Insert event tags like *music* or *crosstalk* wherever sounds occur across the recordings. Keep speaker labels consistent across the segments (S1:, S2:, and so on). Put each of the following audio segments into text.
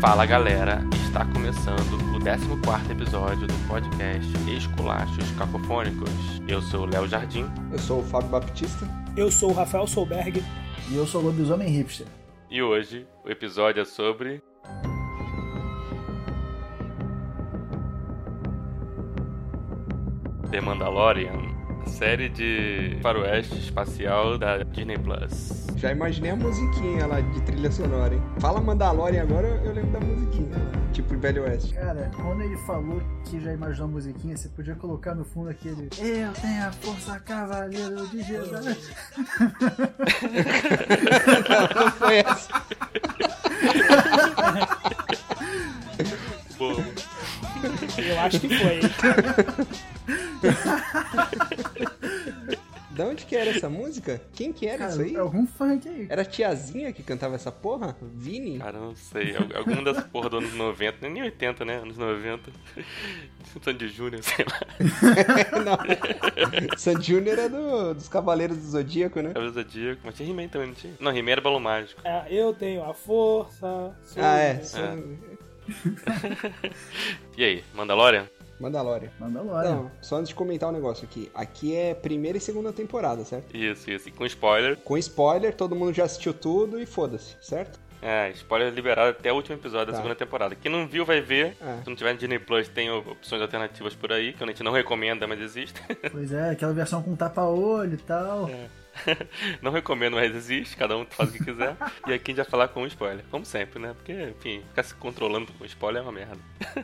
S1: Fala galera, está começando o 14 episódio do podcast Esculachos Cacofônicos. Eu sou o Léo Jardim
S2: Eu sou o Fábio Baptista.
S3: Eu sou o Rafael Solberg.
S4: E eu sou o lobisomem hipster.
S1: e hoje o episódio é sobre. The Mandalorian, a série de faroeste espacial da Disney Plus.
S2: Já imaginei a musiquinha lá de trilha sonora, hein? Fala Mandalorian agora, eu lembro da musiquinha. Tipo Velho
S4: *laughs*
S2: Oeste.
S4: Cara, quando ele falou que já imaginou a musiquinha, você podia colocar no fundo aquele Eu tenho a força cavaleiro de Jesus.
S2: Não, não foi essa.
S1: Pô,
S3: Eu acho que foi.
S2: *laughs* Da onde que era essa música? Quem que era isso
S4: Cara,
S2: aí?
S4: é algum funk aí.
S2: Era a tiazinha que cantava essa porra? Vini?
S1: cara, não sei. Al- Alguma dessa porra dos anos 90, nem 80, né? Anos *laughs* 90. Sandy Júnior, sei lá.
S2: *laughs* Não. *laughs* San Junior é do- dos Cavaleiros do Zodíaco, né?
S1: Cavaleiro do Zodíaco, mas tinha He-Man também, não tinha? Não, He-Man era balão mágico.
S3: É, eu tenho a força. sou-
S2: Ah, é. San-
S1: E aí, Mandalorian?
S2: Mandalorian.
S4: Mandalorian.
S2: Não, só antes de comentar um negócio aqui. Aqui é primeira e segunda temporada, certo?
S1: Isso, isso. E com spoiler.
S2: Com spoiler, todo mundo já assistiu tudo e foda-se, certo?
S1: É, spoiler liberado até o último episódio da
S2: Tá.
S1: segunda temporada. Quem não viu vai ver.
S2: É.
S1: Se não tiver no Disney Plus, tem o- opções alternativas por aí, que a gente não recomenda, mas existe. *laughs*
S4: Pois é, aquela versão com tapa-olho e tal.
S1: não recomendo, mas existe. Cada um faz o que
S2: *laughs*
S1: quiser. e aqui a gente vai falar com spoiler. Como sempre, né? Porque, enfim, ficar se controlando com spoiler é uma merda.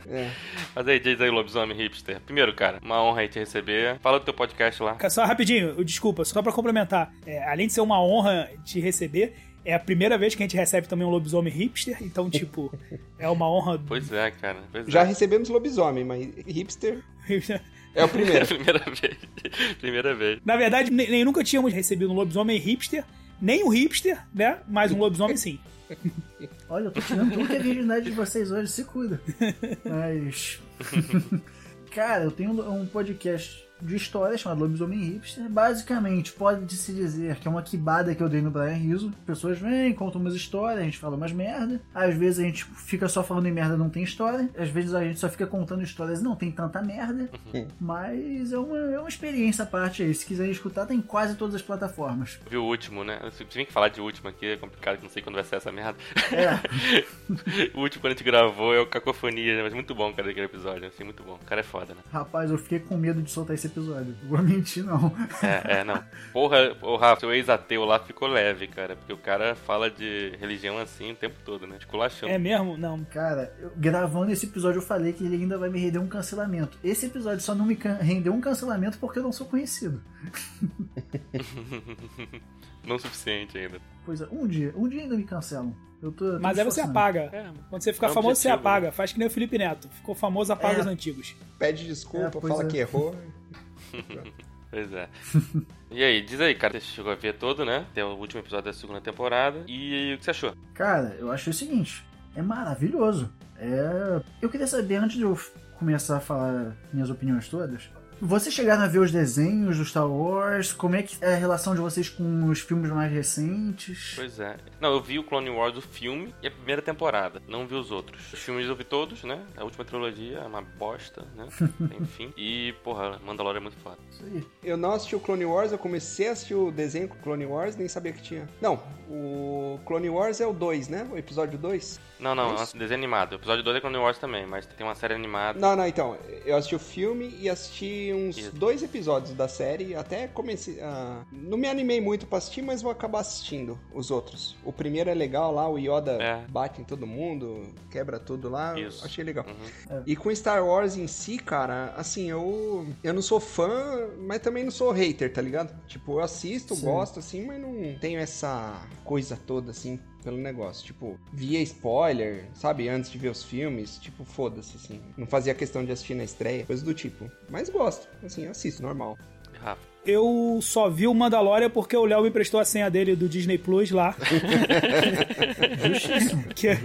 S2: É.
S1: Mas aí, diz aí, lobisomem hipster. Primeiro, cara, uma honra aí te receber. Fala do teu podcast lá.
S3: Só rapidinho, desculpa, só pra complementar. É, além de ser uma honra te receber, é a primeira vez que a gente recebe também um lobisomem hipster,
S2: *laughs*
S3: então, tipo, é uma honra.
S1: Pois é, cara. Pois
S2: Já
S1: é.
S2: recebemos lobisomem, mas hipster é o
S1: É a
S2: primeiro.
S1: *laughs* primeira vez. primeira vez.
S3: *laughs* Na verdade, nem, nem nunca tínhamos recebido um lobisomem hipster, nem um hipster, né? Mas um lobisomem sim.
S4: Olha, eu tô tirando tudo que é virgindade de vocês hoje, se cuida. Mas. *laughs* Cara, eu tenho um podcast de história chamado Lobisomem Hipster. Basicamente, pode-se dizer que é uma quibada que eu dei no Brian Rizzo. Pessoas vêm, contam umas histórias, a gente fala umas merda. Às vezes a gente fica só falando em merda não tem história. Às vezes a gente só fica contando histórias e não tem tanta merda. Mas é uma, é uma experiência à parte aí. Se quiserem escutar, tem em quase todas as plataformas.
S1: Vi o último, né? Se tiver que falar de último aqui, é complicado, que não sei quando vai ser essa merda. *laughs*
S4: É.
S1: o último que a gente gravou é o Cacofonia, né? Mas muito bom, cara, aquele episódio. Assim, muito bom. O cara é foda, né?
S4: *laughs* Rapaz, eu fiquei com medo de soltar esse episódio. Vou mentir, não.
S1: É, é, não. Porra, o Rafa, seu ex-ateu lá ficou leve, cara. Porque o cara fala de religião assim o tempo todo, né? Esculachando.
S3: É mesmo? Não.
S4: Cara, eu- gravando esse episódio eu falei que ele ainda vai me render um cancelamento. Esse episódio só não me can- rendeu um cancelamento porque eu não sou conhecido.
S1: Não o suficiente ainda.
S4: Pois é, um dia, um dia ainda me cancelam. Eu tô, eu tô
S3: Mas
S4: me
S3: aí você
S4: esforçando.
S2: né?
S3: apaga.
S1: É, mano.
S3: Quando você ficar
S1: É um
S3: famoso, você
S1: objetivo,
S3: apaga. Faz que nem o Felipe Neto. Ficou famoso, apaga
S4: É.
S3: os antigos.
S2: *laughs* Pede desculpa,
S4: É, pois
S2: fala
S4: é.
S2: que errou.
S1: Pois é. e aí, diz aí, cara. Você chegou a ver todo, né? Tem o último episódio da segunda temporada. E o que você achou?
S4: Cara, eu achei o seguinte: é maravilhoso. É. Eu queria saber, antes de eu f- começar a falar minhas opiniões todas, vocês chegaram a ver os desenhos do Star Wars? Como é que é a relação de vocês com os filmes mais recentes?
S1: Pois é. Não, eu vi o Clone Wars, o filme, e a primeira temporada. Não vi os outros. Os filmes eu vi todos, né? A última trilogia é uma bosta, né? Enfim. E, porra, Mandalorian é muito foda.
S4: Isso aí.
S2: Eu não assisti o Clone Wars, eu comecei a assistir o desenho com o Clone Wars, nem sabia que tinha. Não, o Clone Wars é o 2, né? O episódio 2.
S1: Não, não,
S2: Isso.
S1: nossa, desenho animado. O episódio 2 é Clone Wars também, mas tem uma série animada.
S2: Não, não, então, eu assisti o filme e assisti uns
S1: Isso.
S2: dois episódios da série, até comecei a... Não me animei muito pra assistir, mas vou acabar assistindo os outros. O primeiro é legal lá, o Yoda
S1: É.
S2: bate em todo mundo, quebra tudo lá,
S1: Isso.
S2: achei legal.
S1: Uhum.
S2: E com Star Wars em si, cara, assim, eu eu não sou fã, mas também não sou hater, tá ligado? Tipo, eu assisto,
S4: Sim.
S2: gosto, assim, mas não tenho essa coisa toda, assim, pelo negócio. Tipo, via spoiler, sabe? Antes de ver os filmes, tipo, foda-se, assim. Não fazia questão de assistir na estreia, coisa do tipo. Mas gosto, assim, eu assisto, normal.
S1: Rafa.
S3: Eu só vi o Mandalorian porque o Léo me prestou a senha dele do Disney
S1: *laughs*
S3: Plus lá.
S4: Justíssimo.
S3: Que eu,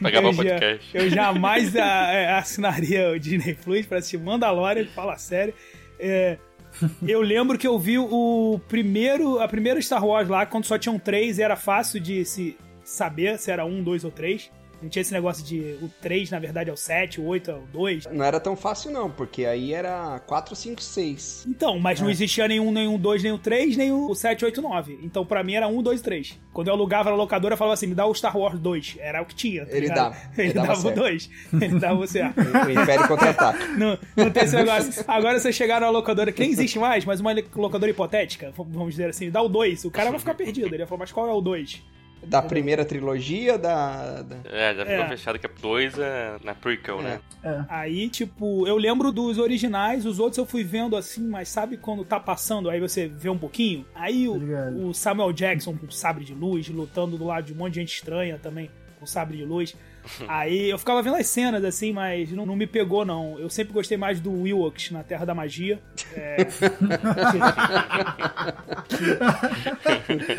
S1: Pra gravar
S3: eu
S1: o podcast.
S3: já- eu jamais a- é, assinaria o Disney Plus pra assistir Mandalorian, fala sério. É, eu lembro que eu vi o primeiro, a primeira Star Wars lá, quando só tinham três, e era fácil de se saber se era um, dois ou três. Não tinha esse negócio de o 3, na verdade, é o 7, o 8 é o 2.
S2: Não era tão fácil, não, porque aí era 4, 5, 6.
S3: Então, mas
S2: É.
S3: não existia nenhum, nenhum 2, nenhum 3, nem o 7, 8, 9. Então, pra mim, era 1, 2 e 3. Quando eu alugava na locadora, eu falava assim, me dá o Star Wars 2. Era o que tinha. tá
S2: Ele
S3: *laughs* ligado?
S2: dava,
S3: Ele,
S2: ele dava
S3: dava o
S2: certo.
S3: 2. Ele dava você. ah,
S2: O Império contra-ataque.
S3: Não, não tem esse negócio. Agora vocês chegaram na locadora, que nem existe mais, mas uma locadora hipotética, vamos dizer assim, dá o 2. O cara vai ficar perdido. Ele vai falar, mas qual é o 2?
S2: Da primeira trilogia, da. da-
S1: É, já ficou
S3: É.
S1: fechado que a 2 é na prequel, né?
S4: É.
S3: Aí, tipo, eu lembro dos originais, os outros eu fui vendo assim, mas sabe quando tá passando, aí você vê um pouquinho? Aí
S4: Obrigado.
S3: o, o Samuel Jackson com sabre de luz, lutando do lado de um monte de gente estranha também, com sabre de luz. Aí eu ficava vendo as cenas assim, mas não, não me pegou, não. Eu sempre gostei mais do Willox na Terra da Magia. É, *laughs*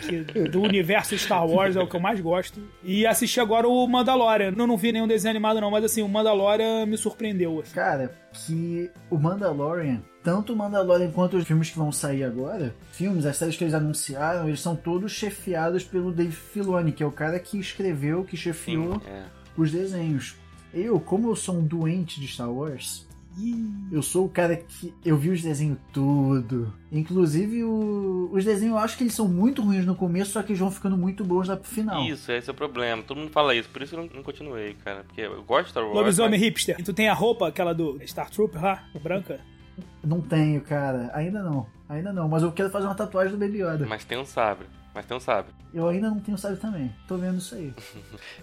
S3: que- que do universo Star Wars é o que eu mais gosto. E assisti agora o Mandalorian. Eu não vi nenhum desenho animado, não, mas assim, o Mandalorian me surpreendeu. assim.
S4: Cara, que o Mandalorian, tanto o Mandalorian quanto os filmes que vão sair agora, filmes, as séries que eles anunciaram, eles são todos chefiados pelo Dave Filoni, que é o cara que escreveu, que chefiou
S1: Sim, é.
S4: os desenhos. Eu, como eu sou um doente de Star Wars,
S3: Ih,
S4: eu sou o cara que. Eu vi os desenhos tudo. Inclusive, o- os desenhos eu acho que eles são muito ruins no começo, só que eles vão ficando muito bons lá pro final.
S1: Isso, esse é o problema. Todo mundo fala isso, por isso eu não, não continuei, cara. Porque eu gosto de Star Wars.
S3: Lobisomem
S1: mas-
S3: hipster. E tu tem a roupa, aquela do Star Trooper lá, branca?
S4: Não tenho, cara. Ainda não. Ainda não. Mas eu quero fazer uma tatuagem do Baby Yoda.
S1: Mas tem um sabre. Mas tem um sabre.
S4: Eu ainda não tenho sabe também. Tô vendo isso aí.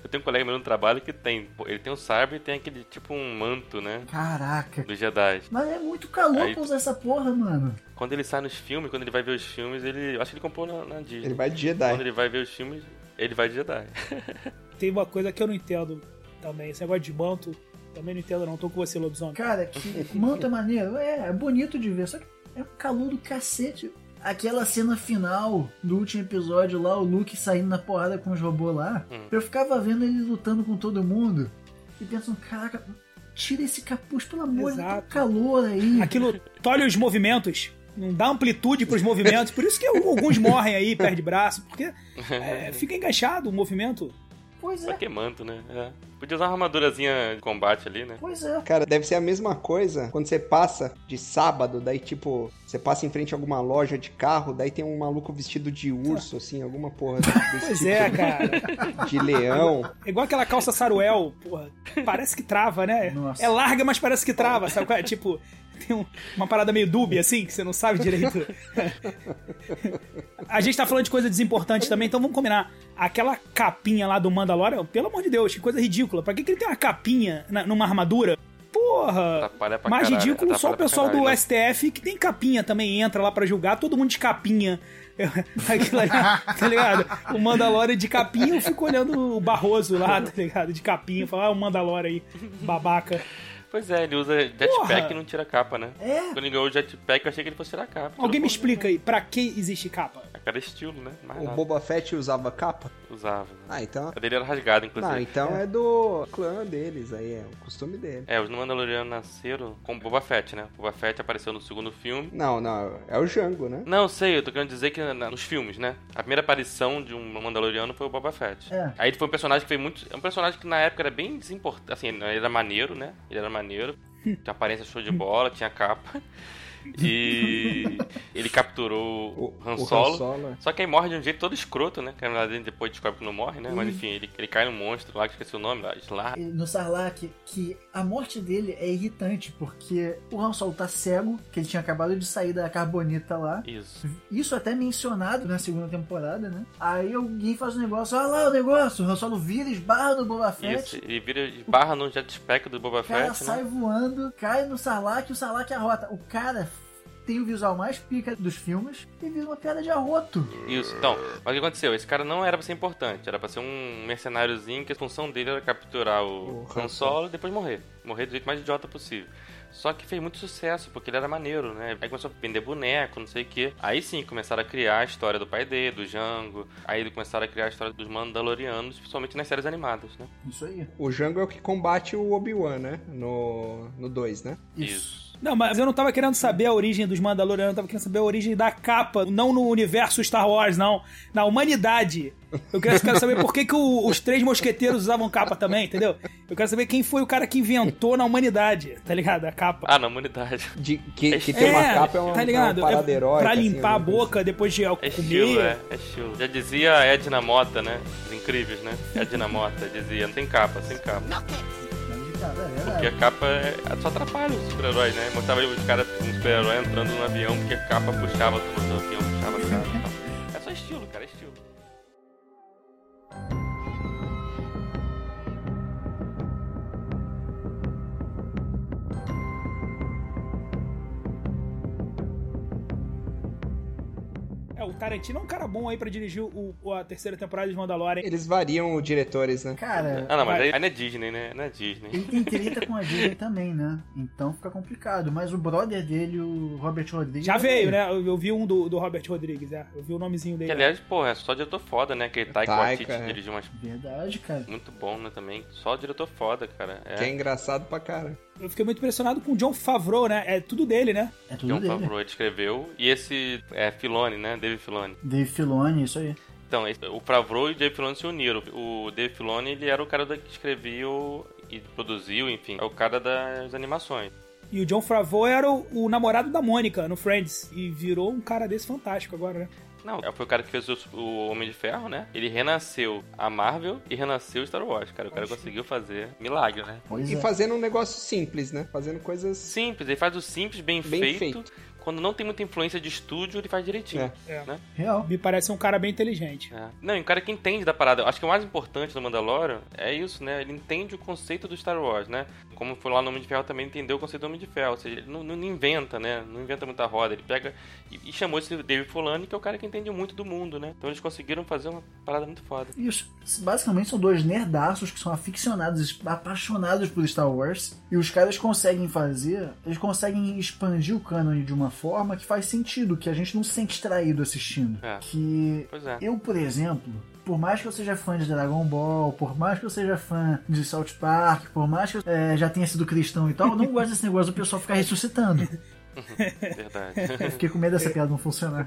S1: Eu tenho um colega meu no trabalho que tem. pô, Ele tem um sabre e tem aquele tipo um manto, né?
S4: Caraca.
S1: Do Jedi.
S4: Mas é muito calor
S1: Aí-
S4: pra usar essa porra, mano.
S1: Quando ele sai nos filmes, quando ele vai ver os filmes, ele. Acho que ele comprou na, na Disney.
S2: Ele vai de
S1: Quando
S2: Jedi. né?
S1: ele vai ver os filmes, ele vai de
S3: *laughs*
S1: Jedi.
S3: Tem uma coisa que eu não entendo também. Esse negócio de manto, também não entendo, não. Tô com você, lobisomem.
S4: Cara, que manta maneiro. É, é bonito de ver, só que é um calor do cacete. Aquela cena final do último episódio lá, o Luke saindo na porrada com os robôs lá.
S1: Hum.
S4: Eu ficava vendo ele lutando com todo mundo e pensando, caraca, tira esse capuz, pelo amor de Deus, tá um
S3: Exato.
S4: calor aí.
S3: Aquilo tolhe os movimentos. Não dá amplitude pros movimentos. Por isso que alguns morrem aí, perde braço. Porque é, fica enganchado o movimento.
S4: Pois
S1: Pra
S4: é,
S1: que manto, né? É. Podia usar uma armadurazinha de combate ali, né?
S4: pois é.
S2: Cara, deve ser a mesma coisa quando você passa de sábado, daí tipo, você passa em frente a alguma loja de carro, daí tem um maluco vestido de urso, assim, alguma porra desse
S3: *laughs* Pois
S2: tipo
S3: é, cara.
S2: de leão.
S3: É igual aquela calça saruel, porra. Parece que trava, né?
S4: Nossa.
S3: É larga, mas parece que trava, sabe? qual é? Tipo, tem um- uma parada meio dúbia, assim, que você não sabe direito. A gente tá falando de coisa desimportante também, então vamos combinar. Aquela capinha lá do Mandalorian, pelo amor de Deus, que coisa ridícula. Pra que, que ele tem uma capinha na- numa armadura? Porra!
S1: Atrapalha pra
S3: Mais
S1: caralho.
S3: ridículo só o
S1: atrapalha pra
S3: pessoal do
S1: caralho. né?
S3: STF que tem capinha também, entra lá pra julgar, todo mundo de capinha. *laughs* Aquilo ali, tá ligado? O Mandalorian de capinha, eu fico olhando o Barroso lá, tá ligado? De capinha, falar, ah, o Mandalorian aí, babaca.
S1: Pois é, ele usa jetpack
S3: Porra!
S1: e não tira a capa, né?
S4: É.
S1: Quando ele ganhou o jetpack, eu achei que ele fosse tirar a capa.
S3: Alguém me
S1: Tirou-
S3: explica aí, pra que existe capa?
S1: A cara é estilo, né? Mais
S2: O
S1: nada.
S2: Boba Fett usava capa?
S1: Usava. Né?
S2: Ah, então.
S1: A dele era rasgada, inclusive.
S2: Não, então é do clã deles, aí é o costume dele.
S1: É, os Mandalorianos nasceram com Boba Fett, né? Boba Fett apareceu no segundo filme.
S2: Não, não, é o Jango, né?
S1: Não, sei, eu tô querendo dizer que na- nos filmes, né? A primeira aparição de um Mandaloriano foi o Boba Fett.
S4: É.
S1: Aí ele foi um personagem que foi muito. É um personagem que na época era bem desimportante. Assim, ele era maneiro, né? Ele era maneiro. Tinha aparência show de bola, tinha capa. E ele capturou
S2: O,
S1: o Han
S2: o
S1: Solo.
S2: Solo.
S1: Só que aí morre de um jeito todo escroto, né? Que na verdade depois descobre que não morre, né? Mas enfim, ele, ele cai num monstro lá, que eu esqueci o nome lá, Slar.
S4: E No Sarlacc, que a morte dele é irritante, porque o Han Solo tá cego, que ele tinha acabado de sair da carbonita lá.
S1: Isso.
S4: Isso até é mencionado na segunda temporada, né? Aí alguém faz um negócio, olha lá o negócio, o Han Solo vira, esbarra no Boba
S1: Isso.
S4: Fett,
S1: Ele vira de barra no jetpack do Boba
S4: o É. cara
S1: Fett,
S4: sai
S1: né?
S4: voando, cai no Sarlacc e o Sarlacc arrota. O cara tem o visual mais pica dos filmes e vira uma piada de arroto.
S1: Isso. Então, mas o que aconteceu? Esse cara não era pra ser importante. Era pra ser um mercenáriozinho que a função dele era capturar o,
S2: O Han
S1: Han Solo e depois morrer. Morrer do jeito mais idiota possível. Só que fez muito sucesso, porque ele era maneiro, né? Aí começou a vender boneco, não sei o quê. Aí sim, começaram a criar a história do pai dele, do Jango. Aí começaram a criar a história dos Mandalorianos, principalmente nas séries animadas, né?
S4: Isso aí.
S2: O Jango é o que combate o Obi-Wan, né? No 2, né?
S1: Isso.
S3: Não, mas eu não tava querendo saber a origem dos Mandalorianos, eu tava querendo saber a origem da capa, não no universo Star Wars, não. Na humanidade. Eu quero, quero saber por que, que o- os três mosqueteiros usavam capa também, entendeu? Eu quero saber quem foi o cara que inventou na humanidade, tá ligado? A capa.
S1: Ah, na humanidade. *laughs*
S2: De, que, que tem uma capa, é uma,
S3: tá
S2: é
S3: ligado?
S2: uma parada
S3: É
S2: heróica,
S3: pra
S2: assim,
S3: limpar a
S2: alguma coisa
S3: boca depois de
S1: É
S3: comer.
S1: estilo, é, é estilo. Já dizia Edna Mota, né? Os incríveis, né? Edna Mota dizia, não tem capa, sem capa.
S4: Mas, cara, é
S1: Porque
S4: verdade.
S1: a capa é, só atrapalha os super-heróis, né? Mostrava os caras, um super-herói entrando no avião porque a capa puxava, todo o avião puxava a capa. e tal. É só estilo, cara, é estilo.
S3: É, o Tarantino é um cara bom aí pra dirigir o, o- a terceira temporada de Mandalorian.
S2: assim. Eles variam os diretores, né?
S4: Cara,
S1: Ah, não, mas aí, aí não é Disney, né? Não é Disney.
S4: ele tem treta com a Disney também, né? Então fica complicado. Mas o brother dele, o Robert Rodrigues. é
S3: Já veio, né? Eu, eu vi um do, do Robert Rodrigues, é. Eu vi o nomezinho
S1: Que,
S3: dele.
S1: aliás, porra, é só diretor foda, né? Aquele Taika
S2: Taika,
S1: Waititi
S2: é.
S1: dirigiu umas...
S4: Verdade, cara.
S1: Muito bom, né, também. Só diretor foda, cara. É.
S2: Que é engraçado pra cara.
S3: Eu fiquei muito impressionado com o John Favreau, né? É tudo dele, né?
S4: É tudo
S1: John
S4: dele.
S1: um Favreau escreveu. E esse é Filone, né? David Filone.
S4: Dave Filoni, isso aí.
S1: Então, esse- o Favreau e o Dave Filoni se uniram. O Dave Filoni, ele era o cara da- que escrevia o- e produziu, enfim. É o cara das animações.
S3: E o John Favreau era o, o namorado da Mônica no Friends. E virou um cara desse fantástico agora, né?
S1: Não, É, foi o cara que fez o, o Homem de Ferro, né? Ele renasceu a Marvel e renasceu Star Wars, cara. O cara conseguiu fazer milagre, né?
S4: Pois
S2: E
S4: é.
S2: fazendo um negócio simples, né? Fazendo coisas.
S1: Simples, ele faz o simples bem,
S2: Bem
S1: feito.
S2: feito.
S1: Quando não tem muita influência de estúdio, ele faz direitinho.
S2: É.
S3: É.
S1: Né?
S4: Real.
S3: Me parece um cara bem inteligente.
S1: É. Não, e o cara que entende da parada. Eu Acho que o mais importante do Mandalorian é isso, né? Ele entende o conceito do Star Wars, né? Como foi lá no Homem de Ferro também, entendeu o conceito do Homem de Ferro. Ou seja, ele não, não inventa, né? Não inventa muita roda. Ele pega e, e chamou esse David Fulani, que é o cara que entende muito do mundo, né? Então eles conseguiram fazer uma parada muito foda.
S4: Isso. Basicamente são dois nerdaços que são aficionados, apaixonados por Star Wars. E os caras conseguem fazer, eles conseguem expandir o cânone de uma forma que faz sentido, que a gente não se sente traído assistindo.
S1: É.
S4: Que
S1: Pois é.
S4: eu, por exemplo, por mais que eu seja fã de Dragon Ball, por mais que eu seja fã de South Park, por mais que eu eh, já tenha sido cristão e tal, eu não gosto desse negócio do pessoal ficar ressuscitando.
S1: Verdade. *laughs*
S4: Eu fiquei com medo dessa piada não funcionar.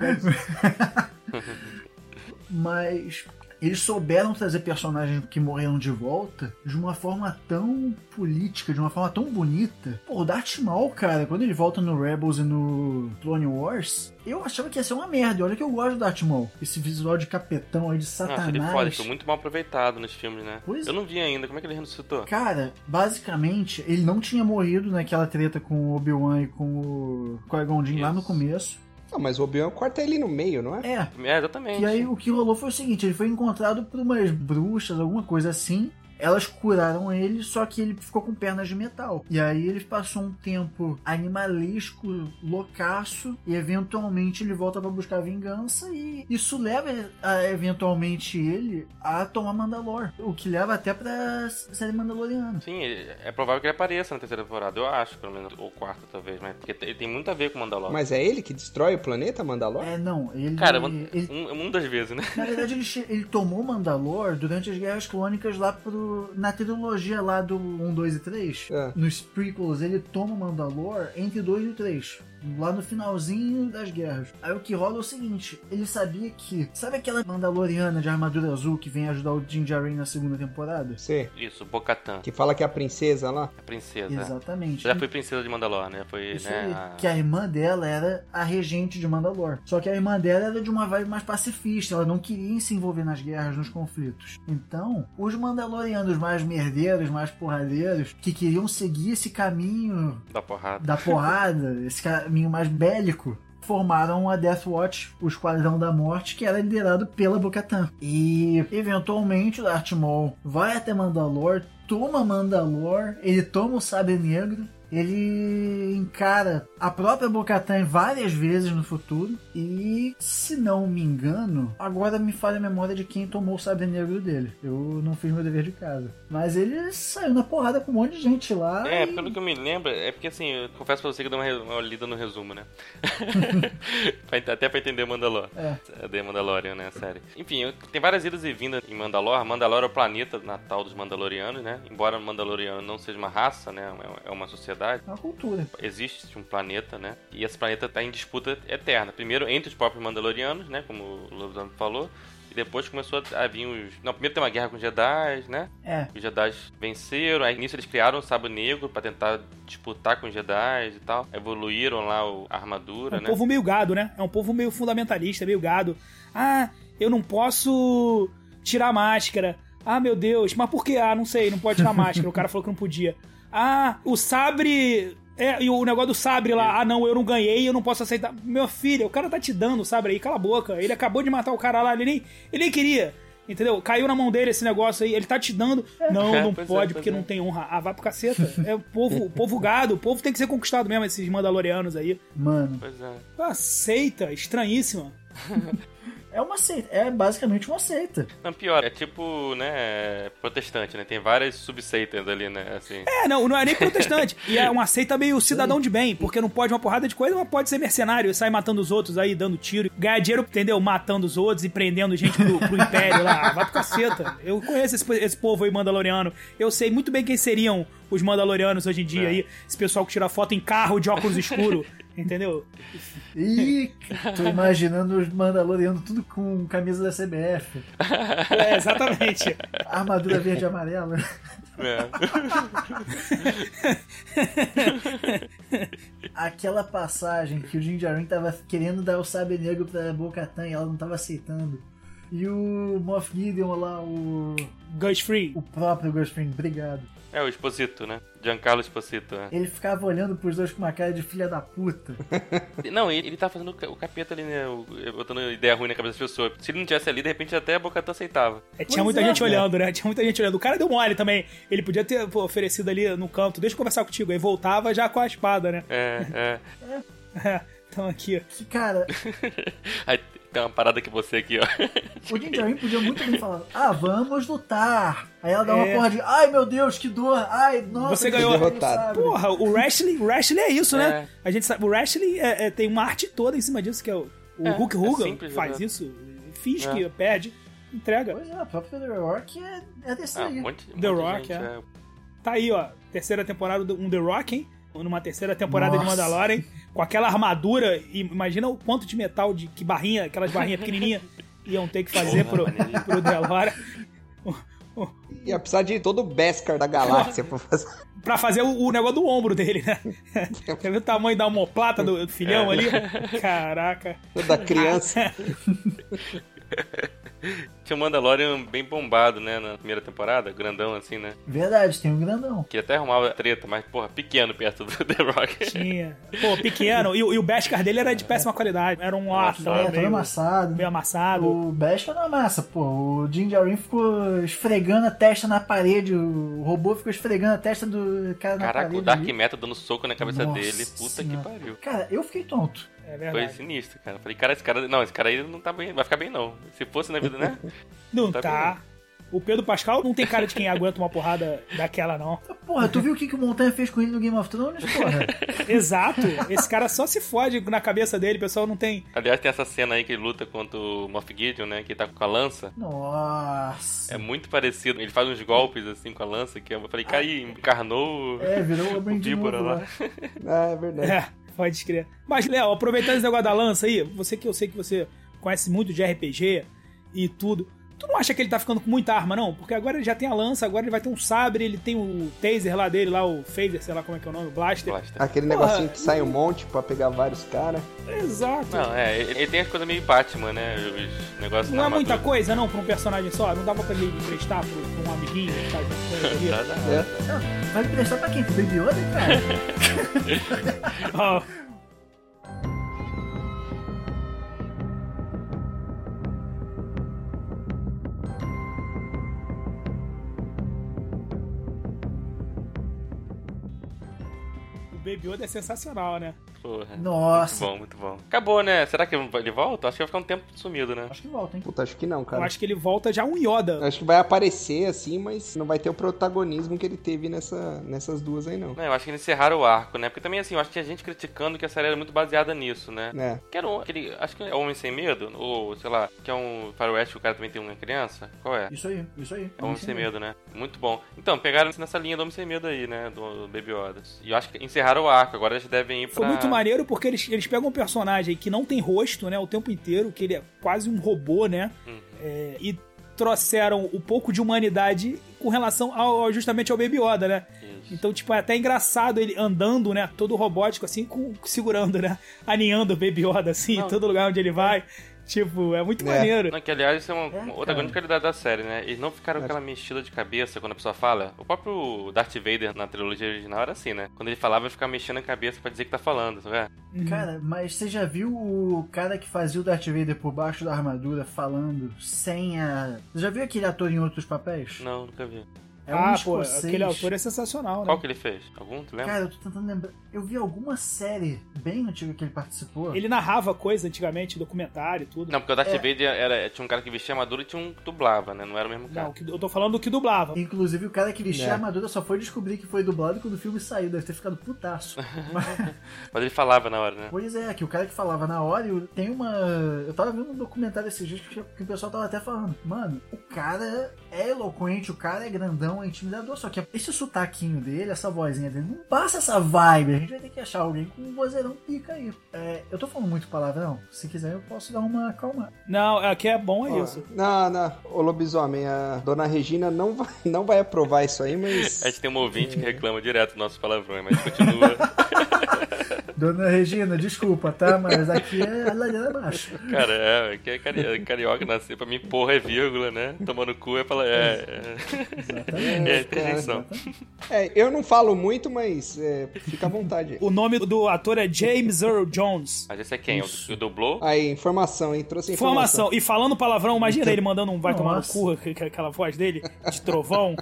S4: Mas eles souberam trazer personagens que morreram de volta de uma forma tão política, de uma forma tão bonita. Pô, o Darth Maul, cara, quando ele volta no Rebels e no Clone Wars, eu achava que ia ser uma merda. E Olha que eu gosto do Darth Maul. Esse visual de capetão aí, de
S1: Não, achei ele é foda, ele
S4: satanás.
S1: foi muito mal aproveitado nos filmes, né?
S4: Pois é.
S1: Eu não vi ainda, como é que ele ressuscitou?
S4: Cara, basicamente, ele não tinha morrido naquela treta com o Obi-Wan e com o Qui-Gon Jinn lá no
S1: Isso.
S4: começo.
S2: Ah, mas o Obi-Wan corta ele no meio, não é?
S4: É,
S1: É, exatamente.
S4: E aí o que rolou foi o seguinte, ele foi encontrado por umas bruxas, alguma coisa assim. Elas curaram ele, só que ele ficou com pernas de metal. E aí ele passou um tempo animalesco, loucaço, e eventualmente ele volta pra buscar vingança e isso leva a, eventualmente ele a tomar Mandalor, o que leva até pra série Mandaloriana.
S1: Sim, ele- é provável que ele apareça na terceira temporada, eu acho, pelo menos. Ou quarta, talvez, mas porque ele tem muito a ver com o Mandalorian.
S2: Mas é ele que destrói o planeta Mandalor?
S4: É, não, ele
S1: Cara, um,
S4: ele
S1: um, um das vezes,
S4: *laughs*
S1: né?
S4: Na verdade, ele, che- ele tomou Mandalor durante as Guerras Clônicas lá pro. Na trilogia lá do 1, 2 e 3.
S2: É.
S4: Nos prequels, ele toma Mandalor entre o 2 e o 3. Lá no finalzinho das guerras. Aí o que rola é o seguinte: ele sabia que. Sabe aquela Mandaloriana de armadura azul que vem ajudar o Din Djarin na segunda temporada?
S2: Você?
S1: Isso, Bocatan,
S2: Que fala que é a princesa lá?
S1: a princesa.
S4: Exatamente.
S1: Já foi princesa de Mandalor, né? Foi,
S4: Isso
S1: né?
S4: aí.
S1: a-
S4: Que é a irmã dela era a regente de Mandalor. Só que a irmã dela era de uma vibe mais pacifista. Ela não queria se envolver nas guerras, nos conflitos. Então, os Mandalorianos mais merdeiros, mais porradeiros, que queriam seguir esse caminho
S1: Da porrada.
S4: da porrada, esse caminho mais bélico, formaram a Death Watch, o Esquadrão da Morte, que era liderado pela Bocatan. E eventualmente o Darth Maul vai até Mandalor, toma Mandalor, ele toma o Sabre Negro. Ele encara a própria Bocatan várias vezes no futuro. E, se não me engano, agora me falha a memória de quem tomou o sabre negro dele. Eu não fiz meu dever de casa. Mas ele saiu na porrada com um monte de gente lá.
S1: É,
S4: e-
S1: pelo que eu me lembro, é porque assim, eu confesso pra você que eu dei uma, re- uma lida no resumo, né? Pra ent- Até pra entender Mandalor. É. The Mandalorian, né, a série. Enfim, eu- tem várias idas e vindas em Mandalor. Mandalor é o planeta natal dos Mandalorianos, né? Embora o Mandaloriano não seja uma raça, né? é uma- É uma sociedade. sociedade,
S4: É uma cultura.
S1: existe um planeta, né? E esse planeta está em disputa eterna. Primeiro entre os próprios Mandalorianos, né? Como o Lobisomem falou. E depois começou a vir os. Não, primeiro tem uma guerra com os Jedi, né?
S4: É.
S1: Os Jedi venceram. Aí nisso eles criaram o Sábio Negro pra tentar disputar com os Jedi e tal. Evoluíram lá o- a
S3: É
S1: armadura,
S3: um
S1: né?
S3: povo meio gado, né? É um povo meio fundamentalista, meio gado. Ah, eu não posso tirar a máscara. Ah, meu Deus, mas por que? Ah, não sei, não pode tirar a máscara. O cara falou que não podia. Ah, o sabre. É, e o negócio do sabre lá, ah não, eu não ganhei, eu não posso aceitar. Meu filho, o cara tá te dando o sabre aí, cala a boca. Ele acabou de matar o cara lá, ele nem, ele nem queria. Entendeu? Caiu na mão dele esse negócio aí, ele tá te dando. Não,
S1: É,
S3: não
S1: pois é,
S3: pode,
S1: pois
S3: porque
S1: é.
S3: não tem honra. Ah, vai pro caceta. É o povo, o povo gado, o povo tem que ser conquistado mesmo, esses Mandalorianos aí.
S4: Mano.
S1: Pois é.
S3: Uma seita estranhíssima.
S4: É uma seita. É basicamente uma seita.
S1: Não, pior, é tipo, né, protestante, né? Tem várias subseitas ali, né? Assim.
S3: *laughs* É, não, não é nem protestante. E é uma seita meio cidadão de bem, porque não pode uma porrada de coisa, mas pode ser mercenário e sair matando os outros aí, dando tiro, ganhar dinheiro, entendeu? Matando os outros e prendendo gente pro, pro império lá. Vai pro caceta. Eu conheço esse, po- esse povo aí mandaloriano. Eu sei muito bem quem seriam os mandalorianos hoje em dia aí. Esse pessoal que tira foto em carro de óculos escuro, entendeu?
S4: Ih, tô imaginando os Mandalorianos tudo com camisa da CBF,
S3: É, exatamente.
S4: armadura verde e amarela.
S1: É.
S4: Aquela passagem que o Jinjarin tava querendo dar o sabre negro pra Bo-Katan e ela não tava aceitando. E o Moff Gideon lá, o,
S3: Gus Free.
S4: o próprio Ghost Friend, obrigado.
S1: É, o Exposito, né? Giancarlo Exposito, né?
S4: Ele ficava olhando pros dois com uma cara de filha da puta.
S1: Não, ele, ele tá fazendo o ca- o capeta ali, né? o- Botando ideia ruim na cabeça das pessoas. Se ele não tivesse ali, de repente até a Bocatã aceitava.
S3: É, tinha
S4: Pois
S3: muita
S4: é,
S3: gente
S4: cara.
S3: olhando, né? Tinha muita gente olhando. O cara deu mole também. Ele podia ter pô, oferecido ali no canto, deixa eu conversar contigo. Aí voltava já com a espada, né? *laughs*
S1: É, é.
S3: então aqui.
S4: Que, cara,
S1: Aí tem uma parada que você aqui, ó.
S4: o Jinjarin podia muito bem falar, ah, vamos lutar. Aí ela dá uma
S3: É.
S4: porra de, ai meu Deus, que dor, ai, nossa.
S3: Você
S4: que
S3: ganhou.
S4: dor,
S2: Derrotado.
S4: sabe?"
S3: Porra, o wrestling, o wrestling é isso, né?
S1: É.
S3: A gente sabe, o wrestling é- é- tem uma arte toda em cima disso, que é o, o
S1: É,
S3: Hulk
S1: é
S3: Hogan
S1: simples,
S3: faz
S1: né?
S3: isso, finge
S1: É.
S3: que perde, entrega.
S4: Pois é, o próprio The Rock é, é desse
S1: Ah, um
S4: aí.
S1: monte, um
S3: The
S1: monte de
S3: Rock,
S1: gente,
S3: é. Tá aí, ó, terceira temporada, do- um The Rock, hein? Numa terceira temporada de
S4: Nossa.
S3: Mandalorian, com aquela armadura, e imagina o quanto de metal, de que barrinha,
S1: *laughs*
S3: aquelas barrinhas pequenininhas iam ter que fazer pro,
S1: Porra, maneirinho.
S3: pro Delora
S2: Ia precisar de todo o Beskar da galáxia pra fazer. *laughs*
S3: pra fazer o, o negócio do ombro dele, né? Quer ver o tamanho da homoplata do filhão ali? Caraca.
S2: Toda criança.
S1: Tinha o Mandalorian bem bombado, né? Na primeira temporada, grandão assim, né?
S4: Verdade, tem um grandão.
S1: Que até arrumava treta, mas, porra, pequeno perto do *laughs* The Rock.
S3: Tinha. Pô, pequeno. E, o- e o Beskar dele era de péssima qualidade. Era um lata,
S4: É, todo
S3: meio,
S4: amassado.
S3: meio amassado.
S4: O Beskar não amassa, pô. O Jinjarin ficou esfregando a testa na parede. O robô ficou esfregando a testa do cara na
S1: Caraca, o
S4: parede.
S1: Dark
S4: ali.
S1: Metal dando soco na cabeça
S4: Nossa
S1: dele. Puta que
S4: senhora.
S1: pariu.
S4: Cara, eu fiquei tonto.
S3: É
S1: Foi Tá
S3: verdade.
S1: sinistro, cara. Falei, cara, esse cara. Não, esse cara aí não tá bem. Vai ficar bem, não. Se fosse na vida,
S4: *laughs*
S1: né?
S3: Não
S1: Tá
S3: tá. O Pedro Pascal não tem cara de quem aguenta uma porrada daquela, não.
S4: Porra, tu viu o que, que o Montanha fez com ele no Game of Thrones,
S1: *laughs*
S4: porra?
S3: Exato. Esse cara só se fode na cabeça dele, o pessoal não tem.
S1: Aliás, tem essa cena aí que ele luta contra o Moff Gideon, né? Que ele tá com a lança.
S4: Nossa.
S1: É muito parecido. Ele faz uns golpes assim com a lança que eu falei, cara, aí encarnou.
S4: É, virou
S1: O
S4: o de novo, né?
S1: víbora lá.
S4: lá.
S2: É, é verdade.
S3: É, pode crer. Mas, Léo, aproveitando esse negócio da lança aí, você que eu sei que você conhece muito de RPG e tudo. Tu não acha que ele tá ficando com muita arma, não? Porque agora ele já tem a lança, agora ele vai ter um sabre, ele tem o taser lá dele, lá, o phaser, sei lá como é que é o nome, o blaster.
S1: Blaster.
S2: Aquele
S3: Porra.
S2: negocinho que sai um monte pra pegar vários caras.
S3: Exato.
S1: Não, é, ele ele tem as coisas meio Batman, né? Os negócios
S3: Não é muita coisa, não, pra um personagem só? Não dava pra ele emprestar pro- pra, um amiguinho que tá junto
S1: coisa.
S2: É.
S4: Vai prestar pra quem? Pro Baby Yoda,
S1: *laughs*
S4: cara?
S3: com ele ali? O Baby Yoda é sensacional, né?
S1: Porra.
S4: Nossa.
S1: Muito bom, muito bom. Acabou, né? Será que ele volta? Acho que vai ficar um tempo sumido, né?
S4: Acho que volta, hein?
S2: Puta, acho que não,
S3: Eu
S2: cara.
S3: acho que ele volta já um Yoda.
S2: Acho que vai aparecer assim, mas não vai ter o protagonismo que ele teve nessa, nessas duas aí, não.
S1: Não, eu acho que eles encerraram o arco, né? Porque também, assim, eu acho que tinha gente criticando que a série era muito baseada nisso, né?
S2: É.
S1: Que era um, aquele, acho que é Homem Sem Medo, ou sei lá, que é um faroeste que o cara também tem uma criança. Qual é?
S4: Isso aí, isso aí.
S1: É Homem Sem Medo, né? Muito bom. Então, pegaram nessa linha do Homem Sem Medo aí, né? Do Baby Odas. E eu acho que encerraram o arco, agora eles devem ir pra...
S3: Foi muito maneiro porque eles, eles pegam um personagem que não tem rosto, né, o tempo inteiro, que ele é quase um robô, né?
S1: Uhum.
S3: É, e trouxeram o pouco de humanidade com relação ao, ao- justamente ao Baby Yoda, né?
S1: Isso.
S3: Então, tipo, é até engraçado ele andando, né? Todo robótico, assim, com, segurando, né? Aninhando o Baby Yoda, assim,
S1: Não.
S3: em todo lugar onde ele vai. Tipo, é muito
S2: É.
S1: *laughs*
S3: maneiro.
S1: Não, que aliás isso é uma, uma
S4: cara.
S1: outra grande qualidade da série, né? Eles não ficaram com aquela mexida de cabeça quando a pessoa fala. O próprio Darth Vader na trilogia original era assim, né? Quando ele falava, ele ficava mexendo a cabeça pra dizer que tá falando, tá vendo?
S3: Uhum.
S4: Cara, mas você já viu o cara que fazia o Darth Vader por baixo da armadura falando sem a. Você já viu aquele ator em outros papéis?
S1: Não, nunca vi.
S4: É um
S3: ah, pô,
S4: escocês.
S3: aquele autor é sensacional, né?
S1: Qual que ele fez? Algum? Tu lembra?
S4: Cara, eu tô tentando lembrar. Eu vi alguma série bem antiga que ele participou.
S3: Ele narrava coisa antigamente, documentário e tudo.
S1: Não, porque o Darth
S4: É.
S1: Vader era, tinha um cara que vestia armadura e tinha um que dublava, né? Não era o mesmo cara.
S3: Não, o que- eu tô falando do que dublava.
S4: Inclusive, o cara que vestia
S2: É.
S4: a armadura só foi descobrir que foi dublado quando o filme saiu. Deve ter
S1: *laughs*
S4: ficado putaço. Mas-
S1: Mas ele falava na hora, né?
S4: pois é, que o cara que falava na hora, eu- tem uma. Eu tava vendo um documentário esses dias que, que o pessoal tava até falando. Mano, o cara é eloquente, o cara é grandão, é intimidador. Só que esse sotaquinho dele, essa vozinha dele, não passa essa vibe. A gente vai ter que achar alguém com um vozeirão pica aí. É, eu tô falando muito palavrão. Se quiser, eu posso dar uma calma.
S3: Não, aqui é bom é isso.
S2: Não, não. Ô lobisomem, a dona Regina não vai, *laughs* não vai aprovar isso aí, mas.
S1: A gente tem um ouvinte que reclama direto do nosso palavrão, mas continua.
S4: Dona Regina, desculpa, tá? Mas aqui é a ladeira abaixo.
S1: Cara, é, que é cari- carioca nascer pra mim, porra, é vírgula, né? Tomando cu é pala... É, é, é interjeição.
S2: É, eu não falo muito, mas é, fica à vontade.
S3: *laughs* O nome do ator é James Earl Jones.
S1: Mas esse é quem? O, o dublou?
S2: Aí, informação, hein? Trouxe informação.
S3: Informação. E falando palavrão, imagina ele mandando um vai tomar no
S4: Nossa.
S3: cu, *laughs* que- que- aquela voz dele, de trovão.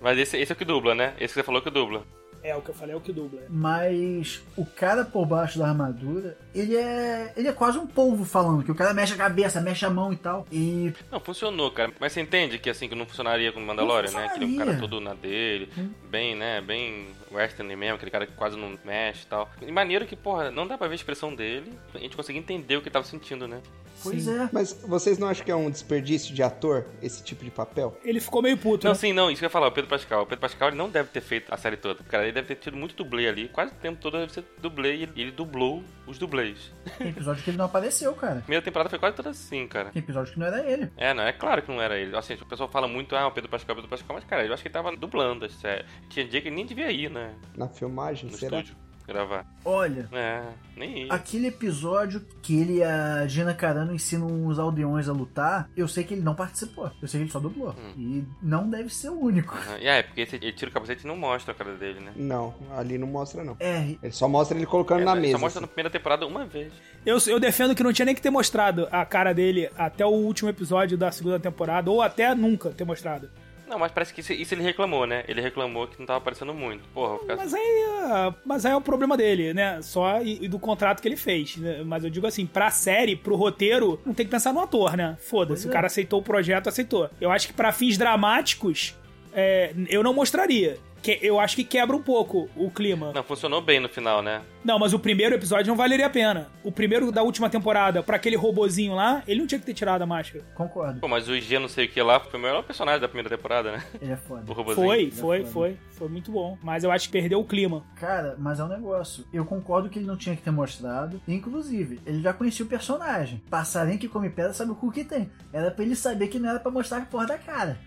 S1: Mas esse, esse é o que dubla, né? Esse que você falou que dubla.
S3: *laughs* é, o que eu falei é o que dubla.
S4: Mas o cara por baixo da armadura, ele é. ele é quase um polvo falando, que o cara mexe a cabeça, mexe a mão e tal. E
S1: Não, funcionou, cara. Mas você entende que assim, que não funcionaria com o Mandalorian, né? Aquele
S4: funcionaria.
S1: cara todo na dele, bem, né? Bem western mesmo, aquele cara que quase não mexe e tal. E maneiro que, porra, não dá pra ver a expressão dele, a gente conseguia entender o que ele tava sentindo, né?
S4: pois
S3: Sim.
S4: é.
S2: Mas vocês não acham que é um desperdício de ator esse tipo de papel?
S3: Ele ficou meio puto,
S1: Não,
S3: né?
S1: sim, não, isso que eu ia falar, o Pedro Pascal. O Pedro Pascal ele não deve ter feito a série toda. Cara, ele deve ter tido muito dublê ali. Quase o tempo todo deve ser dublê e ele, e ele dublou os dublês.
S4: Tem episódio que ele não apareceu, cara.
S1: Primeira temporada foi quase toda assim, cara.
S4: Tem episódio que não era ele.
S1: É, não, é claro que não era ele. Assim, o pessoal fala muito, ah, o Pedro Pascal, o Pedro Pascal, mas, cara, eu acho que ele tava dublando, sério. Tinha dia que ele nem devia ir, né?
S2: Na filmagem,
S1: No
S2: será?
S1: estúdio gravar.
S4: Olha,
S1: É, nem ia.
S4: aquele episódio que ele e a Gina Carano ensinam os aldeões a lutar, eu sei que ele não participou. Eu sei que ele só dublou. E não deve ser o único.
S1: Ah, E é, porque esse- ele tira o capacete e não mostra a cara dele, né?
S2: Não, ali não mostra, não.
S4: É,
S2: Ele só mostra ele colocando
S1: É,
S2: na
S1: né?
S2: mesa.
S1: Só mostra
S2: assim.
S1: na primeira temporada uma vez.
S3: Eu, eu defendo que não tinha nem que ter mostrado a cara dele até o último episódio da segunda temporada, ou até nunca ter mostrado.
S1: Não, mas parece que isso, isso ele reclamou, né? Ele reclamou que não tava aparecendo muito. Porra, eu vou ficar
S3: Mas aí, ah, mas aí é o problema dele, né? Só e, e do contrato que ele fez. né? Mas eu digo assim, pra série, pro roteiro, não tem que pensar no ator, né? Foda-se,
S4: Pois
S3: o
S4: é.
S3: cara aceitou o projeto, aceitou. Eu acho que pra fins dramáticos, é, eu não mostraria. Que, eu acho que quebra um pouco o clima. Não.
S1: Não, funcionou bem no final, né?
S3: mas o primeiro episódio não valeria a pena. O primeiro da última temporada, pra aquele robozinho lá, ele não tinha que ter tirado a máscara.
S4: concordo.
S1: Pô, mas o G não sei o que lá foi o melhor personagem da primeira temporada, né? *laughs*
S4: Ele é
S1: O
S4: foda.
S1: robozinho.
S3: Foi,
S4: né,
S3: foi,
S4: foda.
S3: foi. Foi muito bom. Mas eu acho que perdeu o clima.
S4: Cara, mas é um negócio. Eu concordo que ele não tinha que ter mostrado. Inclusive, ele já conhecia o personagem. Passarinho que come pedra sabe o cu que tem. Era pra ele saber que não era pra mostrar a porra da cara.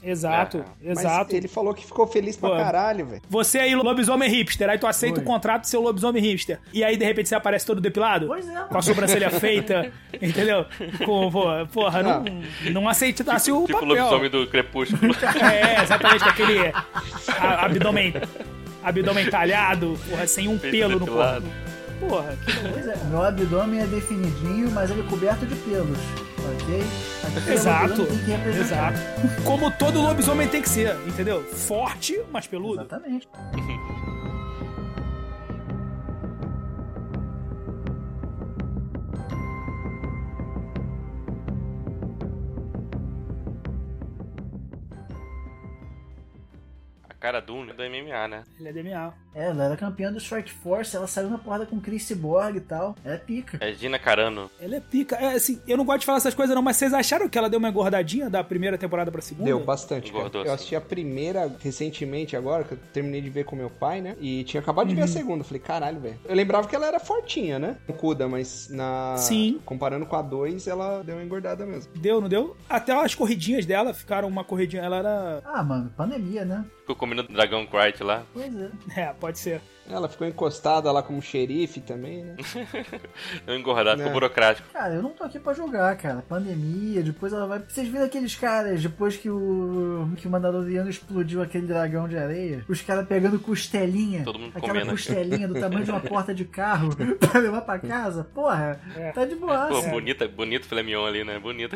S3: Exato,
S2: É, Mas
S3: exato.
S2: ele falou que ficou feliz pra
S3: Pô.
S2: caralho, velho.
S3: Você aí, lobisomem hipster, aí tu aceita
S4: Oi.
S3: o contrato de ser o lobisomem hipster. E aí, de repente, você aparece todo depilado?
S4: Pois é, mano.
S3: Com a sobrancelha
S4: *laughs*
S3: feita, entendeu? Com, pô, porra, não,
S4: Ah.
S3: não aceitasse o
S1: Tipo o lobisomem
S3: papel.
S1: do Crepúsculo. *laughs*
S3: É, exatamente, com aquele a- abdômen, abdômen talhado, porra, sem um
S1: Peito
S3: pelo no
S1: depilado.
S3: corpo. Porra, que
S4: Pois é, meu abdômen é definidinho, mas ele é coberto de pelos, ok? Aqui é o
S3: Exato,
S4: abdômen que tem que representar.
S3: exato. Como todo lobisomem tem que ser, entendeu? Forte, mas peludo.
S4: Exatamente.
S1: A cara Dune é do MMA, né?
S3: Ele é DNA.
S4: Ela era campeã do Strike Force, ela saiu na porrada com Chris Borg e tal. É pica.
S1: É Gina Carano.
S3: Ela é pica. É, assim, eu não gosto de falar essas coisas, não, mas vocês acharam que ela deu uma engordadinha da primeira temporada pra segunda?
S2: Deu bastante, cara.
S1: Engordou, assim.
S2: Eu
S1: sim.
S2: assisti a primeira recentemente agora, que eu terminei de ver com meu pai, né? E tinha acabado de ver a segunda. Falei, caralho, velho. Eu lembrava que ela era fortinha, né? Cuda, mas na.
S3: Sim.
S2: Comparando com a 2, ela deu uma engordada mesmo.
S3: Deu, não deu? Até as corridinhas dela ficaram uma corridinha. Ela era. *laughs*
S4: Ah, mano, pandemia, né?
S1: Ficou comendo Dragon Knight lá.
S4: Pois é.
S3: É, pode ser.
S2: Ela ficou encostada lá como xerife também,
S1: *laughs*
S2: né?
S1: Eu engordado, ficou
S2: É.
S1: burocrático.
S4: Cara, eu não tô aqui pra julgar, cara. Pandemia, depois ela vai. Vocês viram aqueles caras, depois que o. que o Mandaloriano explodiu aquele dragão de areia? Os caras pegando costelinha.
S1: Todo mundo
S4: aquela
S1: comendo.
S4: costelinha do
S1: *laughs*
S4: tamanho de uma porta de carro *laughs* pra levar pra casa? Porra,
S3: É.
S4: tá de boa.
S1: Pô, bonita, bonito filé mignon ali, né? Bonito.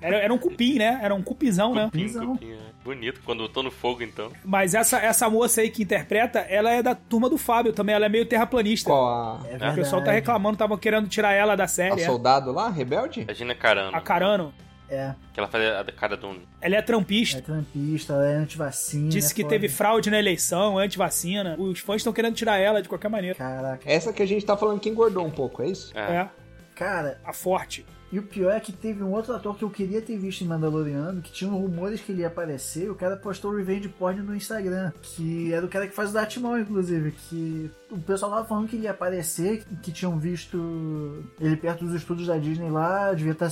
S3: Era, era um cupim, né? Era um cupizão, né?
S4: Pisão.
S1: Cupinha. Bonito, quando eu tô no fogo, então.
S3: Mas essa, essa moça aí que interpreta, ela é da turma do Fábio também. Ela é meio terraplanista.
S2: Qual a.
S4: É
S3: O
S4: verdade.
S3: pessoal tá reclamando, estavam querendo tirar ela da
S2: A
S3: série. é.
S2: soldado lá, rebelde?
S1: A Gina é Carano.
S3: A Carano.
S4: É,
S1: Que ela faz a cara um- Dune.
S3: Ela é trampista.
S4: é trampista, é antivacina.
S3: Disse
S4: é
S3: que
S4: foda.
S3: teve fraude na eleição, antivacina. Os fãs estão querendo tirar ela de qualquer maneira.
S4: Caraca.
S2: Essa que a gente tá falando que engordou um pouco, é isso?
S1: É.
S3: É.
S4: Cara,
S3: A forte.
S4: e o pior é que teve um outro ator que eu queria ter visto em Mandaloriano, que tinham rumores que ele ia aparecer, e o cara postou revenge porn no Instagram, que era o cara que faz o Dartmouth, inclusive, que o pessoal tava falando que ele ia aparecer, que tinham visto ele perto dos estúdios da Disney lá, devia estar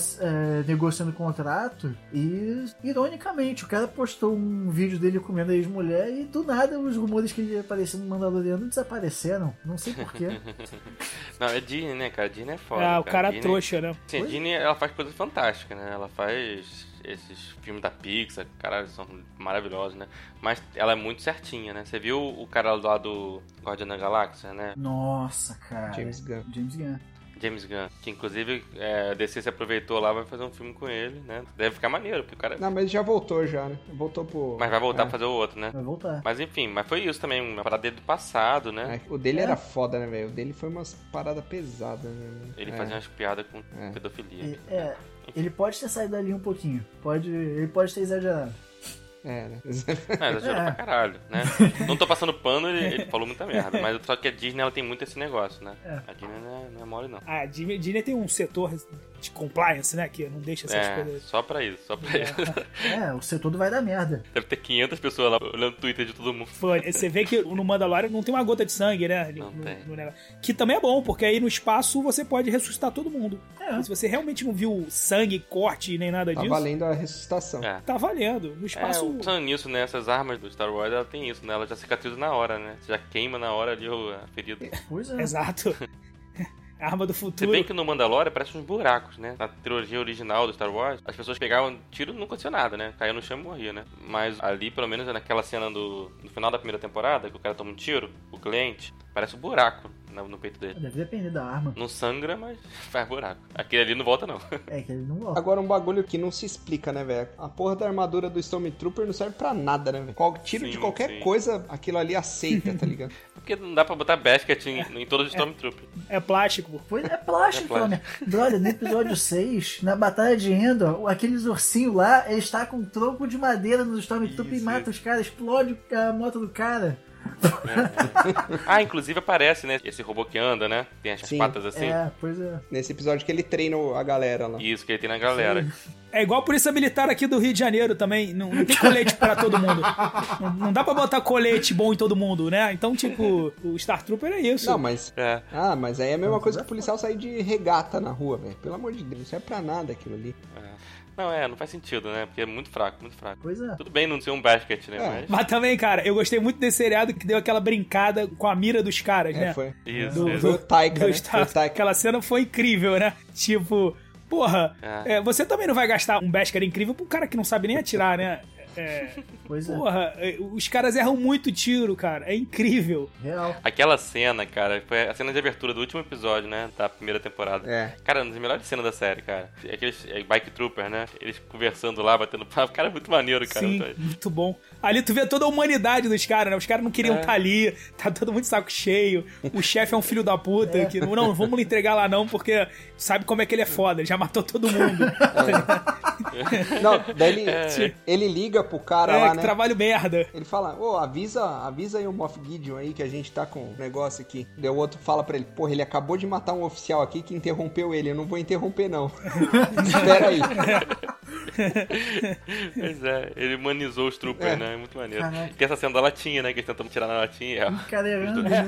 S4: negociando contrato, e ironicamente, o cara postou um vídeo dele comendo a ex-mulher, e do nada os rumores que ele ia aparecer no Mandaloriano desapareceram, não sei porquê.
S1: Não, é Disney, né, cara? Disney é foda.
S3: Ah, o cara
S1: Disney-
S3: trouxa, né?
S1: Sim, a Disney, ela faz coisas fantásticas, né? Ela faz esses filmes da Pixar, caralho, são maravilhosos, né? Mas ela é muito certinha, né? Você viu o cara lá do Guardian da Galáxia, né?
S4: Nossa, cara.
S2: James Gunn.
S4: James Gunn.
S1: James Gunn. Que, inclusive, é, a DC se aproveitou lá, vai fazer um filme com ele, né? Deve ficar maneiro, porque o cara...
S2: Não, mas já voltou já, né? Voltou pro.
S1: É. Mas vai voltar
S2: é.
S1: a fazer o outro, né?
S4: Vai voltar.
S1: Mas enfim, mas foi isso também, uma parada dele do passado, né?
S2: É, O dele
S4: É.
S2: era foda, né, velho? O dele foi umas paradas pesadas, né?
S1: Ele
S2: é.
S1: fazia umas piadas com
S2: É.
S1: pedofilia.
S4: E- É, ele pode ter saído ali um pouquinho. Pode, ele pode ter exagerado.
S2: É, né? *laughs*
S1: Ah, exagerou
S4: É.
S1: pra caralho, né? Não tô passando pano, ele, ele falou muita merda. Mas só que a Disney, ela tem muito esse negócio, né?
S4: É.
S1: A Disney não é, não é mole, não.
S3: A Disney Disney tem um setor de compliance, né? Que não deixa essas
S1: É,
S3: coisas.
S1: só pra isso, só pra isso. *laughs*
S4: É, o setor do vai dar merda.
S1: Deve ter 500 pessoas lá olhando o Twitter de todo mundo.
S3: Foi. Você vê que no Mandalorian não tem uma gota de sangue, né?
S1: Não
S3: no-
S1: tem.
S3: no negócio. Que também é bom, porque aí no espaço você pode ressuscitar todo mundo.
S4: É.
S3: Se você realmente não viu sangue, corte nem nada
S2: Tá
S3: disso,
S2: valendo a ressuscitação.
S1: É.
S3: tá valendo. No
S1: É,
S3: espaço.
S1: pensando nisso, né? Essas armas do Star Wars, ela tem isso, né? Ela já cicatriza na hora, né? Você já queima na hora ali o a ferida.
S4: Pois
S3: *laughs*
S4: é.
S3: Exato. Arma do
S1: Se
S3: futuro.
S1: bem que no Mandalorian parece uns buracos, né? Na trilogia original do Star Wars, as pessoas pegavam tiro e não acontecia nada, né? Caiu no chão e morria, né? Mas ali, pelo menos é naquela cena do no final da primeira temporada, que o cara toma um tiro, o cliente, parece um buraco no, no peito dele.
S4: Deve depender da arma. *laughs*
S1: Não sangra, mas *laughs* faz buraco. Aquele ali não volta, não. *laughs*
S4: É que ele não volta.
S2: Agora um bagulho que não se explica, né, velho? A porra da armadura do Stormtrooper não serve pra nada, né, velho? Qual- Tiro de
S1: Sim,
S2: qualquer
S1: sim.
S2: coisa, aquilo ali aceita, tá *laughs* ligado?
S1: Porque não dá pra botar basket em, em todos os Stormtroopers.
S3: É plástico.
S4: Pois é plástico,
S1: É
S4: né? Brother, no episódio 6, na Batalha de Endor, aqueles ursinhos lá, ele está com um tronco de madeira no Stormtrooper e
S1: Isso,
S4: mata os caras, explode a moto do cara.
S1: né? *laughs* Ah, inclusive aparece, né? Esse robô que anda, né? Tem as
S2: Sim.
S1: patas assim.
S4: É, pois é.
S2: Nesse episódio que ele treina a galera lá.
S1: Isso que ele tem na galera.
S3: É igual a Polícia Militar aqui do Rio de Janeiro também. Não, não tem colete pra
S2: *laughs*
S3: todo mundo. Não, não dá pra botar colete bom em todo mundo, né? Então, tipo, o Star Trooper é isso.
S2: Não, mas.
S1: É.
S2: Ah, mas aí é a mesma coisa que o policial sair de regata na rua, velho. Pelo amor de Deus, não serve pra nada aquilo ali.
S1: É. Não, é, não faz sentido, né? Porque é muito fraco, muito fraco.
S4: Pois é.
S1: Tudo bem não ser um basket, né?
S2: É.
S1: Mas.
S3: Mas também, cara, eu gostei muito desse seriado que deu aquela brincada com a mira dos caras,
S2: É,
S3: né?
S2: foi.
S1: Isso,
S3: Do-
S1: isso.
S2: Foi o Taika,
S3: Do
S2: né? Foi
S3: Star-
S2: o Taika.
S3: Aquela cena foi incrível, né? Tipo, porra,
S1: É.
S3: é, você também não vai gastar um Beskar incrível pra um cara que não sabe nem atirar, né? É.
S4: Pois é,
S3: Porra, é, os caras erram muito tiro, cara. É incrível.
S4: *laughs* real.
S1: Aquela cena, cara, foi a cena de abertura do último episódio, né? Da primeira temporada.
S2: É.
S1: Cara, uma das melhores cenas da série, cara. Aqueles é, Bike Trooper, né? Eles conversando lá, batendo papo. Cara, é *laughs* muito maneiro, cara.
S3: Sim, muito bom. Ali tu vê toda a humanidade dos caras, né? Os caras não queriam
S2: É.
S3: estar ali, tá todo mundo de saco cheio. O chefe é um filho da
S2: *laughs*
S3: puta, que não, não, vamos lhe entregar lá não, porque sabe como é que ele é foda, ele já matou todo mundo.
S2: *laughs* Não, daí
S1: *laughs*
S2: ele,
S1: É.
S2: ele liga pro cara
S3: é,
S2: lá,
S3: que
S2: né?
S3: trabalho merda.
S2: Ele fala, ô, avisa, avisa aí o Moff Gideon aí que a gente tá com um negócio aqui. Daí o outro fala pra ele, porra, ele acabou de matar um oficial aqui que interrompeu ele, eu não vou interromper
S3: *laughs*
S2: não. Espera aí.
S1: Pois é, ele humanizou os troopers, né? É muito maneiro.
S4: Caraca.
S1: E tem essa cena da latinha, né? Que eles tentam tirar na latinha. É,
S4: Encadeirando. né?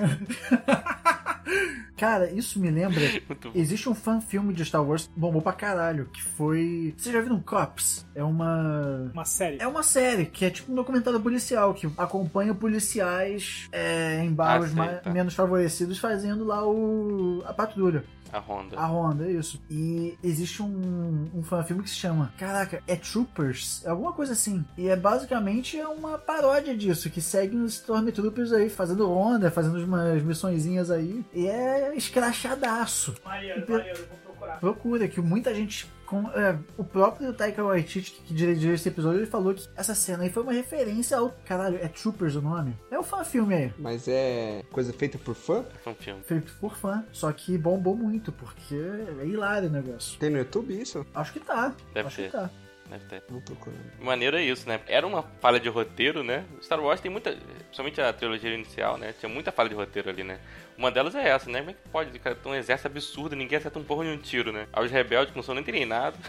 S4: *laughs* Cara, isso me lembra.
S1: É muito bom.
S4: Existe um fan filme de Star Wars que bombou pra caralho, que foi. Vocês já viram Cops? É uma.
S3: Uma série.
S4: É uma série que é tipo um documentário policial que acompanha policiais é, em bairros
S1: Ah, sei,
S4: mais-
S1: tá.
S4: menos favorecidos fazendo lá o a patrulha,
S1: A Honda.
S4: a ronda, é isso. E existe um, um fanfilme que se chama, caraca, é Troopers, é alguma coisa assim. E é basicamente é uma paródia disso que segue os Stormtroopers aí fazendo ronda, fazendo umas missõezinhas aí e é escrachadaço.
S3: Maneiro,
S4: maneiro,
S3: vou procurar.
S4: Procura, que muita gente. com- é, o próprio Taika Waititi, que dirigiu esse episódio, ele falou que essa cena aí foi uma referência ao. Caralho, é Troopers o nome? É o fã-filme aí.
S2: Mas é coisa feita por fã?
S1: Foi um filme.
S4: Feito por fã. Só que bombou muito, porque é hilário o negócio.
S2: Tem no YouTube isso?
S4: Acho que tá.
S1: Deve
S4: acho
S1: ter.
S4: que tá.
S1: Deve ter.
S2: Vou procurar.
S1: O maneiro é isso, né? Era uma falha de roteiro, né? Star Wars tem muita. Principalmente a trilogia inicial, né? Tinha muita falha de roteiro ali, né? Uma delas é essa, né? Como é que pode? Cara, tem um exército absurdo, ninguém acerta um porra de um tiro, né? Aí os rebeldes que não são nem treinados.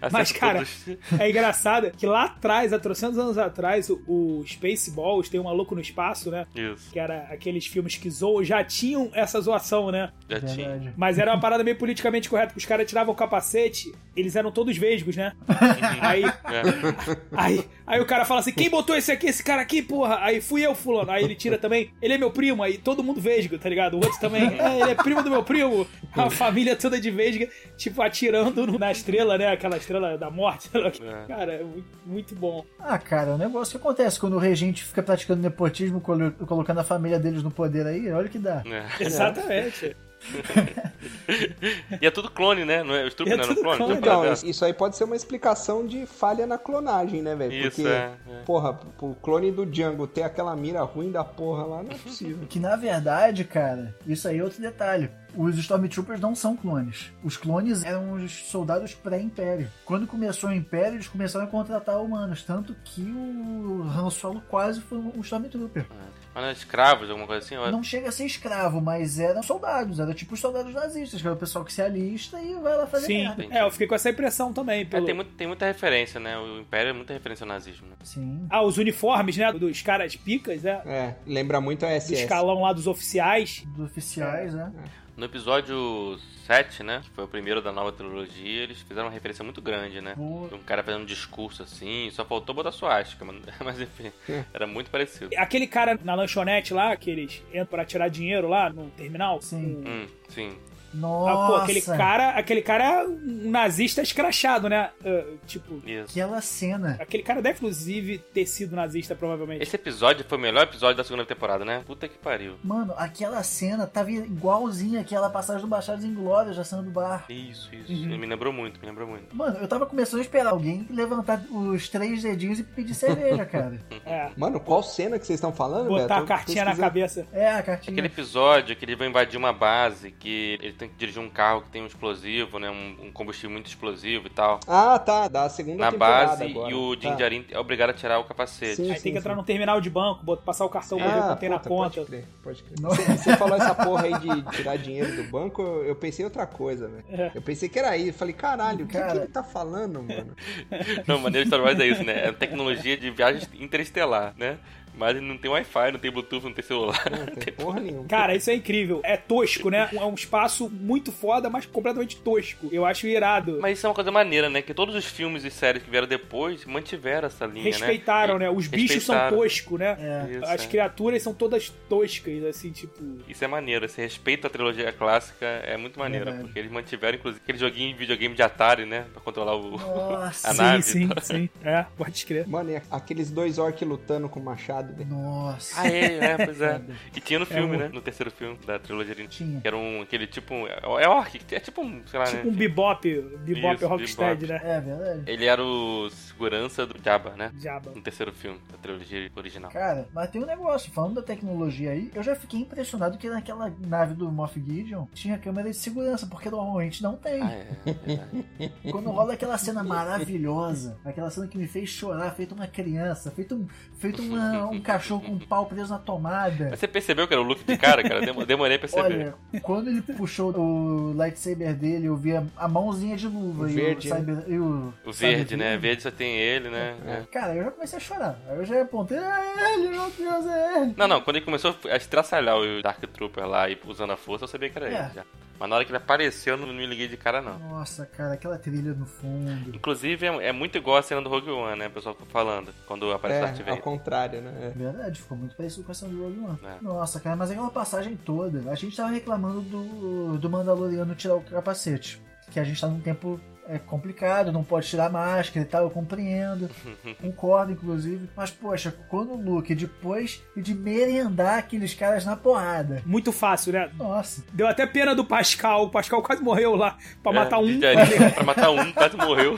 S3: Mas,
S1: *laughs* acertam
S3: cara,
S1: todos.
S3: É engraçado que lá atrás, há trocentos anos atrás, o, o Spaceballs tem um maluco no espaço, né?
S1: Isso,
S3: Que era aqueles filmes que zoam, já tinham essa zoação, né?
S1: já tinha.
S4: é Verdade.
S3: Mas era uma parada meio politicamente correta, porque os caras tiravam o capacete, eles eram todos vesgos, *laughs* né? Aí,
S1: É.
S3: aí, aí o cara fala assim: quem botou esse aqui, esse cara aqui, porra? Aí fui eu, fulano. Aí ele tira também, ele é meu primo, aí todo mundo vesgo, tá ligado? O outro também, é, ele é primo do meu primo. A família toda de vesga, tipo, atirando no- na estrela, né? Aquela estrela da morte. sei lá o quê.
S1: É.
S3: Cara, é mu- muito bom.
S4: Ah, cara, é um negócio que acontece quando o regente fica praticando nepotismo, colo- colocando a família deles no poder aí, olha o que dá.
S1: né?
S3: Exatamente.
S1: E é tudo clone, né? Não é, os troopers
S3: E é
S1: não eram
S3: tudo
S1: clone?
S3: clone.
S1: tinha
S2: Então,
S1: parada
S2: isso- isso aí pode ser uma explicação de falha na clonagem, né, velho?
S1: Isso,
S2: Porque,
S1: é, é.
S2: porra, o clone do Django ter aquela mira ruim da porra lá, não é possível.
S4: Que na verdade, cara, isso aí é outro detalhe. Os Stormtroopers não são clones. Os clones eram os soldados pré-império. Quando começou o império, eles começaram a contratar humanos. Tanto que o Han Solo quase foi um Stormtrooper.
S1: dessa. Mas não, é escravos, alguma coisa assim? ó.
S4: Não chega a ser escravo, mas eram soldados. Era tipo os soldados nazistas, que era o pessoal que se alista e vai lá fazer
S3: Sim.
S4: merda.
S3: É, eu fiquei com essa impressão também.
S1: É,
S3: Pelo...
S1: tem, muito- tem muita referência, né? O Império é muita referência ao nazismo, né?
S4: Sim.
S3: Ah, os uniformes, né? Dos caras picas, né?
S2: É, lembra muito a
S3: Do
S2: SS.
S3: escalão lá dos oficiais.
S4: Dos oficiais, né?
S1: No episódio 7, né? Que foi o primeiro da nova trilogia, eles fizeram uma referência muito grande, né?
S4: Boa.
S1: Um cara fazendo um discurso assim, só faltou botar suástica, mano. Mas *laughs* enfim, era muito parecido.
S3: Aquele cara na lanchonete lá, que eles entram pra tirar dinheiro lá no terminal.
S4: Sim.
S1: Hum, sim.
S4: Nossa.
S3: Ah, pô, aquele cara, aquele cara é um nazista escrachado, né? Ah, tipo,
S1: Isso.
S4: Aquela cena.
S3: aquele cara deve, inclusive, ter sido nazista, provavelmente.
S1: Esse episódio foi o melhor episódio da segunda temporada, né? Puta que pariu.
S4: Mano, aquela cena tava igualzinha aquela passagem do Baixados em Glórias da cena do bar.
S1: Isso, isso. Uhum. Me lembrou muito, me lembrou muito.
S4: Mano, eu tava começando a esperar alguém levantar os três dedinhos e pedir cerveja, cara.
S1: Uhum.
S3: É.
S2: Mano, qual cena que vocês estão falando, velho?
S3: Botar
S2: Tô
S3: a cartinha na
S2: pesquisando.
S3: cabeça.
S4: É, a cartinha.
S1: Aquele *laughs* episódio que eles vão invadir uma base, que ele tem que dirigir um carro que tem um explosivo, né? Um, um combustível muito explosivo e tal.
S2: Ah, tá, da segunda
S1: Na
S2: temporada
S1: base,
S2: agora.
S1: e o
S2: Tá.
S1: Jinjarin é obrigado a tirar o capacete.
S2: Sim,
S3: Aí
S2: sim,
S3: tem que entrar
S2: sim.
S3: no terminal de banco, bot- passar o cartão pra ver
S2: Ah,
S3: quanto tem na
S2: puta,
S3: conta.
S2: Pode crer, pode crer.
S4: Nossa.
S2: Você, você falou essa porra aí de tirar dinheiro do banco, eu, eu pensei outra coisa, velho.
S3: É.
S2: Eu pensei que era aí. Eu falei, caralho, o que,
S4: Cara.
S2: que ele tá falando, mano?
S1: Não, maneira de Star Wars é isso, né? É tecnologia de viagem interestelar, né? Mas ele não tem Wi-Fi, não tem Bluetooth, não tem
S2: *laughs*
S1: celular.
S2: Não
S1: *laughs*
S2: tem porra nenhuma.
S3: Cara, isso é incrível. É tosco, né? É um espaço muito foda, mas completamente tosco. Eu acho irado.
S1: Mas isso é uma coisa maneira, né? Que todos os filmes e séries que vieram depois mantiveram essa linha,
S3: Respeitaram,
S1: né?
S3: né? Os bichos são
S1: Respeitaram.
S3: toscos, né?
S4: É.
S1: Isso,
S3: As
S1: é.
S3: criaturas são todas toscas, assim, tipo.
S1: Isso é maneiro, esse respeito à trilogia clássica é muito maneiro,
S4: Verdade.
S1: porque eles mantiveram, inclusive, aquele joguinho de videogame de Atari, né? Pra controlar o. *laughs*
S4: Nossa.
S1: A nave. tá?
S3: sim, sim, sim. É, pode crer.
S2: Mano, e a- aqueles dois orcs lutando com o machado, velho.
S4: Nossa.
S1: Ah, é, é, pois é. E tinha no filme,
S3: um-
S1: né? No terceiro filme da trilogia de
S4: Tinha.
S1: Que era um, aquele tipo. um- É orc, é tipo um, sei lá, né?
S3: Tipo um
S1: enfim.
S3: bebop, bebop
S1: Isso,
S3: Rockstead, né?
S4: É verdade.
S1: Ele era o segurança do Jabba, né?
S3: Jabba.
S1: No terceiro filme, da trilogia original.
S4: Cara, mas tem um negócio, falando da tecnologia aí, eu já fiquei impressionado que naquela nave do Moff Gideon tinha câmera de segurança, porque normalmente não tem.
S1: Ah, é, é verdade.
S4: Quando rola aquela cena maravilhosa, aquela cena que me fez chorar, feito uma criança, feito um, feito uma- um cachorro com um pau preso na tomada.
S1: Mas você percebeu que era o look de cara, cara? Demo- Demorei a perceber.
S4: Olha, quando ele puxou o lightsaber dele, eu vi a, a mãozinha de luva
S2: O
S4: e,
S2: verde,
S4: o cyber, e o.
S1: né? o
S4: saber
S1: verde, né?
S4: verde.
S1: Verde só tem ele, né? É.
S4: Cara, eu já comecei a chorar. Aí eu já apontei, é ele, meu Deus, é ele.
S1: Não, não, quando ele começou a estraçalhar o Dark Trooper lá e usando a força, eu sabia que era
S4: É.
S1: ele já. Mas na hora que ele apareceu, eu não me liguei de cara, não.
S4: Nossa, cara, aquela trilha no fundo.
S1: Inclusive, é, é muito igual a cena do Rogue One, né? O pessoal ficou falando quando aparece o Darth
S2: É, ao
S1: Vader.
S2: contrário, né?
S4: Verdade, ficou muito parecido com essa do Rogue One.
S1: É.
S4: Nossa, cara, mas aquela passagem toda. A gente tava reclamando do, do Mandaloriano tirar o capacete. Que a gente tá num tempo é, complicado, não pode tirar a máscara e tal, eu compreendo. concordo, inclusive. Mas, poxa, quando o Luke, depois de merendar aqueles caras na porrada.
S3: Muito fácil, né?
S4: Nossa,
S3: Deu até pena do Pascal. O Pascal quase morreu lá pra matar
S1: É,
S3: um.
S1: diarista, pra matar um, quase
S4: *laughs*
S1: morreu.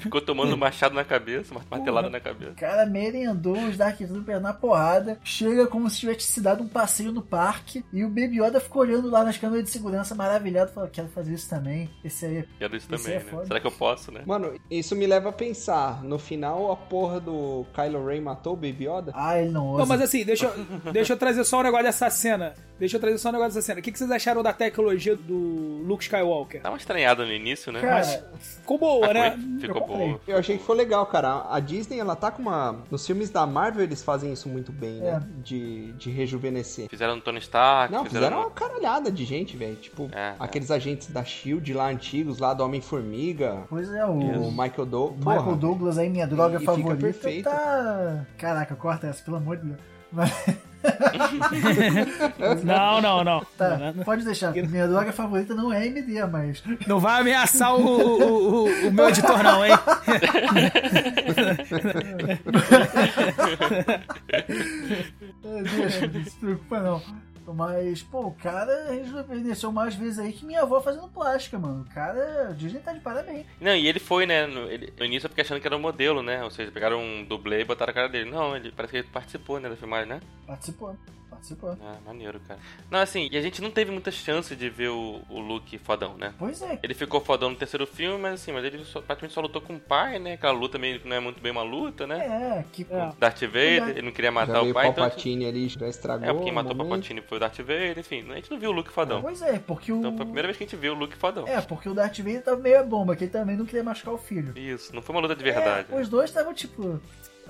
S1: Ficou tomando um machado na cabeça, uma martelada na cabeça.
S4: o cara merendou os Dark Troopers na porrada, chega como se tivesse se dado um passeio no parque, e o Baby Yoda ficou olhando lá nas câmeras de segurança, maravilhado, falou, quero fazer isso também. Esse aí é
S1: Quero isso
S4: Isso
S1: também,
S4: é
S1: né?
S4: foda.
S1: Será que eu posso, né?
S2: Mano, isso me leva a pensar. No final, a porra do Kylo Ren matou o Baby Yoda?
S4: Ah, ele não ousa.
S3: Não, mas assim, deixa, eu- deixa eu trazer só um negócio dessa cena. Deixa eu trazer só um negócio dessa cena. O que, que vocês acharam da tecnologia do Luke Skywalker?
S1: Dá uma estranhada no início,
S3: é,
S1: né?
S4: Cara,
S3: Ficou boa, né?
S1: Mas ficou
S4: eu comprei.
S1: boa.
S2: Eu achei que foi legal, cara. A Disney, ela tá com uma. Nos filmes da Marvel, eles fazem isso muito bem, né?
S4: É.
S2: De, de rejuvenescer.
S1: Fizeram no Tony Stark,
S2: Não, fizeram uma caralhada de gente, velho. Tipo,
S1: Ah, É, é.
S2: aqueles agentes da Shield lá antigos, lá do Homem-Formiga,
S4: Pois é, o
S2: o Michael Douglas.
S4: Michael Douglas aí, minha droga
S2: E fica
S4: favorita,
S2: perfeito.
S4: tá... Caraca, corta essa, pelo amor de Deus. Mas,
S3: *laughs* Não, não, não.
S4: tá,
S3: Não, não. *laughs*
S4: pode deixar. Minha droga favorita não é MD, mas...
S3: Não vai ameaçar o, o, o- o meu editor, não, hein?
S4: É, Deixa, não se preocupa não. Mas, pô, o cara rejuvenesceu mais vezes aí que minha avó fazendo plástica, mano. O cara, Disney tá de parabéns.
S1: Não, e ele foi, né? No, ele- no início eu fiquei achando que era um modelo, né? Ou seja, pegaram um dublê e botaram a cara dele. Não, ele parece que ele participou, né, da filmagem, né?
S4: Participou, participou.
S1: Ah, maneiro, cara. Não, assim, e a gente não teve muita chance de ver o, o Luke fodão, né?
S4: Pois é,
S1: Ele ficou fodão no terceiro filme, mas assim, mas ele só- praticamente só lutou com o pai, né? Aquela luta meio que não é muito bem uma luta, né?
S4: é, que...
S3: É.
S1: Darth Vader,
S4: Verdade.
S1: ele não queria
S2: Já
S1: matar
S2: veio
S1: o
S2: o
S1: pai, então.
S2: Palpatine ali, já estragou.
S1: É, porque quem matou
S2: o
S1: o
S2: momento.
S1: Papatini foi o Darth Vader, enfim, a gente não viu o Luke fodão.
S4: Pois é, porque o...
S1: Então foi a primeira vez que a gente viu o Luke fodão.
S4: É, porque o Darth Vader tava meio a bomba, que ele também não queria machucar o filho.
S1: Isso, não foi uma luta de verdade. né?
S4: É, os dois estavam tipo.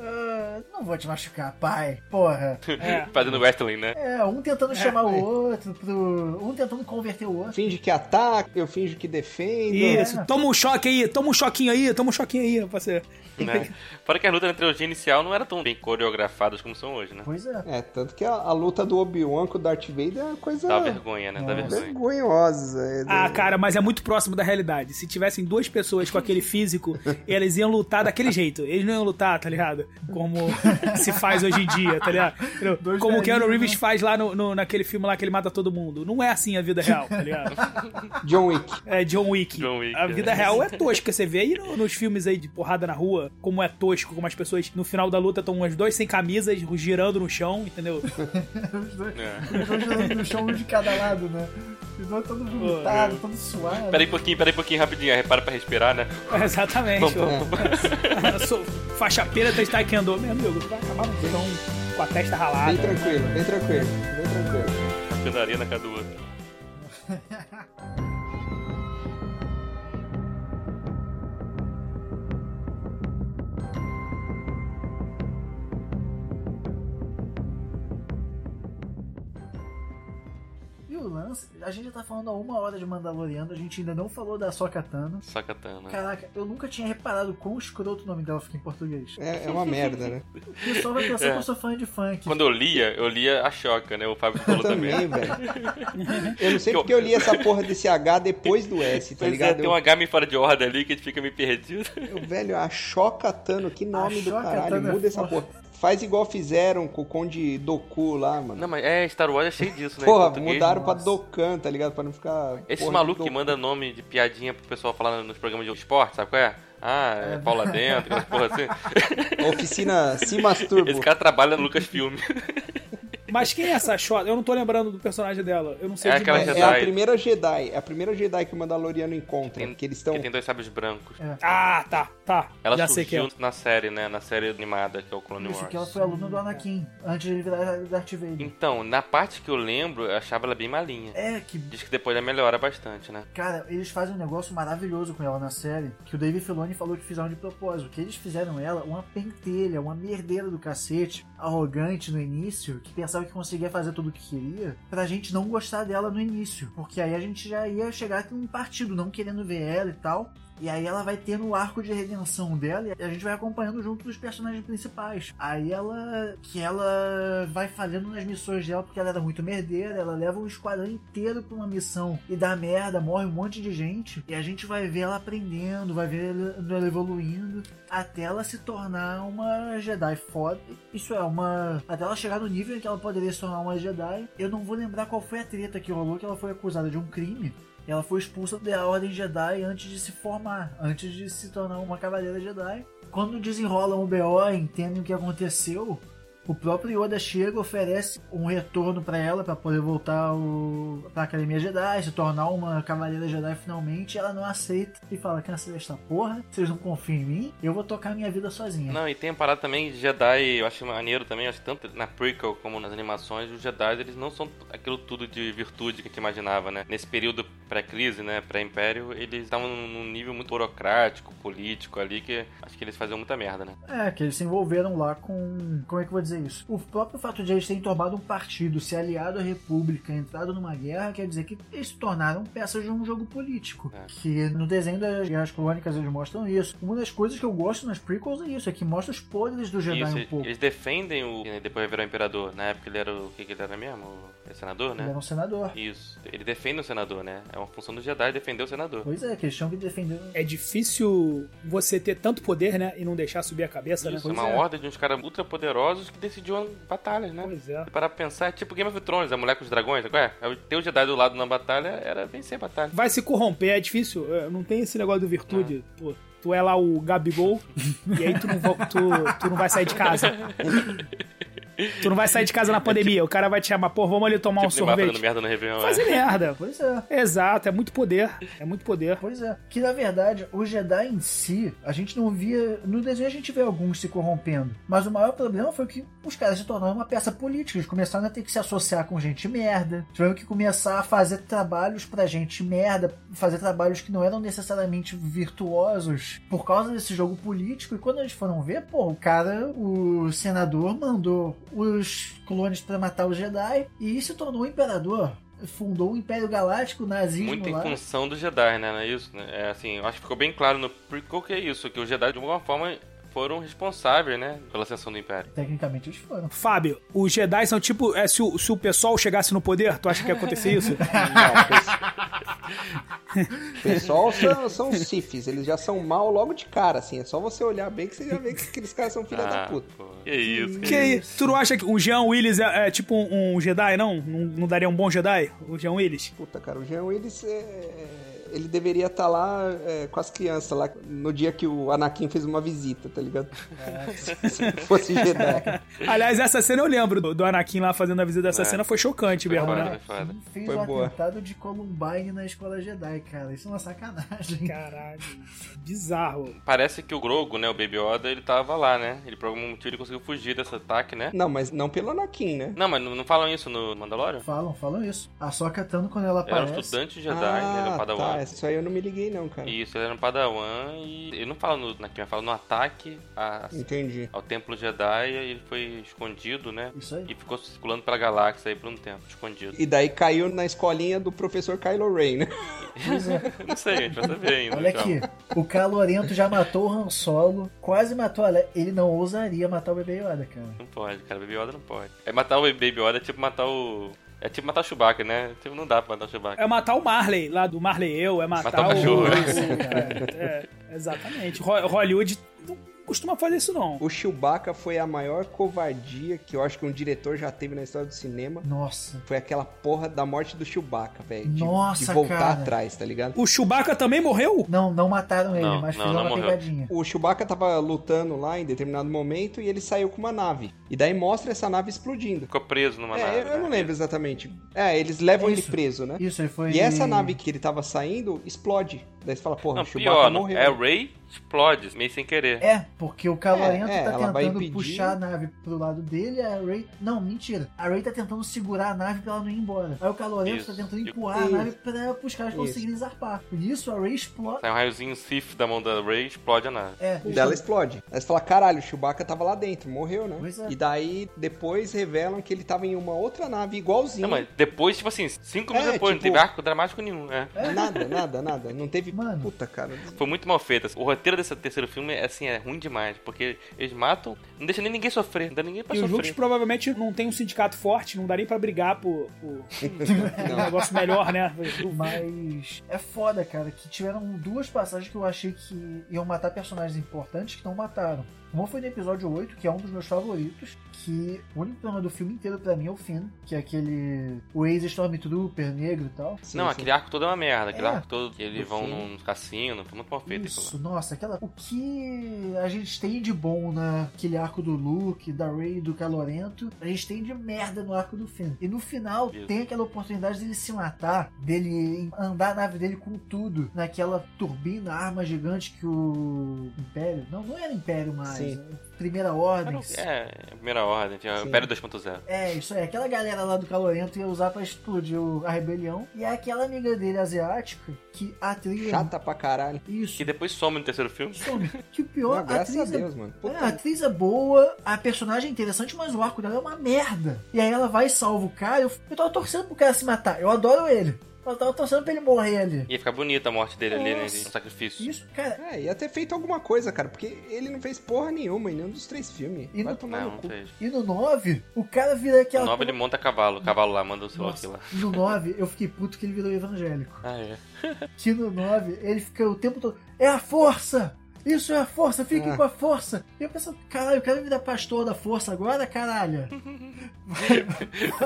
S4: "Ah, não vou te machucar, pai. Porra.
S3: É.
S1: *laughs* Fazendo wrestling, né?
S4: É, um tentando chamar o outro, pro... um tentando converter o outro.
S2: Finge que ataca, eu finge que defendo.
S3: Isso, toma um choque aí, toma um choquinho aí, toma um choquinho aí, parceiro.
S1: né? Fora que as lutas na trilogia inicial não eram tão bem coreografadas como são hoje, né?
S4: Pois é.
S2: É, tanto que a, a luta do Obi-Wan com o Darth Vader é uma coisa
S1: Dá vergonha, né? Dá vergonha.
S2: vergonhosa. É,
S3: Ah, cara, mas é muito próximo da realidade. Se tivessem duas pessoas com aquele físico,
S4: *laughs*
S3: elas iam lutar daquele jeito. Eles não iam lutar, tá ligado? Como se faz hoje em dia, tá ligado? Entendeu?
S4: Dois
S3: Como o Keanu
S4: velhinhos,
S3: Reeves
S4: né?
S3: faz lá no, no- naquele filme lá que ele mata todo mundo. Não é assim a vida real, tá ligado?
S2: John Wick.
S3: É John Wick.
S1: John Wick,
S3: a vida
S1: é.
S3: real é tosca. Você vê aí no- nos filmes aí de porrada na rua, como é tosco, como as pessoas no final da luta estão as duas sem camisas, girando no chão, entendeu?
S4: Os dois,
S1: É.
S4: os dois jogando no chão um de cada lado, né? Os dois todo vomitado, todo suado.
S1: Peraí um pouquinho, peraí um pouquinho, rapidinho. Repara pra respirar, né?
S3: *laughs* Exatamente.
S1: Vamos, vamos, vamos.
S3: *laughs* Eu sou faixa preta de taekwondo, meu amigo. Tu vai acabar no chão com a testa ralada.
S2: Bem tranquilo, bem tranquilo, bem tranquilo.
S1: Ficando areia na cara do outro.
S4: lance. A gente já tá falando há uma hora de Mandaloriano, a gente ainda não falou da Sokatana.
S1: Sakatana.
S4: Caraca, eu nunca tinha reparado quão escroto o nome dela fica em português.
S2: É, é uma merda, né?
S4: O pessoal vai pensar que eu sou fã de funk.
S1: É. Quando eu lia, eu lia a choca, né? O Fábio
S2: Eu
S1: falou também.
S2: também, velho. Eu não sei porque eu li essa porra desse H depois do S, tá
S1: Pois é,
S2: ligado?
S1: tem um H meio fora de ordem ali que a gente fica meio perdido.
S2: Eu, velho, a Chocatano, que nome do
S4: Chocatano
S2: caralho,
S4: é
S2: muda essa porra. Faz igual fizeram com o Conde Doku lá, mano.
S1: Não, mas é, Star Wars é cheio disso, né? Em
S2: porra,
S1: português.
S2: mudaram pra
S4: nossa.
S2: Dokkan, tá ligado? Pra não ficar...
S1: Esse
S2: porra então. de
S1: maluco que
S2: Doku.
S1: manda nome de piadinha pro pessoal falar nos programas de esporte, sabe qual é? Ah, é Paula Dentro, aquelas porra assim.
S2: *laughs* Oficina Simas *laughs* Turbo.
S1: Esse cara trabalha no Lucasfilm.
S3: Mas quem é essa Shota? Eu não tô lembrando do personagem dela. Eu não sei
S1: É
S3: de
S1: aquela
S3: nome.
S2: É, é a
S1: Jedi.
S2: primeira Jedi, é a primeira Jedi que o Mandaloriano encontra,
S1: Tem-
S2: que eles estão...
S1: Que tem dois sábios brancos.
S4: É.
S3: Ah, tá, tá.
S1: Ela
S3: Já sei quem é.
S1: surgiu na série, né? Na série animada, que é o Clone
S4: Isso,
S1: Wars.
S4: que ela foi aluna do Anakin, antes de ele virar Darth Vader.
S1: Então, na parte que eu lembro, eu achava ela bem malinha.
S4: É, que
S1: Diz que depois ela melhora bastante, né?
S4: Cara, eles fazem um negócio maravilhoso com ela na série, que o Dave Filoni falou que fizeram de propósito, que eles fizeram ela uma pentelha, uma merdeira do cacete, arrogante no início, que pensava que conseguia fazer tudo o que queria, pra gente não gostar dela no início, porque aí a gente já ia chegar com um partido não querendo ver ela e tal. E aí ela vai ter no arco de redenção dela e a gente vai acompanhando junto dos personagens principais. Aí ela. que ela vai falhando nas missões dela porque ela era muito merdeira, ela leva um esquadrão inteiro pra uma missão e dá merda, morre um monte de gente. E a gente vai ver ela aprendendo, vai ver ela ela evoluindo até ela se tornar uma Jedi foda. Isso é, uma. Até ela chegar no nível em que ela poderia se tornar uma Jedi. Eu não vou lembrar qual foi a treta que rolou, que ela foi acusada de um crime. Ela foi expulsa da Ordem Jedi antes de se formar, antes de se tornar uma Cavaleira Jedi. Quando desenrolam o BO, e entendem o que aconteceu. O próprio Yoda chega, oferece um retorno pra ela pra poder voltar ao... pra Academia Jedi, se tornar uma Cavaleira Jedi finalmente. Ela não aceita e fala: cancela esta porra, vocês não confiam em mim, eu vou tocar minha vida sozinha.
S1: Não, e tem a parada também de Jedi, eu acho maneiro também, eu acho que tanto na prequel como nas animações, os Jedi eles não são aquilo tudo de virtude que a gente imaginava, né? Nesse período pré-crise, né, pré-império, eles estavam num nível muito burocrático, político ali, que acho que eles faziam muita merda, né?
S4: É, que eles se envolveram lá com. Como é que eu vou dizer isso? O próprio fato de eles terem tomado um partido, se aliado à República, entrado numa guerra, quer dizer que eles se tornaram peças de um jogo político.
S1: É.
S4: Que no desenho das Guerras Clônicas eles mostram isso. Uma das coisas que eu gosto nas prequels é isso, é que mostra os podres do Jedi
S1: Isso,
S4: um pouco.
S1: eles defendem o. e Depois vai virar o imperador. Na época ele era o. O que, que ele era mesmo? O senador,
S4: Ele
S1: né?
S4: era um senador.
S1: Isso. Ele defende o senador, né? É uma função do Jedi defender o senador.
S4: Pois é, que eles tinham que defender.
S3: É difícil você ter tanto poder, né? E não deixar subir a cabeça,
S1: Isso, é
S3: né?
S1: uma ordem de uns caras ultra poderosos que decidiam batalhas, né?
S3: Pois é.
S1: Se parar pra pensar, é tipo Game of Thrones, a mulher com os dragões, sabe qual é? Aí Ter o Jedi do lado na batalha era vencer a batalha.
S3: Vai se corromper, é difícil. é, Não tem esse negócio de virtude. Pô, tu é lá o Gabigol e aí tu não, vo- tu- tu não vai sair de casa. Tu não vai sair de casa na pandemia. O cara vai te chamar, pô, vamos ali tomar um
S1: tipo Neymar fazendo
S3: sorvete.
S1: merda no Réveillon.
S3: Fazer
S1: né?
S3: merda.
S4: Pois é.
S3: Exato, é muito poder. É muito poder.
S4: Pois é. Que na verdade, o Jedi em si, a gente não via. No desenho a gente vê alguns se corrompendo. Mas o maior problema foi que os caras se tornaram uma peça política. Eles começaram a ter que se associar com gente merda. Tiveram que começar a fazer trabalhos pra gente merda. Fazer trabalhos que não eram necessariamente virtuosos por causa desse jogo político. E quando eles foram ver, pô, o cara, o senador, mandou os clones pra matar o Jedi e se tornou o imperador. Fundou o Império Galáctico nazismo
S1: Muito em
S4: lá.
S1: função do Jedi, né? Não é isso? né? É assim, eu acho que ficou bem claro no prequel que é isso, que os Jedi de alguma forma foram responsáveis, né? Pela ascensão do Império.
S4: Tecnicamente eles foram.
S3: Fábio, os Jedi são tipo. É, se, o, se o pessoal chegasse no poder, tu acha que ia
S1: *laughs*
S3: acontecer isso?
S2: O *laughs* pessoal são, são os Sifis, eles já são mal logo de cara, assim. É só você olhar bem que você já vê que aqueles caras são filha da puta.
S1: Ah, pô. Que isso,
S3: que
S1: que
S3: aí, tu não acha que o Jean Willis é, é tipo um, um Jedi, não? não? Não daria um bom Jedi? O Jean Willis?
S2: Puta, cara, o Jean Willis, é, ele deveria estar lá é, com as crianças, lá no dia que o Anakin fez uma visita, tá ligado? *laughs* Se fosse Jedi.
S3: Aliás, essa cena eu lembro do, do Anakin lá fazendo a visita dessa
S1: É.
S3: cena, foi chocante
S1: Foi
S3: mesmo,
S1: foda,
S3: né?
S1: foi foda.
S4: Sim, fez
S2: Foi
S4: o
S2: boa.
S4: atentado de Columbine na escola Jedi, cara. Isso é uma sacanagem.
S3: Caralho, bizarro.
S1: Parece que o Grogo, né? O Baby Yoda, ele tava lá, né? Ele por algum motivo ele conseguiu fugir desse ataque, né?
S2: Não, mas não pelo Anakin, né?
S1: Não, mas não não falam isso no Mandalorian?
S4: Falam, falam isso. A Sokka Tano, quando ela
S1: Ele era um
S4: aparece,
S1: estudante Jedi,
S2: Ah,
S1: né? Ele era um padawan.
S2: tá,
S1: Padawan.
S2: Essa aí eu não me liguei, não, cara.
S1: Isso, ele era um Padawan e ele não fala no, na Quimera, fala no ataque a-
S2: Entendi.
S1: ao Templo Jedi, e ele foi escondido, né?
S4: Isso aí.
S1: E ficou circulando pela galáxia aí por um tempo, escondido.
S2: E daí caiu na escolinha do professor Kylo Ren, né?
S4: Pois é.
S1: Eu não sei, a gente vai saber ainda.
S4: Olha
S1: calma.
S4: aqui, o Calorento já matou o Han Solo, quase matou a Le... Ele não ousaria matar o bebê Yoda, cara.
S1: Não pode, cara. Baby Yoda não pode. É matar o Baby Yoda é tipo matar o. É tipo matar o Chewbacca, né? Tipo, não dá pra matar o Chewbacca.
S3: É matar o Marley, lá do Marley Eu, é matar,
S1: Matar o cachorro, né?
S4: Sim, cara.
S3: É, exatamente. Ho- Hollywood não costuma fazer isso, não.
S2: O Chewbacca foi a maior covardia que eu acho que um diretor já teve na história do cinema.
S4: Nossa.
S2: Foi aquela porra da morte do Chewbacca, velho. De,
S4: Nossa,
S2: de voltar
S4: cara.
S2: atrás, tá ligado?
S3: O Chewbacca também morreu?
S4: Não, não mataram ele,
S1: Não,
S4: mas
S1: não,
S4: fizeram
S1: não
S4: uma
S1: morreu.
S4: pegadinha.
S2: O Chewbacca tava lutando lá em determinado momento e ele saiu com uma nave. E daí mostra essa nave explodindo.
S1: Ficou preso numa nave.
S2: É, eu, eu
S1: né?
S2: não lembro exatamente. É, eles levam ele
S4: Isso.
S2: preso, né?
S4: Isso, ele foi.
S2: E essa nave que ele tava saindo explode. Daí você fala, porra,
S1: Não,
S2: o Chewbacca
S1: pior, não.
S2: morreu.
S1: é Ray explode, meio sem querer.
S4: É, porque o Calorento
S2: É, é,
S4: tá
S2: ela vai
S4: tentando
S2: impedir.
S4: puxar a nave pro lado dele, a Ray. Não, mentira. A Ray tá tentando segurar a nave pra ela não ir embora. Aí o Calorento
S1: Isso.
S4: tá tentando
S1: E-
S4: empurrar
S2: Isso.
S4: a nave pra os caras
S2: Isso.
S4: conseguirem zarpar. E isso a Ray explode.
S1: Sai um raiozinho Sif da mão da Ray explode a nave.
S4: É,
S2: E daí ela explode. Aí você fala, caralho, o Chewbacca tava lá dentro, morreu, né?
S4: Pois é.
S2: E daí depois revelam que ele tava em uma outra nave igualzinha.
S1: Não, mas depois, tipo assim, cinco minutos
S2: É,
S1: depois, não
S2: tipo-
S1: teve arco dramático nenhum, né?
S2: Nada, nada, nada. Não teve.
S4: Mano.
S2: Puta,
S4: *laughs*
S2: cara.
S1: Foi muito mal feito. assim. O roteiro desse terceiro filme, é, assim, é ruim demais. Porque eles matam, não deixa nem ninguém sofrer. Não dá ninguém pra
S3: E os Jukes
S1: sofrer.
S3: provavelmente não tem um sindicato forte, não dá nem pra brigar por, por um negócio
S1: *laughs*
S3: melhor, né?
S4: Mas é foda, cara, que tiveram duas passagens que eu achei que iam matar personagens importantes que não mataram. Uma foi no episódio 8, que é um dos meus favoritos, que o único problema do filme inteiro pra mim é o Finn, que é aquele... o ex-Stormtrooper negro e tal.
S2: Sim,
S1: não,
S2: sim.
S1: aquele arco todo é uma merda. Aquele
S4: É.
S1: arco todo que eles
S2: né? Do
S1: vão
S2: filme.
S1: num cassino. Foi muito mal feito. aquilo
S4: Isso, nossa, aquela... O que a gente tem de bom naquele arco do Luke, da Rey, do Calorento, a gente tem de merda no arco do Finn. E no final
S1: Isso.
S4: tem aquela oportunidade dele se matar, dele andar a nave dele com tudo, naquela turbina, arma gigante que o Império... Não, não era Império mais,
S2: Sim.
S4: é Primeira
S1: lá.
S4: Ordem.
S1: Era- É, é, primeira ordem. Tinha o
S2: Sim.
S1: Império 2.0.
S4: É, isso aí. Aquela galera lá do Calorento ia usar pra explodir o- a rebelião. E é aquela amiga dele asiática que a atriz...
S2: Chata pra caralho.
S4: Isso.
S1: Que depois some no terceiro filme.
S4: Some. Que o
S2: Não,
S4: pior, a
S2: graças
S4: atriz
S2: a
S4: é
S2: Deus, mano.
S4: É,
S2: Puta,
S4: a atriz é boa, a personagem é interessante, mas o arco dela é uma merda. E aí ela vai e salva o cara. Eu, eu tava torcendo pro cara se matar. Eu adoro ele. Eu tava torcendo pra ele morrer ali.
S1: Ia ficar bonita a morte dele ali, né? Um
S4: Nossa.
S1: sacrifício.
S4: Isso, cara.
S2: É, ia ter feito alguma coisa, cara, porque ele não fez porra nenhuma em nenhum dos três filmes.
S4: E
S2: Vai
S4: no-
S2: tomar
S1: Não,
S2: no
S1: não
S2: cu.
S1: fez.
S4: E no 9, o cara vira
S1: O
S4: aquela.
S1: Nobre ele monta cavalo. O cavalo lá, manda o seu
S4: é Nossa,
S1: aqui
S4: *laughs*
S1: lá.
S4: No 9, eu fiquei puto que ele virou evangélico.
S1: Ah, é.
S4: Que no 9, ele fica o tempo todo. É a força! Isso é a força, fiquem
S2: Ah.
S4: com a força! E eu pensando, caralho, o cara virar pastor da força
S1: *laughs*
S4: agora, caralho?
S1: Você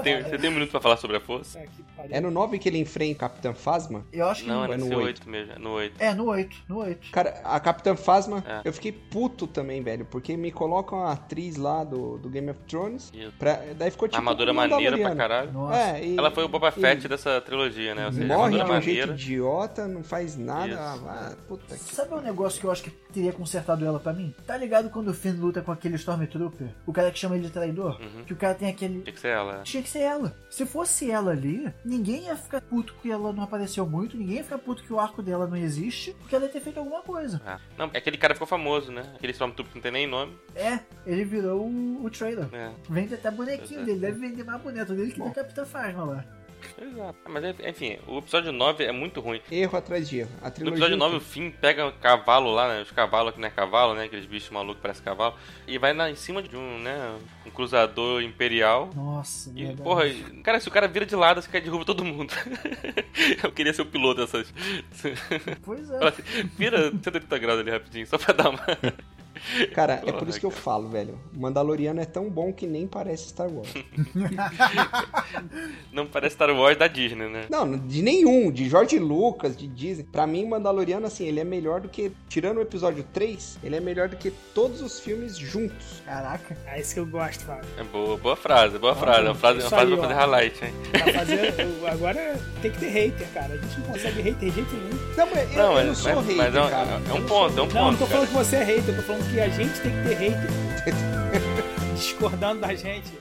S1: tem, você tem um minuto pra falar sobre a força?
S2: É no 9 que ele enfrenta o Capitã Phasma?
S4: Eu acho que.
S1: Não, é
S2: é no
S1: nesse
S2: oito.
S1: 8 mesmo. é No 8.
S4: É, no 8, no 8.
S2: Cara, a Capitã Phasma,
S1: É.
S2: eu fiquei puto também, velho, porque me colocam a atriz lá do, do Game of Thrones.
S1: Isso.
S2: Pra, daí ficou tipo.
S1: Armadura
S2: um
S1: maneira pra
S2: Mandaloriano.
S1: caralho.
S4: Nossa.
S2: É, e-
S1: Ela foi o Boba
S2: e-
S1: Fett dessa trilogia, né? Ou seja,
S2: Morre de um
S1: armadura
S2: jeito
S1: maneira.
S2: idiota, não faz nada.
S1: Isso.
S2: Ah, puta que.
S4: Sabe um negócio que eu acho que teria consertado ela pra mim? Tá ligado quando o Finn luta com aquele Stormtrooper? O cara que chama ele de traidor?
S1: Uhum.
S4: Que o cara tem aquele.
S1: Tinha que ser ela.
S4: Tinha que ser ela. Se fosse ela ali, ninguém ia ficar puto que ela não apareceu muito, ninguém ia ficar puto que o arco dela não existe, porque ela ia ter feito alguma coisa.
S1: Ah. Não, é aquele cara que ficou famoso, né? Aquele Stormtrooper que não tem nem nome.
S4: É, ele virou o, o trailer.
S1: né?
S4: Vende até bonequinho
S1: Pois é.
S4: dele, deve vender mais boneco dele que da Capitã Fasma lá.
S1: Exato. Ah, Mas enfim, o episódio 9 é muito ruim.
S2: Erro atrás de erro. A
S1: No
S2: trilogia.
S1: episódio 9, o Finn pega um cavalo lá, né? Os cavalos que não é cavalo, né? Aqueles bichos malucos que parecem cavalo. E vai na, em cima de um, né? Um cruzador imperial.
S4: Nossa,
S1: E,
S4: verdade.
S1: porra, e- cara, se o cara vira de lado, esse cara derruba todo mundo. *laughs* Eu queria ser o piloto dessas. *laughs* assim,
S4: Pois é.
S1: Vira 180 graus ali rapidinho, só pra dar uma.
S2: Cara, é por
S1: Porra,
S2: isso que eu falo, velho. Mandaloriano é tão bom que nem parece Star Wars.
S1: *laughs* Não parece Star Wars da Disney, né?
S2: Não, de nenhum, de George Lucas, de Disney. Pra mim, Mandaloriano, assim, ele é melhor do que. Tirando o episódio 3, ele é melhor do que todos os filmes juntos.
S4: Caraca.
S3: É isso que eu gosto, Fábio.
S1: É boa, boa frase, boa frase. É uma frase, uma
S3: Ah, isso
S1: frase
S3: aí,
S1: pra fazer
S3: ó.
S1: highlight, hein?
S3: Pra fazer. eu- Agora tem que ter hater, cara. A gente não consegue hater de jeito nenhum.
S2: Não, mas eu,
S1: Não,
S2: eu
S1: mas,
S2: não sou
S1: mas-
S2: rei,
S1: mas é, um,
S2: cara.
S1: é um ponto, é um
S3: Não, não tô
S1: ponto.
S3: falando
S1: cara.
S3: que você é hater, eu tô falando que a gente tem que ter hater. *laughs* Discordando da gente.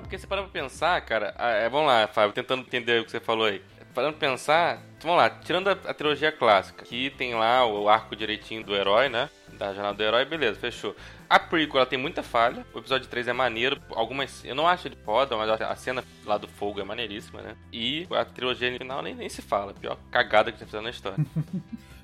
S1: porque você para pra pensar, cara. ah, é, vamos lá, Fábio, tentando entender o que você falou aí. Parando pra pensar, vamos lá, tirando a, a trilogia clássica, que tem lá o arco direitinho do herói, né? Da jornada do herói, beleza, fechou. A prequel ela tem muita falha. O episódio 3 é maneiro. Algumas. Eu não acho ele foda, mas a a cena lá do fogo é maneiríssima, né? E a trilogia final nem, nem se fala. Pior cagada que já fizeram na história.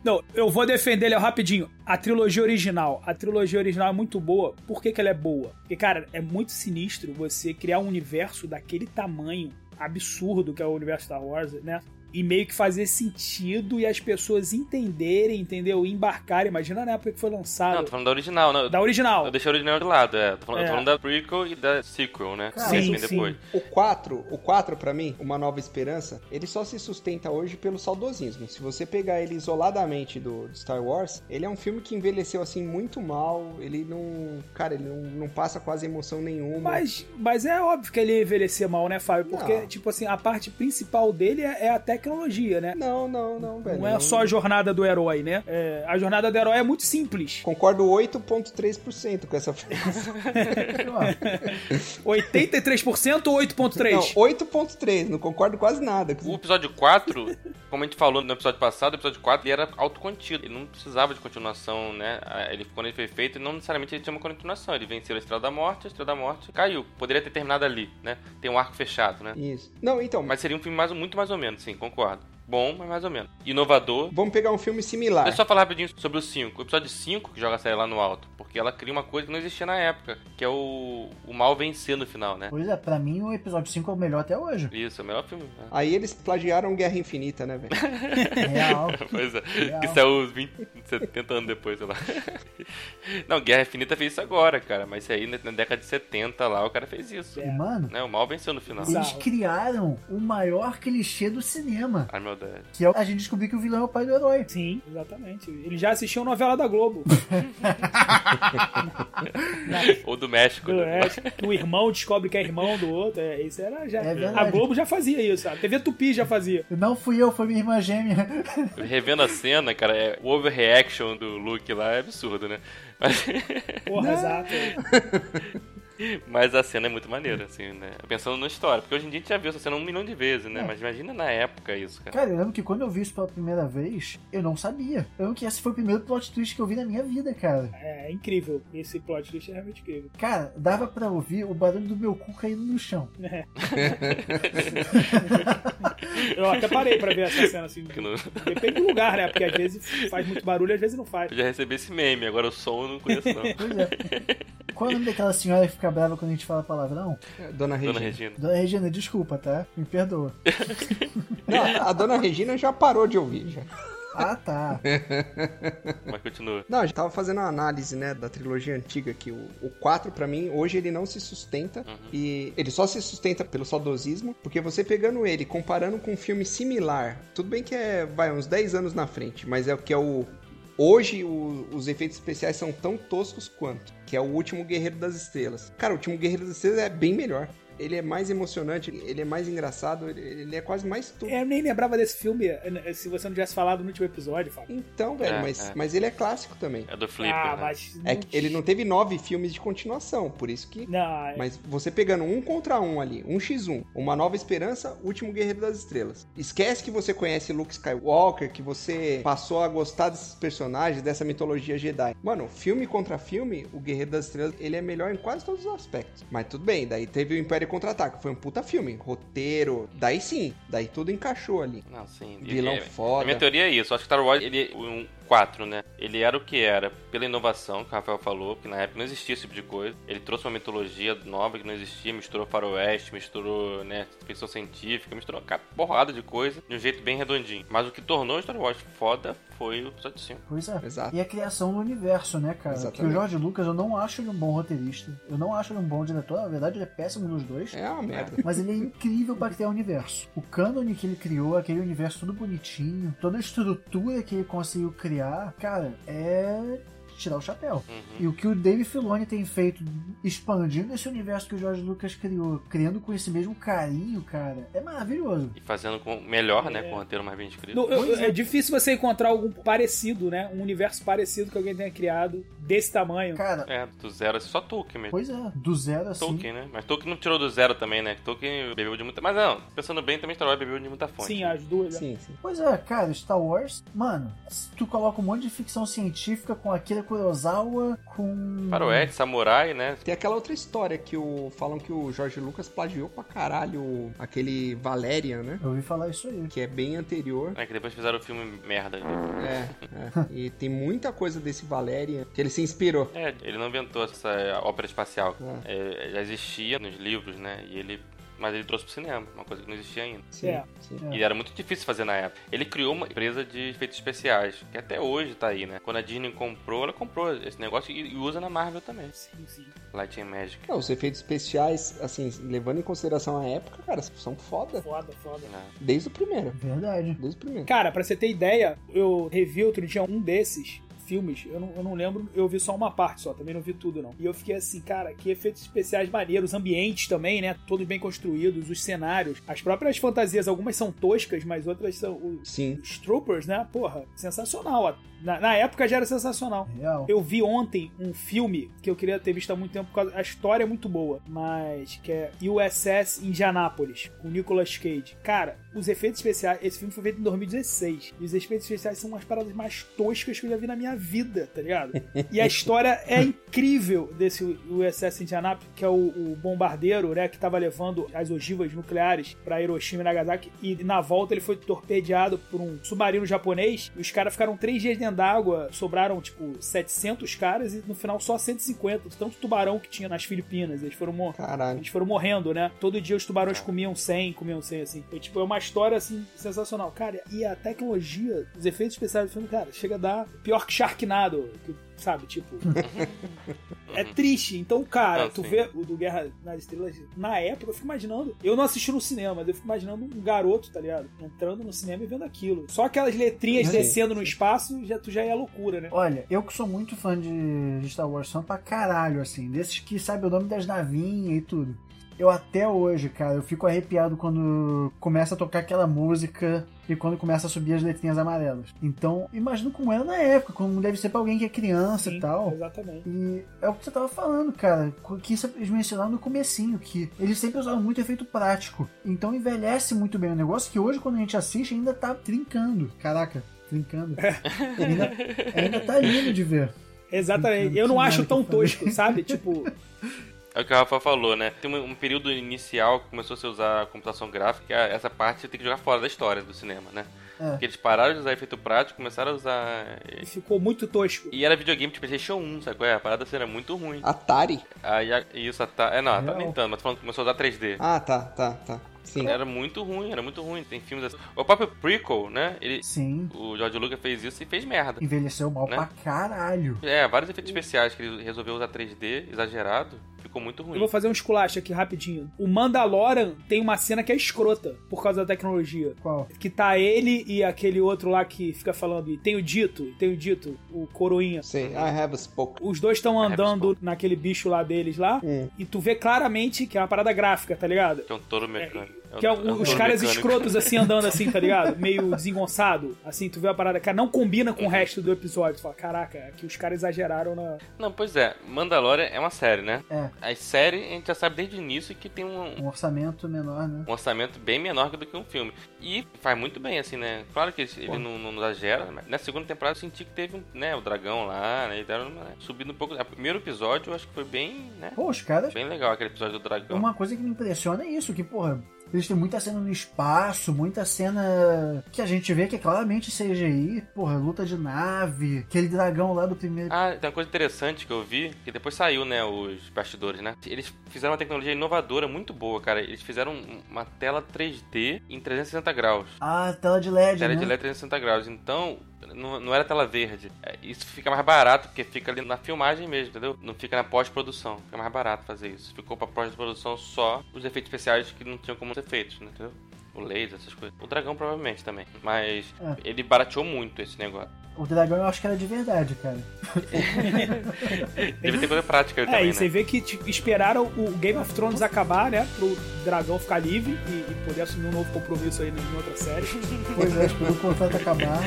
S3: Não, eu vou defender ele rapidinho. A trilogia original. A trilogia original é muito boa. Por que, que ela é boa? Porque, cara, é muito sinistro você criar um universo daquele tamanho absurdo que é o universo Star Wars, né? E meio que fazer sentido e as pessoas entenderem, entendeu? E embarcarem. Imagina na época que foi
S1: Não,
S3: lançado.
S1: tô falando da original, né?
S3: da original.
S1: Eu deixei a original de lado, é. Tô falando,
S3: É.
S1: tô falando da prequel e da sequel, né?
S4: Cara,
S1: Que
S3: sim,
S1: vem depois.
S2: O 4, o 4 para mim, Uma Nova Esperança, ele só se sustenta hoje pelo saudosismo. Se você pegar ele isoladamente do, do Star Wars, ele é um filme que envelheceu assim muito mal, ele não, cara, ele não, não passa quase emoção nenhuma.
S3: Mas, mas é óbvio que ele ia envelhecer mal, né, Fábio? Porque,
S2: Não.
S3: tipo assim, a parte principal dele é, é a tecnologia, né?
S2: Não, não, não, velho.
S3: Não é só a jornada do herói, né? É, a jornada do herói é muito simples.
S2: Concordo 8.3% com essa
S3: *laughs*
S2: frase.
S4: Ó,
S3: 83% ou
S2: Não,
S3: 8.3%?
S2: 8.3, não concordo quase nada. com
S1: O episódio 4, como a gente falou no episódio passado, o episódio 4 ele era autocontido. Ele não precisava de continuação, né? Ah, Ele, quando ele foi feito, não necessariamente ele tinha uma continuação. Ele venceu a Estrela da Morte, a Estrela da Morte caiu. Poderia ter terminado ali, né? Tem um arco fechado, né?
S2: Isso. Não, então,
S1: Mas seria um filme mais, muito mais ou menos, sim, concordo. Bom, mas mais ou menos. Inovador.
S2: vamos pegar um filme similar.
S1: Deixa eu É só falar rapidinho sobre o 5. O episódio 5 que joga a série lá no alto. Porque ela cria uma coisa que não existia na época. Que é o, o mal vencer no final, né?
S4: pois é, pra mim o episódio 5 é o melhor
S1: *laughs*
S4: até hoje.
S1: Isso, é o melhor filme. né?
S2: Aí eles plagiaram Guerra Infinita, né, velho?
S4: Real.
S1: *laughs* Pois é,
S4: Real.
S1: que saiu uns 20, 70 anos depois, sei lá. *laughs* Não, Guerra Infinita fez isso agora, cara. Mas isso aí na na década de 70 lá, o cara fez isso.
S4: E, mano,
S1: Né? O mal venceu no final.
S3: Exato.
S4: eles criaram o maior clichê do cinema.
S1: Ai meu Deus.
S4: Que é o- a gente descobrir que o vilão é o pai do herói.
S3: Sim, exatamente. Ele já assistiu novela da Globo.
S1: Ou do México. né?
S3: É, que o irmão descobre que é irmão do outro. É, isso era já.
S4: É verdade.
S3: a Globo já fazia isso. A TV Tupi já fazia.
S4: Não fui eu, foi minha irmã gêmea.
S1: *laughs*
S4: *laughs*
S1: Revendo a cena, cara, é- o overreaction do Luke lá é absurdo, né? Mas,
S3: Porra, exato. é.
S1: mas a cena é muito maneira, assim, né? Pensando na história. Porque hoje em dia a gente já viu essa cena um milhão de vezes, né? Mas imagina na época isso, cara.
S4: Cara, eu lembro que quando eu vi isso pela primeira vez, eu não sabia. Eu lembro que esse foi o primeiro plot twist que eu vi na minha vida, cara.
S3: É incrível. Esse plot twist é realmente incrível.
S4: Cara, dava pra ouvir o barulho do meu cu caindo no chão.
S3: Eu até parei pra ver essa cena assim.
S1: Que não- *laughs*
S3: Depende do lugar, né? Porque às vezes faz muito barulho, às vezes não faz.
S1: Eu já recebi esse meme, agora o som eu não conheço, não.
S4: Pois é. Qual é o nome daquela senhora que fica brava quando a gente fala palavrão?
S1: Dona
S2: Dona Regina.
S1: Regina.
S4: Dona Regina, desculpa, tá? Me perdoa.
S2: Não, a Dona Regina já parou de ouvir, já. *laughs*
S4: Ah, tá.
S1: Mas continua.
S2: Não, a gente tava fazendo uma análise, né, da trilogia antiga, que o, o 4, pra mim, hoje ele não se sustenta,
S1: Uhum.
S2: e ele só se sustenta pelo saudosismo, porque você pegando ele, comparando com um filme similar, tudo bem que é, vai, uns 10 anos na frente, mas é o que é o... Hoje o- os efeitos especiais são tão toscos quanto, que é o Último Guerreiro das Estrelas. Cara, o Último Guerreiro das Estrelas é bem melhor. Ele é mais emocionante, ele é mais engraçado, ele, ele é quase mais tudo.
S3: Eu nem lembrava desse filme eh, se você não tivesse falado no último episódio, Fábio.
S2: Então, velho,
S1: É,
S2: mas,
S1: é.
S2: mas ele é clássico também.
S1: É do Flipper,
S3: ah,
S1: né?
S3: mas.
S2: É que ele não teve nove filmes de continuação, por isso que.
S3: Não, é
S2: Mas você pegando um contra um ali, um x 1 Uma Nova Esperança, Último Guerreiro das Estrelas. Esquece que você conhece Luke Skywalker, que você passou a gostar desses personagens, dessa mitologia Jedi. Mano, filme contra filme, o Guerreiro das Estrelas, ele é melhor em quase todos os aspectos. Mas tudo bem, daí teve o Império Contra-Ataque, foi um puta filme, roteiro, daí sim, daí tudo encaixou ali.
S1: Não, sim.
S2: Vilão
S1: é,
S2: foda.
S1: A minha teoria é isso. Acho que Star Wars, ele, um 4, né? Ele era o que era pela inovação que o Rafael falou, que na época não existia esse tipo de coisa. Ele trouxe uma mitologia nova que não existia, misturou faroeste, misturou, né, ficção científica, misturou uma porrada de coisa de um jeito bem redondinho. Mas o que tornou Star Wars foda foi o episódio 5.
S4: Pois é.
S2: Exato.
S4: E a criação do universo, né, cara?
S2: Exatamente.
S4: Porque o George Lucas, eu não acho ele um bom roteirista. Eu não acho ele um bom diretor. Na verdade, ele é péssimo nos dois.
S2: É
S1: *laughs*
S2: uma merda.
S4: Mas ele é incrível pra criar o universo. O cânone que ele criou, aquele universo tudo bonitinho, toda a estrutura que ele conseguiu criar, cara, é tirar o chapéu.
S1: Uhum.
S4: E o que o Dave Filoni tem feito expandindo esse universo que o George Lucas criou, criando com esse mesmo carinho, cara, é maravilhoso.
S1: E fazendo com melhor, né? Com o roteiro mais bem escrito.
S3: No- É. eu-
S4: Pois
S3: é difícil você encontrar algum parecido, né? Um universo parecido que alguém tenha criado desse tamanho.
S4: Cara,
S1: É, do zero, só Tolkien mesmo.
S4: pois é, do zero assim.
S1: Tolkien, né? Mas Tolkien não tirou do zero também, né? Tolkien bebeu de muita. Mas não, pensando bem, também Star Wars bebeu de muita fonte.
S3: Sim, as duas. né?
S2: Sim, sim.
S4: Pois é, cara, Star Wars, mano, se tu coloca um monte de ficção científica com Akira Kurosawa, com.
S1: Faroeste, samurai, né?
S2: Tem aquela outra história que o falam que o Jorge Lucas plagiou pra caralho aquele Valerian, né?
S4: Eu ouvi falar isso aí.
S2: Que é bem anterior.
S1: É que depois fizeram o filme merda.
S2: É, é. E tem muita coisa desse Valerian que ele se inspirou.
S1: É, ele não inventou essa ópera espacial.
S2: É.
S1: É, já existia nos livros, né? E ele. Mas ele trouxe pro cinema, uma coisa que não existia ainda.
S2: Sim,
S3: É.
S2: sim.
S1: E era muito difícil fazer na época. Ele criou uma empresa de efeitos especiais, que até hoje tá aí, né? Quando a Disney comprou, ela comprou esse negócio e e usa na Marvel também.
S3: Sim, sim.
S1: Light and Magic.
S2: Não, os efeitos especiais, assim, levando em consideração a época, cara, são foda.
S3: Foda, foda.
S2: Desde o primeiro.
S4: Verdade.
S2: Desde o primeiro.
S3: Cara, pra você ter ideia, eu revi outro dia um desses filmes, eu não, eu não lembro, eu vi só uma parte só, também não vi tudo não. E eu fiquei assim, cara, que efeitos especiais maneiros, ambientes também, né, todos bem construídos, os cenários, as próprias fantasias, algumas são toscas, mas outras são o-
S2: Sim.
S3: os troopers, né, porra, sensacional. ó. Na, na época já era sensacional.
S4: Real.
S3: Eu vi ontem um filme que eu queria ter visto há muito tempo, por causa- a história é muito boa, mas que é USS Indianapolis, com Nicolas Cage. Cara, os efeitos especiais, esse filme foi feito em 2016, e os efeitos especiais são umas paradas mais toscas que eu já vi na minha vida, tá ligado? *laughs* E a história é incrível desse USS Indianapolis, que é o, o bombardeiro, né, que tava levando as ogivas nucleares pra Hiroshima e Nagasaki, e na volta ele foi torpedeado por um submarino japonês, e os caras ficaram três dias dentro d'água, sobraram, tipo, 700 caras, e no final só 150, de tanto tubarão que tinha nas Filipinas, eles foram mortos.
S2: Caralho.
S3: Eles foram morrendo, né? Todo dia os tubarões comiam 100, comiam 100, assim. É, tipo, é uma história, assim, sensacional. Cara, e a tecnologia, os efeitos especiais do filme, cara, chega a dar pior que Sharknado, que, sabe? Tipo... é triste. Então, cara,
S1: Ah,
S3: tu
S1: sim.
S3: vê o do Guerra nas Estrelas, na época, eu fico imaginando... Eu não assisti no cinema, mas eu fico imaginando um garoto, tá ligado? Entrando no cinema e vendo aquilo. Só aquelas letrinhas
S2: Sim.
S3: descendo no espaço, já, tu já é loucura, né?
S4: Olha, eu que sou muito fã de de Star Wars, fã pra caralho, assim, desses que sabe o nome das navinhas e tudo. Eu até hoje, cara, eu fico arrepiado quando começa a tocar aquela música e quando começa a subir as letrinhas amarelas. Então, imagino como era na época, como deve ser pra alguém que é criança
S3: Sim,
S4: e tal.
S3: Exatamente.
S4: E é o que você tava falando, cara, que isso é eles mencionaram no comecinho, que eles sempre usaram muito efeito prático. Então envelhece muito bem o negócio, que hoje quando a gente assiste ainda tá trincando. Caraca, trincando. ainda, ainda tá lindo de ver.
S3: Exatamente. Eu não
S4: Que
S3: acho
S4: merda
S3: tão
S4: que eu falei.
S3: tosco, sabe? Tipo...
S1: É o que o Rafa falou, né? Tem um, um período inicial que começou a se usar a computação gráfica, essa parte você tem que jogar fora da história do cinema, né?
S4: É.
S1: Porque eles pararam de usar efeito prático, começaram a usar. é,
S3: Ficou muito tosco.
S1: E era videogame tipo PlayStation 1, sabe qual é? A parada assim, era muito ruim.
S2: Atari?
S1: Aí a- isso, a ta... é, não, tá
S4: Real.
S1: nem tanto, mas tô falando que começou a usar 3D.
S2: Ah, tá, tá, tá. Sim.
S1: Era muito ruim, era muito ruim. Tem filmes assim. O próprio Prequel, né? Ele,
S4: Sim,
S1: o George Lucas fez isso e fez merda.
S4: envelheceu mal
S1: Né?
S4: pra caralho.
S1: É, vários efeitos especiais que ele resolveu usar 3D exagerado, ficou muito
S3: Eu
S1: ruim.
S3: vou fazer um esculacho aqui rapidinho. O Mandalorian tem uma cena que é escrota por causa da tecnologia.
S4: Qual?
S3: Que tá ele e aquele outro lá que fica falando, e tem o dito, tem o dito, o coroinha.
S2: Sei. I have spoken.
S3: Os dois estão
S1: Harrison
S3: andando naquele bicho lá deles lá,
S2: Hum.
S3: e tu vê claramente que é uma parada gráfica, tá ligado?
S1: Que é um touro mecânico.
S3: Que é o- os caras
S1: escrotos.
S3: escrotos assim andando assim, tá ligado? Meio desengonçado. Assim, tu vê a parada, cara, não combina com o resto do episódio. Tu fala, caraca, aqui os caras exageraram na.
S1: Não, pois é, Mandalorian é uma série, né?
S4: É.
S1: As séries a gente já sabe desde o início que tem um,
S4: Um orçamento menor, né?
S1: um orçamento bem menor do que um filme. E faz muito bem, assim, né? Claro que ele ele não, não exagera, mas na segunda temporada eu senti que teve um, né, o dragão lá, né? E deram uma subida um pouco. O primeiro episódio eu acho que foi bem, né?
S4: Pô, os caras.
S1: Bem legal aquele episódio do dragão.
S4: É Uma coisa que me impressiona é isso, que, porra, eles têm muita cena no espaço, muita cena que a gente vê que é claramente CGI, porra, luta de nave, aquele dragão lá do primeiro.
S1: Ah, tem uma coisa interessante que eu vi, que depois saiu, né, os bastidores, né? Eles fizeram uma tecnologia inovadora muito boa, cara. Eles fizeram um- uma tela 3D em 360 graus.
S4: Ah, tela de LED,
S1: Tela
S4: né?
S1: de LED 360 graus. Então, não, não era tela verde. É, Isso fica mais barato, porque fica ali na filmagem mesmo, entendeu? Não fica na pós-produção. Fica mais barato fazer isso. Ficou pra pós-produção só os efeitos especiais que não tinham como ser feitos, né, entendeu? O laser, essas coisas. O dragão provavelmente também. Mas
S3: *laughs*
S4: É.
S1: ele barateou muito esse negócio.
S4: O dragão eu acho que era de verdade, cara.
S1: Deve ter coisa prática
S3: É,
S1: também,
S3: e você
S1: né?
S3: vê que tipo, esperaram o Game of Thrones acabar, né? Pro dragão ficar livre e, e poder assumir um novo compromisso aí em outra
S4: *laughs*
S3: série.
S4: Pois é, esperou o contrato acabar.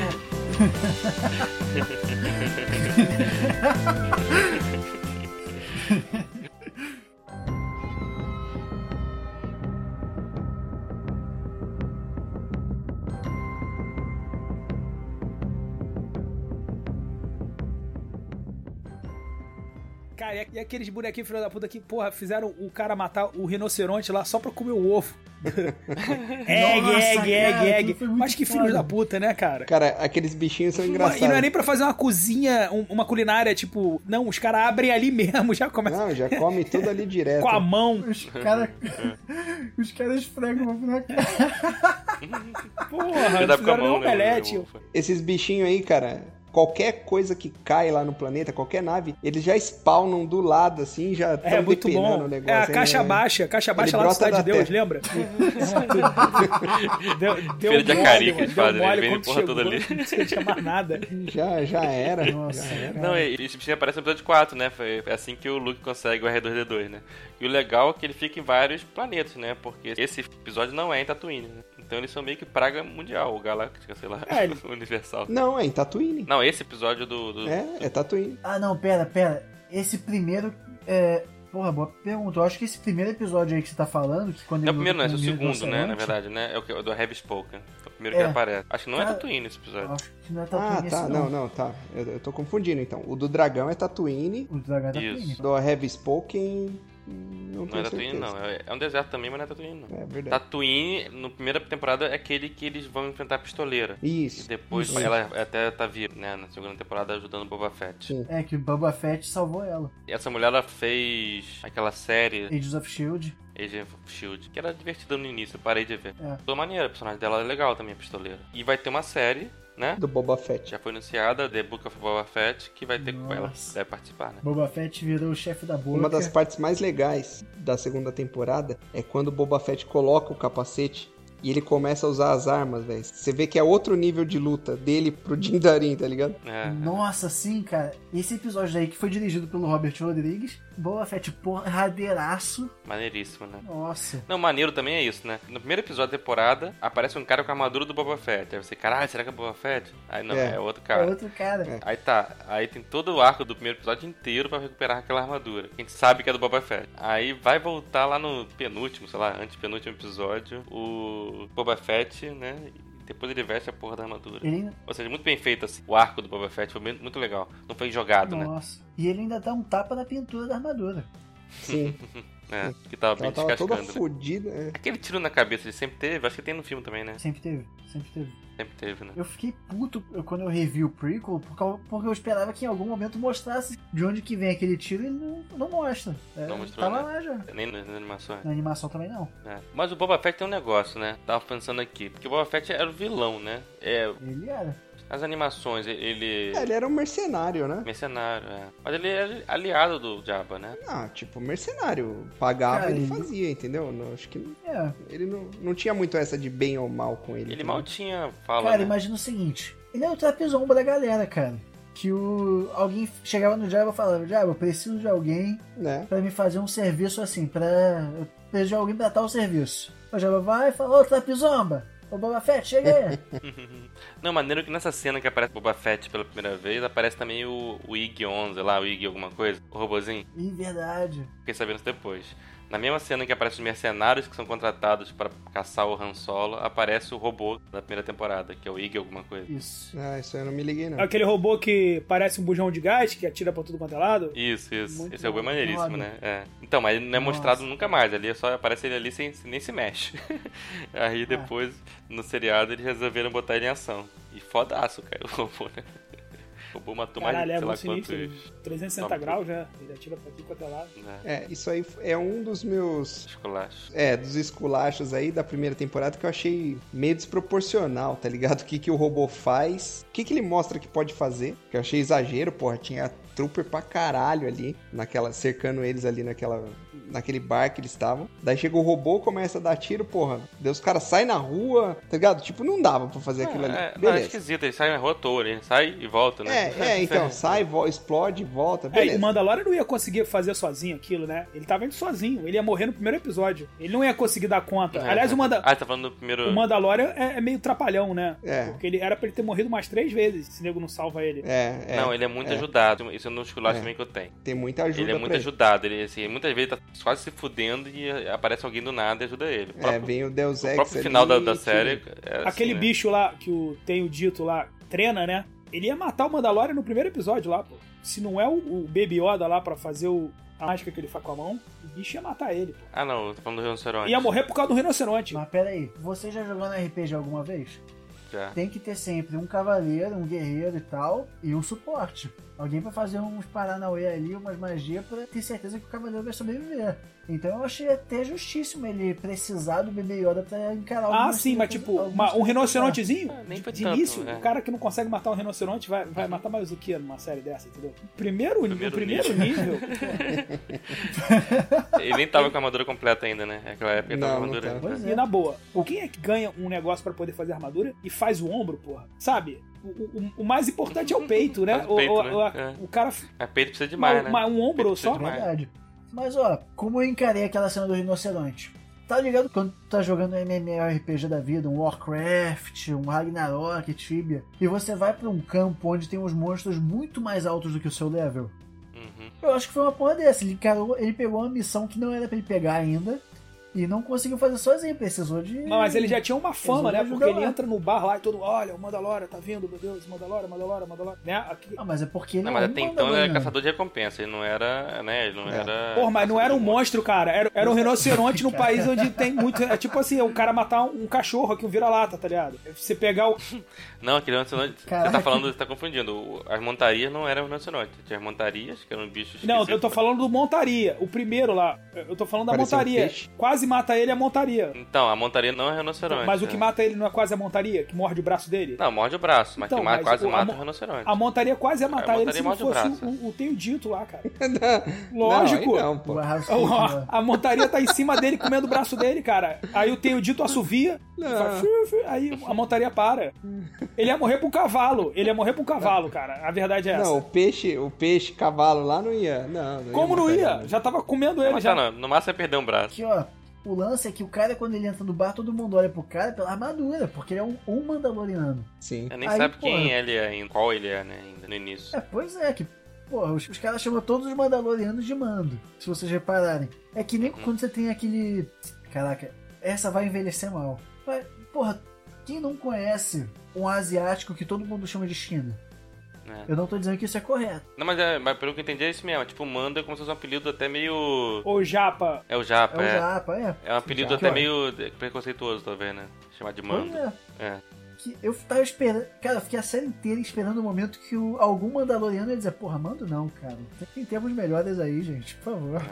S3: Cara, e a- e aqueles bonequinhos filho da puta que, porra, fizeram o cara matar o rinoceronte lá só pra comer o
S4: *laughs*
S3: ovo. egg,
S4: Nossa,
S3: egg, egg,
S4: cara,
S3: egg.
S4: aquilo foi muito
S3: Mas que filhos
S4: foda.
S3: da puta, né, cara?
S2: Cara, aqueles bichinhos são
S3: Uma- E não é
S2: engraçados.
S3: nem pra fazer uma cozinha, um- uma culinária, tipo, não, os caras abrem ali *laughs* mesmo, já começa
S2: Não, já come tudo ali direto.
S1: é,
S3: com a mão.
S4: Os
S1: *laughs*
S4: caras. Os caras esfregam o ovo na cara.
S3: Porra,
S1: Filho da
S3: fizeram nem um
S1: Camão, né,
S3: omelete.
S1: o- o-
S2: Esses bichinhos aí, cara, qualquer coisa que cai lá no planeta, qualquer nave, eles já spawnam do lado, assim, já
S3: É,
S2: estão
S3: muito
S2: depenando
S3: bom.
S2: o negócio.
S3: É a
S2: hein? né?
S3: caixa baixa, a caixa baixa lá do
S2: brota
S3: Cidade de
S2: da
S3: Deus,
S2: terra.
S3: lembra? *laughs* deu, deu
S1: Feira de acari que eles
S3: deu
S1: fazem,
S3: mole
S1: eles vendem
S3: quando
S1: porra
S3: chegou,
S1: toda ali.
S3: *laughs* Não tinha mais nada.
S2: Já, já era.
S4: Nossa,
S2: já era.
S4: cara.
S1: Não, e- e esse bichinho aparece no episódio 4, né? Foi é assim que o Luke consegue o R2D2, né? E o legal é que ele fica em vários planetas, né? Porque esse episódio não é em Tatooine, né? Então eles são meio que praga mundial, ou galáctica, sei lá,
S3: É, ele-
S1: *laughs* universal.
S2: Não, é em Tatooine.
S1: Não, esse episódio do. do-
S2: É, é Tatooine.
S4: Ah, não, pera, pera. Esse primeiro. É... Porra, boa pergunta. Eu acho que esse primeiro episódio aí que você tá falando, que quando
S1: Não é o
S4: ele tá
S1: primeiro, não,
S4: luta
S1: esse é o
S4: com
S1: segundo, né? Na
S4: rinoceronte,
S1: verdade, né? É o que- o do Heavy Spoken. É o primeiro que
S4: É.
S1: aparece. Acho que não é
S4: Cara-
S1: Tatooine esse episódio.
S4: Acho que não é
S2: Ah,
S4: Tatooine
S2: tá.
S4: esse,
S2: Não, não, tá. Eu, eu tô confundindo, então. O do dragão é Tatooine.
S4: O dragão é
S1: Isso.
S4: Tatooine.
S2: Do Heavy Spoken.
S1: Não
S2: Não,
S1: é
S2: tenho
S1: Tatooine,
S2: certeza.
S1: não. É é um deserto também, mas não é Tatooine, não.
S2: É verdade.
S1: Tatooine, na primeira temporada, é aquele que eles vão enfrentar a pistoleira. E
S2: Isso.
S1: depois
S2: Isso.
S1: ela até tá viva, né? Na segunda temporada ajudando o Boba Fett.
S2: Sim.
S4: É que o Boba Fett salvou ela.
S1: E essa mulher, ela fez aquela série
S4: Ages of Shield.
S1: Age of S.H.I.E.L.D., que era divertida no início, eu parei de ver.
S4: É.
S1: Tô maneira, o personagem dela é legal também, a pistoleira. E vai ter uma série, né?
S2: Do Boba Fett.
S1: Já foi anunciada, The Book of Boba Fett, que vai ter...
S4: Nossa.
S1: Ela deve participar, né?
S4: Boba Fett virou o chefe da boca.
S2: Uma das partes mais legais da segunda temporada é quando o Boba Fett coloca o capacete e ele começa a usar as armas, velho. Você vê que é outro nível de luta dele pro *laughs* Dindarin, tá ligado?
S1: É.
S4: Nossa, sim, cara. Esse episódio aí que foi dirigido pelo Robert Rodrigues. Boba Fett porradeiraço.
S1: Maneiríssimo, né?
S4: Nossa.
S1: Não, maneiro também é isso, né? No primeiro episódio da temporada, aparece um cara com a armadura do Boba Fett. Aí você, caralho, será que é o Boba Fett? Aí não, é,
S2: É.
S1: outro
S4: É
S1: cara.
S4: outro cara.
S2: É.
S1: Aí tá, aí tem todo o arco do primeiro episódio inteiro pra recuperar aquela armadura. A gente sabe que é do Boba Fett. Aí vai voltar lá no penúltimo, sei lá, antepenúltimo episódio, o Boba Fett, né? E depois ele veste a porra da armadura.
S4: Ele ainda...
S1: Ou seja, muito bem feito assim. O arco do Boba Fett foi bem- muito legal. Não foi jogado, né?
S4: Nossa. E ele ainda dá um tapa na pintura da armadura.
S2: Sim.
S1: É, que tava bem
S2: Ela tava toda
S1: descascando. né?
S2: fodida. é.
S1: Aquele tiro na cabeça ele sempre teve, acho que tem no filme também, né?
S4: Sempre teve, sempre teve.
S1: Sempre teve, né?
S4: Eu fiquei puto quando eu revi o prequel, por causa- porque eu esperava que em algum momento mostrasse de onde que vem aquele tiro e não, não mostra. É,
S1: Não mostrou,
S4: tava
S1: né?
S4: lá já.
S1: Nem nas nas animações.
S4: Na animação também não.
S1: né? Mas o Boba Fett tem um negócio, né? Tava pensando aqui. Porque o Boba Fett era o vilão, né? É,
S4: Ele era.
S1: as animações, ele.
S2: É, Ele era um mercenário, né?
S1: Mercenário, é. Mas ele é aliado do Jabba, né?
S2: Ah, tipo, mercenário. Pagava,
S4: Cara,
S2: ele
S4: ele-
S2: fazia, entendeu? Não, acho que
S4: É.
S2: ele não, não tinha muito essa de bem ou mal com ele. tá
S1: Ele
S2: entendeu?
S1: mal tinha fala,
S4: Cara,
S1: né?
S4: imagina o seguinte: ele era o trapezombo da galera, cara. Que o alguém chegava no Java e falava: Java, eu preciso de alguém
S2: Né?
S4: pra me fazer um serviço assim, pra. Eu preciso de alguém pra tal serviço. O Java vai e fala: Ô, trapezomba, ô Boba Fett, chega
S1: *laughs*
S4: aí.
S1: Não, maneiro que nessa cena que aparece o Boba Fett pela primeira vez, aparece também o, o IG-11 lá, o IG alguma coisa, o robozinho.
S4: Ih, verdade.
S1: Fiquei sabendo isso depois. Na mesma cena que aparece os mercenários que são contratados pra caçar o Han Solo, aparece o robô da primeira temporada, que é o IG alguma coisa.
S4: Isso.
S2: Ah, isso eu não me liguei, não.
S3: É Aquele robô que parece um bujão de gás, que atira pra tudo quanto é lado.
S1: Isso, isso.
S4: Muito
S1: Esse é o bem
S4: bom.
S1: maneiríssimo,
S4: Foda.
S1: né? É. Então, mas ele não é
S4: Nossa.
S1: mostrado nunca mais. Ali é só aparece ele ali sem nem se mexe. *laughs*
S3: É.
S1: Aí depois, no seriado, eles resolveram botar ele em ação. E fodaço, cara, *laughs* o robô, né? O robô matou mais
S3: Caralho,
S1: de
S3: é
S1: sei lá
S3: muito sinistro.
S1: quantos.
S3: 360
S1: Toma.
S3: graus, né? Ele atira pra tudo quanto é lado.
S1: Né?
S2: É, isso aí é um dos meus.
S1: Esculacho.
S2: É, dos esculachos aí da primeira temporada que eu achei meio desproporcional, tá ligado? O que, que o robô faz, o que, que ele mostra que pode fazer, que eu achei exagero, porra, tinha trooper pra caralho ali, naquela, cercando eles ali naquela, naquele bar que eles estavam. Daí chega o robô, começa a dar tiro, porra. Daí os caras saem na rua, tá ligado? Tipo, não dava pra fazer aquilo ali.
S1: É, não, é
S2: Beleza.
S1: esquisito, ele sai na rua à toa, ele sai e volta, né?
S2: É,
S1: *laughs*
S2: é, então, sai, vo- explode, volta,
S3: É, e
S2: beleza.
S3: o Mandalorian não ia conseguir fazer sozinho aquilo, né? Ele tava indo sozinho, ele ia morrer no primeiro episódio. Ele não ia conseguir dar conta. *laughs*
S2: É,
S3: Aliás, o, Manda...
S1: Ah, tá falando do primeiro.
S3: o Mandalorian é, é meio trapalhão, né?
S2: É.
S3: Porque ele era pra ele ter morrido umas três vezes, se o nego não salva ele.
S2: É, é,
S1: Não, ele é muito ajudado. Isso é um dos esculacho também que eu tenho.
S2: tem muita ajuda
S1: Ele é muito
S2: pra
S1: ajudado. Ele, assim, muitas vezes tá quase se fudendo e eh, aparece alguém do nada e ajuda ele. O
S2: É,
S1: próprio,
S2: vem o Deus
S1: o
S2: Ex
S1: próprio
S2: ali,
S1: final da, da
S2: que-
S1: série. é assim,
S3: Aquele
S1: né?
S3: bicho lá que o tem o dito lá, treina, né? Ele ia matar o Mandalorian no primeiro episódio lá, pô. Se não é o, o Baby Yoda lá pra fazer o, a mágica que ele faz com a mão, o bicho ia matar ele, pô.
S1: Ah, não, tá falando do Rinoceronte.
S3: Ia morrer por causa do rinoceronte.
S4: Mas pera aí, você já jogou no RPG alguma vez?
S1: Já.
S4: Tem que ter sempre um cavaleiro, um guerreiro e tal, e um suporte. Alguém pra fazer uns paranauê ali, umas magias, pra ter certeza que o cavaleiro vai sobreviver. Então eu achei até justíssimo ele precisar do bebê Yoda pra encarar
S3: Ah,
S4: algumas
S3: sim, mas
S4: coisas-
S3: tipo,
S4: algumas
S3: uma- um
S4: coisas.
S3: rinocerontezinho?
S1: Ah, nem
S3: de-
S1: foi
S3: de
S1: tanto,
S3: início,
S1: é.
S3: o *laughs* cara que não consegue matar um rinoceronte vai, vai matar mais o que numa série dessa, entendeu? Primeiro,
S1: Primeiro
S3: o primeiro nível.
S1: *laughs* Ele nem tava com a armadura completa ainda, né? Aquela época ele tava com a
S2: Não, não
S1: armadura.
S2: tava.
S4: Pois
S3: E
S4: é.
S3: na boa, quem é que ganha um negócio pra poder fazer armadura e faz o ombro, porra? Sabe? O, o- o mais importante é o peito, né?
S1: Faz o peito,
S3: O- o-
S1: né?
S3: o- a-
S1: É.
S3: o cara.
S1: Mas peito precisa demais,
S3: um,
S1: né?
S3: um ombro
S1: Peito
S3: só.
S1: demais.
S4: é Verdade. Mas ó, como eu encarei aquela cena do rinoceronte? Tá ligado quando tu tá jogando um MMORPG da vida, um Warcraft, um Ragnarok, Tibia, e você vai pra um campo onde tem uns monstros muito mais altos do que o seu level?
S1: Uhum.
S4: Eu acho que foi uma porra dessa. Ele, encarou, ele pegou uma missão que não era pra ele pegar ainda e não conseguiu fazer sozinho, precisou de.
S3: Mas ele já tinha uma fama,
S4: Eles
S3: né?
S4: vão
S3: Porque
S4: ajudar
S3: ele
S4: lá.
S3: entra no bar lá e todo, olha, o Mandalora tá vindo, meu Deus, Mandalora, Mandalora, Mandalora. Né? Aqui-
S4: Ah, mas é porque ele
S1: Não, mas
S4: é um
S1: até então ele era
S4: Mandaloriano.
S1: caçador de recompensa, ele não era, né? Ele não
S2: É.
S1: era.
S3: né? Porra, mas não era um
S1: caçador
S3: monstro, cara. Era, era um rinoceronte num país onde tem muito. É tipo assim, o cara matar um, um cachorro aqui, um vira-lata, tá ligado? Você pegar o.
S1: de- Não, aquele rinoceronte. Você tá
S4: Caraca.
S1: falando, você tá confundindo. O- As montarias não eram rinoceronte. Tinha as montarias, que eram bichos.
S3: Não, eu
S1: esquisitos.
S3: tô falando do montaria. O primeiro lá. Eu tô falando da
S2: Parecia um
S3: montaria.
S2: peixe.
S3: Quase mata ele é a montaria.
S1: Então, a montaria não é rinoceronte.
S3: Mas o que
S1: né?
S3: mata ele não é quase a montaria, que morde o braço dele?
S1: Não, morde o braço, mas
S3: Então,
S1: que ma-
S3: mas
S1: quase
S3: o- a
S1: mata
S3: mo-
S1: o rinoceronte.
S3: A montaria quase ia matar ele
S1: É, montaria
S3: se não
S1: morde o
S3: fosse
S1: braço. é.
S3: o, o, o Tenho Dito lá, cara.
S2: Não,
S3: Lógico.
S2: aí Não,
S4: O
S2: pô. né?
S4: Arraso
S3: Ó,
S4: Kid,
S3: a montaria tá em cima dele comendo o braço dele, cara. Aí o Tenho Dito assovia,
S2: Não.
S3: faz fiu, fiu, aí a montaria para. Ele ia morrer pro cavalo. Ele ia morrer pro cavalo, cara. A verdade é essa.
S2: Não, o peixe, o peixe, cavalo lá não ia. Não, não
S3: Como não
S2: matar
S3: ia?
S2: ele,
S3: Já tava comendo
S1: Não,
S3: ele, já.
S1: não, no máximo é perder um braço.
S4: Aqui, ó. O lance é que o cara, quando ele entra no bar, todo mundo olha pro cara pela armadura, porque ele é um, um Mandaloriano.
S2: Sim.
S1: Eu nem
S4: Aí,
S1: sabe
S4: pô.
S1: quem ele é, em qual ele é, né? Ainda no início.
S4: É, pois é, que. Porra, os, os caras chamam todos os Mandalorianos de mando, se vocês repararem. É que nem
S1: Uhum.
S4: quando você tem aquele. Caraca, essa vai envelhecer mal. Mas, porra, quem não conhece um asiático que todo mundo chama de China?
S1: É.
S4: Eu não tô dizendo que isso é correto.
S1: Não, mas, é- mas pelo que eu entendi é isso mesmo. É Tipo, manda é como se fosse um apelido até meio.
S3: Ou japa.
S1: É o Japa,
S4: É o
S1: é.
S4: Japa, é.
S1: É um apelido
S4: Japa.
S1: até meio de- preconceituoso, talvez, né? Chamar de
S4: Pois
S1: mando.
S4: é.
S1: É.
S4: Que eu tava esperando. Cara, eu fiquei a série inteira esperando o momento que o- algum Mandaloriano ia dizer, porra, mando não, cara. Tem termos melhores aí, gente, por favor.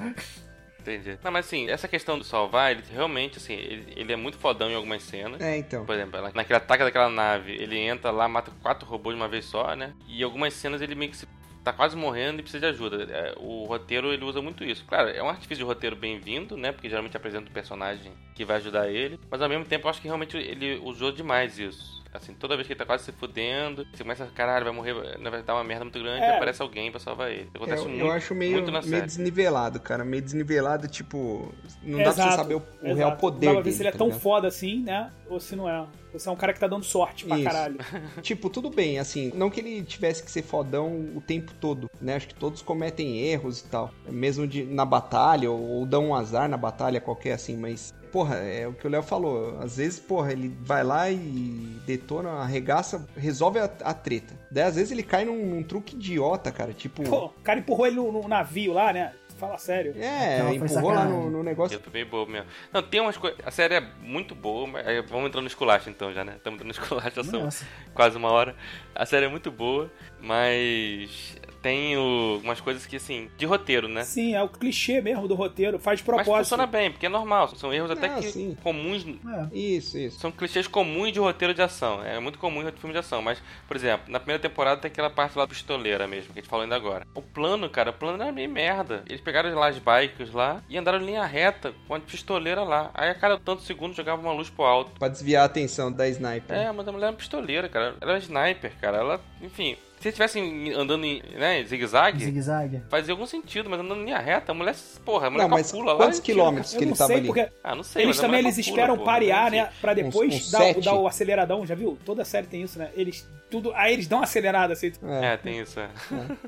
S1: Entendi. Não, mas assim, essa questão do salvar, ele realmente, assim, ele, ele é muito fodão em algumas cenas.
S2: É, então.
S1: Por exemplo, ela- naquele ataque daquela nave, ele entra lá, mata quatro robôs de uma vez só, né? E algumas cenas ele meio que se, tá quase morrendo e precisa de ajuda. É, O roteiro, ele usa muito isso. Claro, é um artifício de roteiro bem-vindo, né? Porque geralmente apresenta o personagem que vai ajudar ele. Mas ao mesmo tempo, eu acho que realmente ele usou demais isso. Assim, toda vez que ele tá quase se fudendo, você começa, caralho, vai morrer, vai dar uma merda muito grande,
S3: É.
S1: aparece alguém pra salvar ele.
S2: É,
S1: Acontece
S2: eu,
S1: muito,
S2: eu acho meio,
S1: muito na
S2: meio
S1: série.
S2: desnivelado, cara. Meio desnivelado, tipo. Não dá pra
S3: Exato,
S2: você saber o, o
S3: Exato.
S2: real poder.
S3: Dá pra ver
S2: dele,
S3: se ele é
S2: tá
S3: tão
S2: ligado?
S3: foda assim, né? Ou se não é. Você é um cara que tá dando sorte pra
S2: Isso.
S3: caralho.
S2: Tipo, tudo bem, assim, não que ele tivesse que ser fodão o tempo todo, né? Acho que todos cometem erros e tal, mesmo de, na batalha, ou, ou dão um azar na batalha qualquer, assim, mas, porra, é o que o Léo falou, às vezes, porra, ele vai lá e detona, arregaça, resolve a, a treta. Daí, às vezes, ele cai num, num truque idiota, cara, tipo...
S3: Pô, o cara empurrou ele no, no navio lá, né? Fala sério.
S2: É,
S4: Então, foi
S2: empurrou lá
S4: sacanagem.
S2: no, no
S1: Eu
S2: negócio.
S1: tô meio bobo mesmo. Não, tem umas coisas. A série é muito boa, mas. aí Vamos entrar no esculacho então já, né? *laughs*
S4: é
S1: Estamos entrando no esculacho, já são
S4: Nossa.
S1: quase uma hora. A série é muito boa, mas. tem o, umas coisas que, assim, de roteiro, né?
S3: Sim, é o clichê mesmo do roteiro, faz de
S1: Mas
S3: propósito.
S1: funciona bem, porque é normal. São erros até
S2: Ah,
S1: que
S2: sim.
S1: comuns
S4: É.
S2: Isso, isso.
S1: São clichês comuns de roteiro de ação. É muito comum em filme de ação. Mas, por exemplo, na primeira temporada tem aquela parte lá pistoleira mesmo, que a gente falou ainda agora. O plano, cara, o plano era meio merda. Eles pegaram lá as bikes lá e andaram em linha reta com a pistoleira lá. Aí a cada tantos segundos jogava uma luz pro alto.
S2: Pra desviar a atenção da sniper.
S1: É, mas a mulher é uma pistoleira, cara. Ela é sniper, cara. Ela, enfim. Se eles estivessem andando em né, zigue-zague,
S4: Zigue-zague.
S1: fazia algum sentido, mas andando em linha reta, a mulher, porra, a mulher
S2: Não, mas
S1: calcula lá.
S2: quantos
S1: e tira,
S2: quilômetros
S3: Eu
S2: que ele
S3: não
S2: tava
S3: sei,
S2: ali?
S3: porque
S1: cara. Ah, não sei,
S3: eles
S1: mas a
S3: também
S1: mulher
S3: eles
S1: calcula,
S3: esperam
S1: pô,
S3: parear,
S1: não sei.
S3: né? Pra depois
S2: Uns- uns
S3: dar, o-
S2: sete.
S3: dar o aceleradão, já viu? Toda série tem isso, né? Eles tudo, aí eles dão uma acelerada assim.
S1: É, tem isso. É.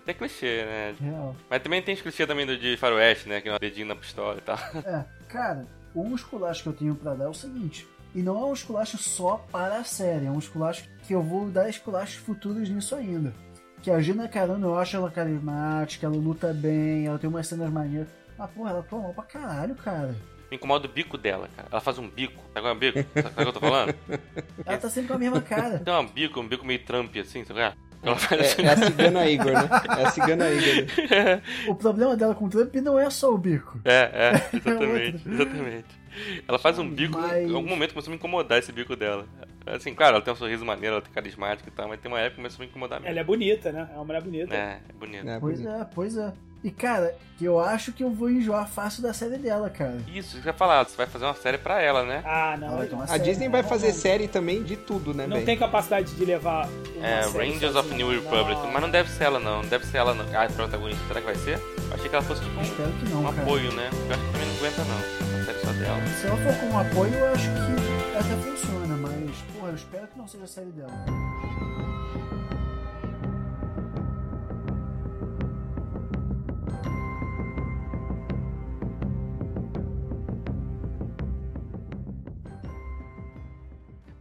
S1: Tem clichê, né?
S4: Real.
S1: Mas também tem os clichês também do de faroeste, né? Que é um dedinho na pistola e tal.
S4: É, cara, um esculacho que eu tenho pra dar é o seguinte. E não é um esculacho só para a série, é um esculacho que eu vou dar esculachos futuros nisso ainda. Que a Gina Carano, eu acho ela carismática, ela luta bem, ela tem umas cenas maneiras. Mas, porra, ela atua mal pra caralho, cara.
S1: Me incomoda o bico dela, cara. Ela faz um bico. Sabe qual é o bico? Sabe o que eu tô falando?
S4: Ela tá sempre com a mesma cara.
S1: Tem um bico, um bico meio Trump, assim, sabe? qual é? Ela faz
S2: É, é a cigana Igor, né? É a cigana Igor. né?
S4: O problema dela com o Trump não *laughs* é só o bico.
S1: É, é, exatamente, exatamente. Ela faz um bico,
S4: Mas-
S1: em algum momento começou a me incomodar esse bico dela. Assim, claro, ela tem um sorriso maneiro, ela tem carismática e tal, mas tem uma época que começou a me incomodar mesmo.
S3: Ela é bonita, né? É uma mulher bonita.
S1: É, é bonito.
S2: É,
S4: Pois
S2: pois
S4: é, pois é. E, cara, eu acho que eu vou enjoar fácil da série dela, cara.
S1: Isso, isso que eu ia falar, você vai fazer uma série pra ela, né?
S3: Ah, não.
S4: Ela
S3: Não,
S4: tem uma
S2: A
S4: série,
S2: Disney
S4: né?
S2: vai fazer série também de tudo, né,
S3: não
S2: velho?
S3: tem capacidade de levar. uma
S1: É,
S3: série
S1: Rangers of
S3: sozinha, né?
S1: New
S3: não.
S1: Republic. Mas não deve ser ela, não. Não deve ser ela, não. Ah, protagonista, será que vai ser? Eu achei que ela fosse tipo um,
S4: Espero que não,
S1: um
S4: cara.
S1: apoio, né? Eu acho que também não aguenta, não. A série só dela.
S4: Se ela for com um apoio, eu acho que até funciona, mas, porra, eu espero que não seja a série dela.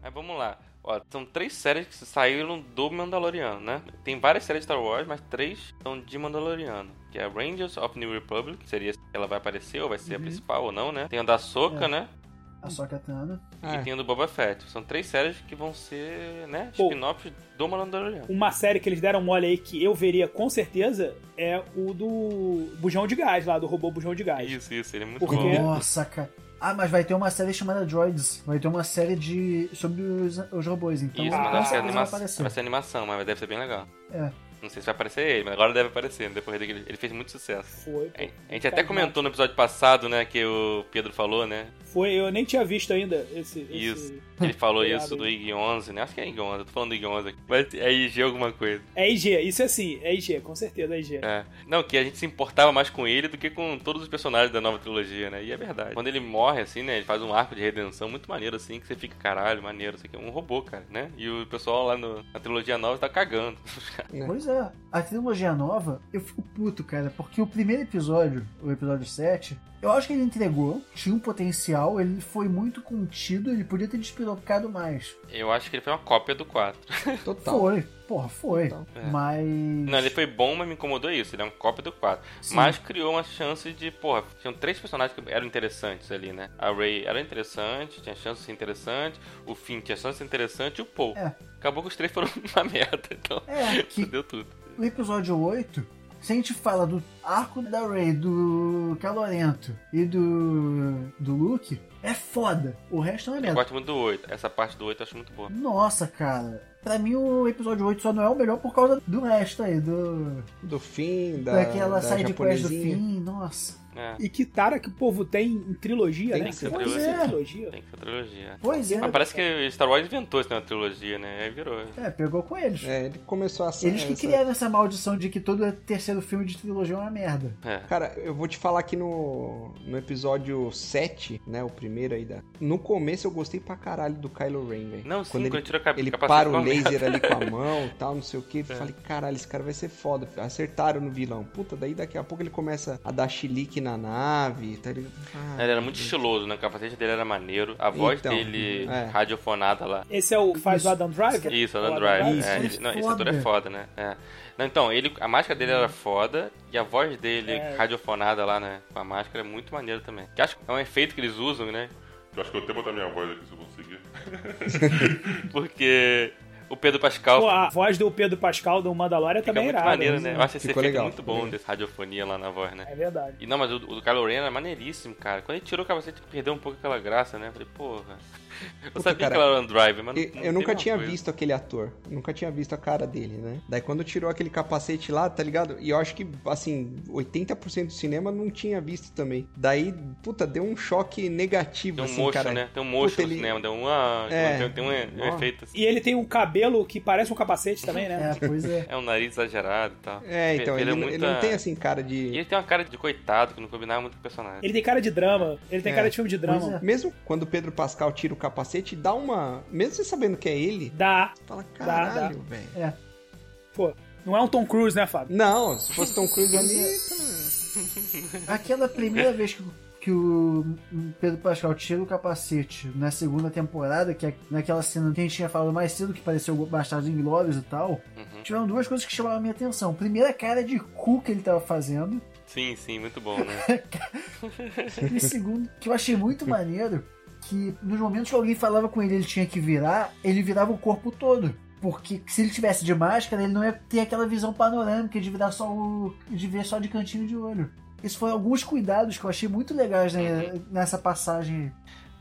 S1: Mas vamos lá. Ó, são três séries que saíram do Mandaloriano, né? Tem várias séries de Star Wars, mas três são de Mandaloriano. Que é Rangers of New Republic, que seria se ela vai aparecer ou vai ser a principal ou não, né? Tem a da Soca,
S4: É.
S1: né?
S4: A Sokka Tana.
S2: Ah, É.
S1: E tem a do Boba Fett. São três séries que vão ser, né?
S3: Pô.
S1: Spin-offs do Mandaloriano.
S3: Uma série que eles deram mole aí que eu veria com certeza é o do Bujão de Gás, lá, do robô Bujão de Gás.
S1: Isso, isso. Ele é muito
S3: Por
S1: bom.
S3: quê?
S4: Nossa, cara. Ah, mas vai ter uma série chamada Droids. Vai ter uma série de. sobre os, os robôs, então.
S1: Isso,
S4: com
S1: mas acho que é
S4: certeza vai
S1: anima... vai
S4: aparecer.
S1: ser animação, mas deve ser bem legal.
S4: É.
S1: Não sei se vai aparecer ele, mas agora deve aparecer, né? depois dele. Ele fez muito sucesso.
S3: Foi.
S1: A a gente até comentou no episódio passado, né, que o Pedro falou, né?
S3: Foi, eu nem tinha visto ainda esse. esse-
S1: Isso. Ele falou
S3: Obrigado,
S1: isso do IG 11, né? Acho que é IG 11, eu tô falando do IG 11 aqui. Mas é IG alguma coisa.
S3: É IG, isso é sim, é IG, com certeza é IG.
S1: É. Não, que a gente se importava mais com ele do que com todos os personagens da nova trilogia, né? E é verdade. Quando ele morre, assim, né? Ele faz um arco de redenção muito maneiro, assim, que você fica, caralho, maneiro, isso aqui é um robô, cara, né? E o pessoal lá no- na trilogia nova tá cagando.
S2: É.
S4: Pois é, a trilogia nova, eu fico puto, cara, porque o primeiro episódio, o episódio 7, eu acho que ele entregou, tinha um potencial, ele foi muito contido, ele podia ter despirocado mais.
S1: Eu acho que ele foi uma cópia do 4.
S3: Então.
S2: Total.
S4: Foi, porra, foi.
S2: Total.
S1: É.
S4: Mas.
S1: Não, ele foi bom, mas me incomodou isso. Ele é um cópia do 4.
S4: Sim.
S1: Mas criou uma chance de, porra, tinham três personagens que eram interessantes ali, né? A Ray era interessante, tinha chance de ser interessante, o Finn tinha chance de ser interessante e o Paul.
S4: É.
S1: Acabou que os três foram *laughs* uma merda, então.
S4: É,
S1: *laughs*
S4: que
S1: Deu tudo.
S4: o episódio 8, se a gente fala do arco da Rey, do Calorento e do, do Luke, é foda. O resto é uma
S1: Eu
S4: merda.
S1: gosto muito do 8. Essa parte do 8 eu acho muito boa.
S4: Nossa, cara. Pra mim, o episódio 8 só não é o melhor por causa do resto aí, do,
S2: Do fim, da,
S4: daquela
S2: da
S4: side quest do
S2: japonesinha.
S4: fim. Nossa.
S1: É,
S3: E que tara que o povo tem em trilogia,
S2: Tem
S3: né?
S2: que ser
S3: Pois
S1: trilogia.
S3: é, trilogia.
S1: tem que ser trilogia.
S4: Pois é.
S1: Mas parece que Star Wars inventou esse negócio de trilogia, né? Aí virou.
S4: É, pegou com eles.
S2: É, ele começou a ser.
S4: Eles que
S2: essa-
S4: criaram essa maldição de que todo terceiro filme de trilogia é uma merda.
S1: É.
S2: Cara, eu vou te falar que no, no episódio 7, né? O primeiro aí da. No começo eu gostei pra caralho do Kylo Ren, velho.
S1: Não, sim, quando ele, tirou a cabeça.
S2: Ele para o laser
S1: *laughs*
S2: ali com a mão tal, não sei o que.
S1: É.
S2: Eu Falei, caralho, esse cara vai ser foda. Acertaram no vilão. Puta, daí daqui a pouco ele começa a dar chilique na nave. Tá ligado? Ah,
S1: É, Ele era muito estiloso, né? O capacete dele era maneiro. A voz
S2: Então,
S1: dele
S2: é.
S1: radiofonada lá.
S3: Esse é o que faz o Adam Driver?
S1: Isso,
S3: O
S1: Adam
S3: Adam
S1: Driver.
S2: Driver.
S1: é, ele-
S4: Isso, é
S1: não, esse
S4: foda.
S1: ator é foda, né? É. Não, então, ele, a máscara dele era foda e a voz dele
S3: É.
S1: radiofonada lá, né? Com a máscara é muito maneiro também. Que acho que é um efeito que eles usam, né?
S5: Eu acho que eu até botar minha voz aqui se eu conseguir.
S1: Porque o Pedro Pascal.
S3: Pô, a voz do Pedro Pascal do Mandalorian
S1: é. Fica
S3: também é
S1: muito
S3: irada.
S1: maneiro,
S3: mas,
S1: né? Eu acho esse
S2: Ficou
S1: efeito
S2: legal.
S1: muito bom
S2: Legal.
S1: dessa radiofonia lá na voz, né?
S3: É verdade.
S1: E não, mas o, o do Kylo Ren era maneiríssimo, cara. Quando ele tirou o capacete, perdeu um pouco aquela graça, né? Eu falei, porra. *laughs* Eu
S2: Puta,
S1: sabia
S2: cara,
S1: que ela era um drive, mas não,
S2: E-
S1: não
S2: Eu
S1: tem
S2: nunca
S1: uma
S2: tinha
S1: coisa.
S2: visto aquele ator. Nunca tinha visto a cara dele, né? Daí quando tirou aquele capacete lá, tá ligado? E eu acho que, assim, 80% do cinema não tinha visto também. Daí, puta, deu um choque negativo,
S1: Tem um
S2: assim,
S1: mocho,
S2: cara.
S1: né? Tem um mocho
S2: Puta,
S1: no
S2: ele-
S1: cinema, deu um. ah,
S2: É.
S1: tem, tem um, um
S2: Ó.
S1: efeito assim.
S3: E ele tem um cabelo que parece um capacete também, né?
S4: É, pois é.
S1: É um nariz exagerado e tal.
S2: É, então,
S1: Perdeu
S2: ele, ele não tem, assim, cara
S1: E
S2: de...
S1: ele tem uma cara de coitado que não combinava muito com o personagem.
S3: Ele tem cara de drama. Ele tem
S2: É.
S3: cara de filme de drama.
S4: Pois
S2: Mesmo quando o Pedro Pascal tira o capacete, dá uma... Mesmo você sabendo que é ele,
S3: Dá.
S2: fala,
S3: dá.
S2: caralho, velho.
S4: É,
S3: Pô, não é um Tom Cruise, né, Fábio?
S2: Não, se fosse Tom Cruise ali...
S4: aquela é primeira vez que, que o Pedro Pascal tira o capacete na segunda temporada, que é naquela cena que a gente tinha falado mais cedo, que pareceu o Bastardos Inglórios e tal,
S1: Uhum.
S4: tiveram duas coisas que chamaram a minha atenção. Primeiro, a cara de cu que ele tava fazendo,
S1: Sim, sim, muito bom,
S4: *laughs*
S1: né?
S4: e segundo, que eu achei muito maneiro, que nos momentos que alguém falava com ele ele tinha que virar, ele virava o corpo todo. Porque se ele tivesse de máscara, ele não ia ter aquela visão panorâmica de virar só o. de ver só de cantinho de olho. Esses foram alguns cuidados que eu achei muito legais né, nessa passagem.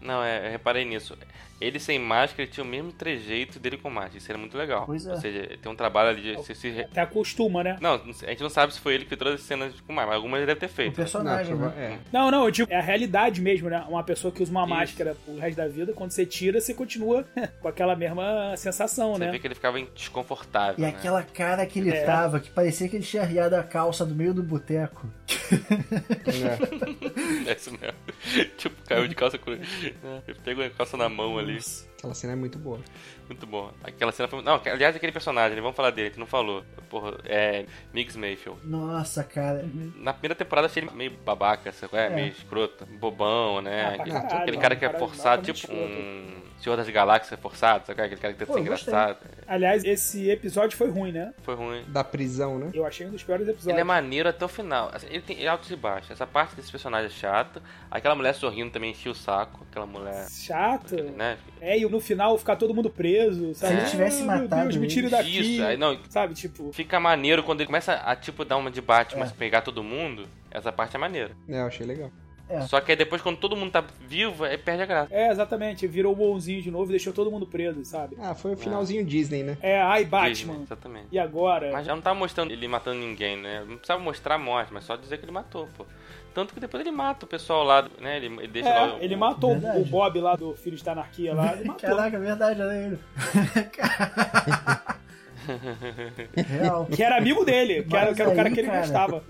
S1: Não, é, eu reparei nisso. Ele sem máscara ele tinha o mesmo trejeito dele com máscara. Isso era muito legal.
S4: Pois é.
S1: Ou seja, tem um trabalho ali de se- se-
S3: Até acostuma, né?
S1: Não, a gente não sabe se foi ele que trouxe as cenas com máscara. mas Algumas ele deve ter
S4: O
S1: feito.
S2: Não,
S4: personagem,
S2: prova-
S4: né?
S2: é.
S3: Não, não, eu digo, é a realidade mesmo, né? Uma pessoa que usa uma
S1: Isso.
S3: máscara pro resto da vida, quando você tira, você continua com aquela mesma sensação,
S1: Você
S3: né?
S1: vê que ele ficava desconfortável,
S4: E
S1: né?
S4: aquela cara que ele
S3: É.
S4: tava, que parecia que ele tinha arriado a calça do meio do boteco.
S2: É.
S1: *laughs* É isso mesmo. *laughs* tipo, caiu de calça
S4: *laughs*
S1: com... Ele pegou a calça na mão ali.
S2: Aquela cena é muito boa.
S1: Muito bom. Aquela cena foi... Não, aliás, aquele personagem, né? vamos falar dele, a gente não falou. Porra, é... Mix Mayfield.
S4: Nossa, cara.
S3: Uhum.
S4: *laughs*
S1: Na primeira temporada achei ele meio babaca, sabe? qual É,
S4: É.
S1: meio escroto, bobão, né?
S3: Ah, pra
S1: aquele,
S3: caralho,
S1: aquele cara que é
S3: cara
S1: forçado,
S3: completamente
S1: tipo um Senhor das Galáxias forçado, sabe? qual é? Aquele cara que tenta
S4: Pô,
S1: ser
S4: eu gostei.
S1: engraçado.
S3: Aliás, esse episódio foi ruim, né?
S1: Foi ruim.
S2: Da prisão, né?
S3: Eu achei um dos piores episódios.
S1: Ele é maneiro até o final. Assim, Ele tem altos e baixos. Essa parte desse personagem é chato. Aquela mulher sorrindo também enchia o saco. Aquela mulher.
S3: Chato.
S1: Né?
S3: É, e no final ficar todo mundo preso, sabe?
S1: ele
S4: tivesse
S3: Ah,
S4: matado
S3: Meu Deus, me tire
S4: ele.
S3: daqui.
S1: Isso, aí não.
S3: Sabe, tipo,
S1: Fica maneiro quando ele começa a, tipo, dar uma de bate, mas pegar todo mundo. Essa parte é maneira.
S2: É, eu achei legal.
S4: É.
S1: Só que aí depois, quando todo mundo tá vivo, aí perde a graça.
S3: é, exatamente, virou bonzinho de novo e deixou todo mundo preso, sabe?
S2: Ah, foi o finalzinho Disney, né?
S3: É, ai,
S1: Disney,
S3: Batman.
S1: exatamente.
S3: E agora?
S1: Mas já não tava mostrando ele matando ninguém, né? Não precisava mostrar a morte, mas só dizer que ele matou, pô. Tanto que depois ele mata o pessoal lá, né? Ele, ele deixa lá.
S3: É,
S1: o-
S3: ele matou
S4: Verdade.
S3: o Bob lá do Filhos da Anarquia lá,
S4: *laughs*
S3: ele matou.
S4: Caraca, é verdade, olha ele. *laughs* Real.
S3: Que era amigo dele, que era,
S4: Mas
S3: que era o cara
S4: aí,
S3: que ele
S4: cara,
S3: gostava.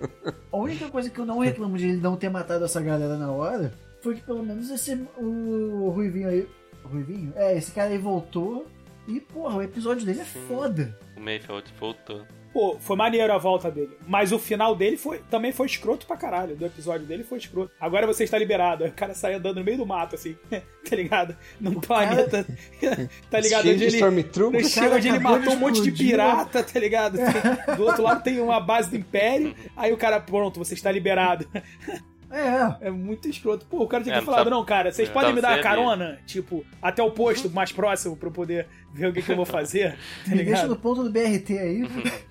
S4: A única coisa que eu não reclamo de ele não ter matado essa galera na hora foi que pelo menos esse. O Ruivinho aí. Ruivinho? É, esse cara aí voltou. E, porra, o episódio dele é foda.
S1: O Mayfield voltou.
S3: Pô, foi maneiro a volta dele. Mas o final dele foi, também foi escroto pra caralho. Do episódio dele foi escroto. Agora você está liberado. Aí o cara sai andando no meio do mato, assim, *laughs* tá ligado? Num planeta. *laughs* tá ligado?
S2: Cheio
S3: Onde
S2: de
S3: ele.
S2: Stormtrooper.
S3: Chega onde ele
S4: acabou
S3: matou um
S4: de
S3: monte de
S4: explodir.
S3: pirata, tá ligado? Tem- do outro lado tem uma base do Império, aí o cara, pronto, você está liberado. *laughs*
S4: É,
S3: É muito escroto. Pô, o cara tinha
S1: É,
S3: que ter
S1: não
S3: falado,
S1: sabe-
S3: não, cara, vocês
S1: é,
S3: podem
S1: tá,
S3: me dar
S1: você
S3: uma
S1: é dele.
S3: carona, tipo, até o posto mais próximo pra eu poder ver o que, que eu vou fazer, *laughs* tá
S4: me deixa
S3: ligado?
S4: no ponto do BRT aí.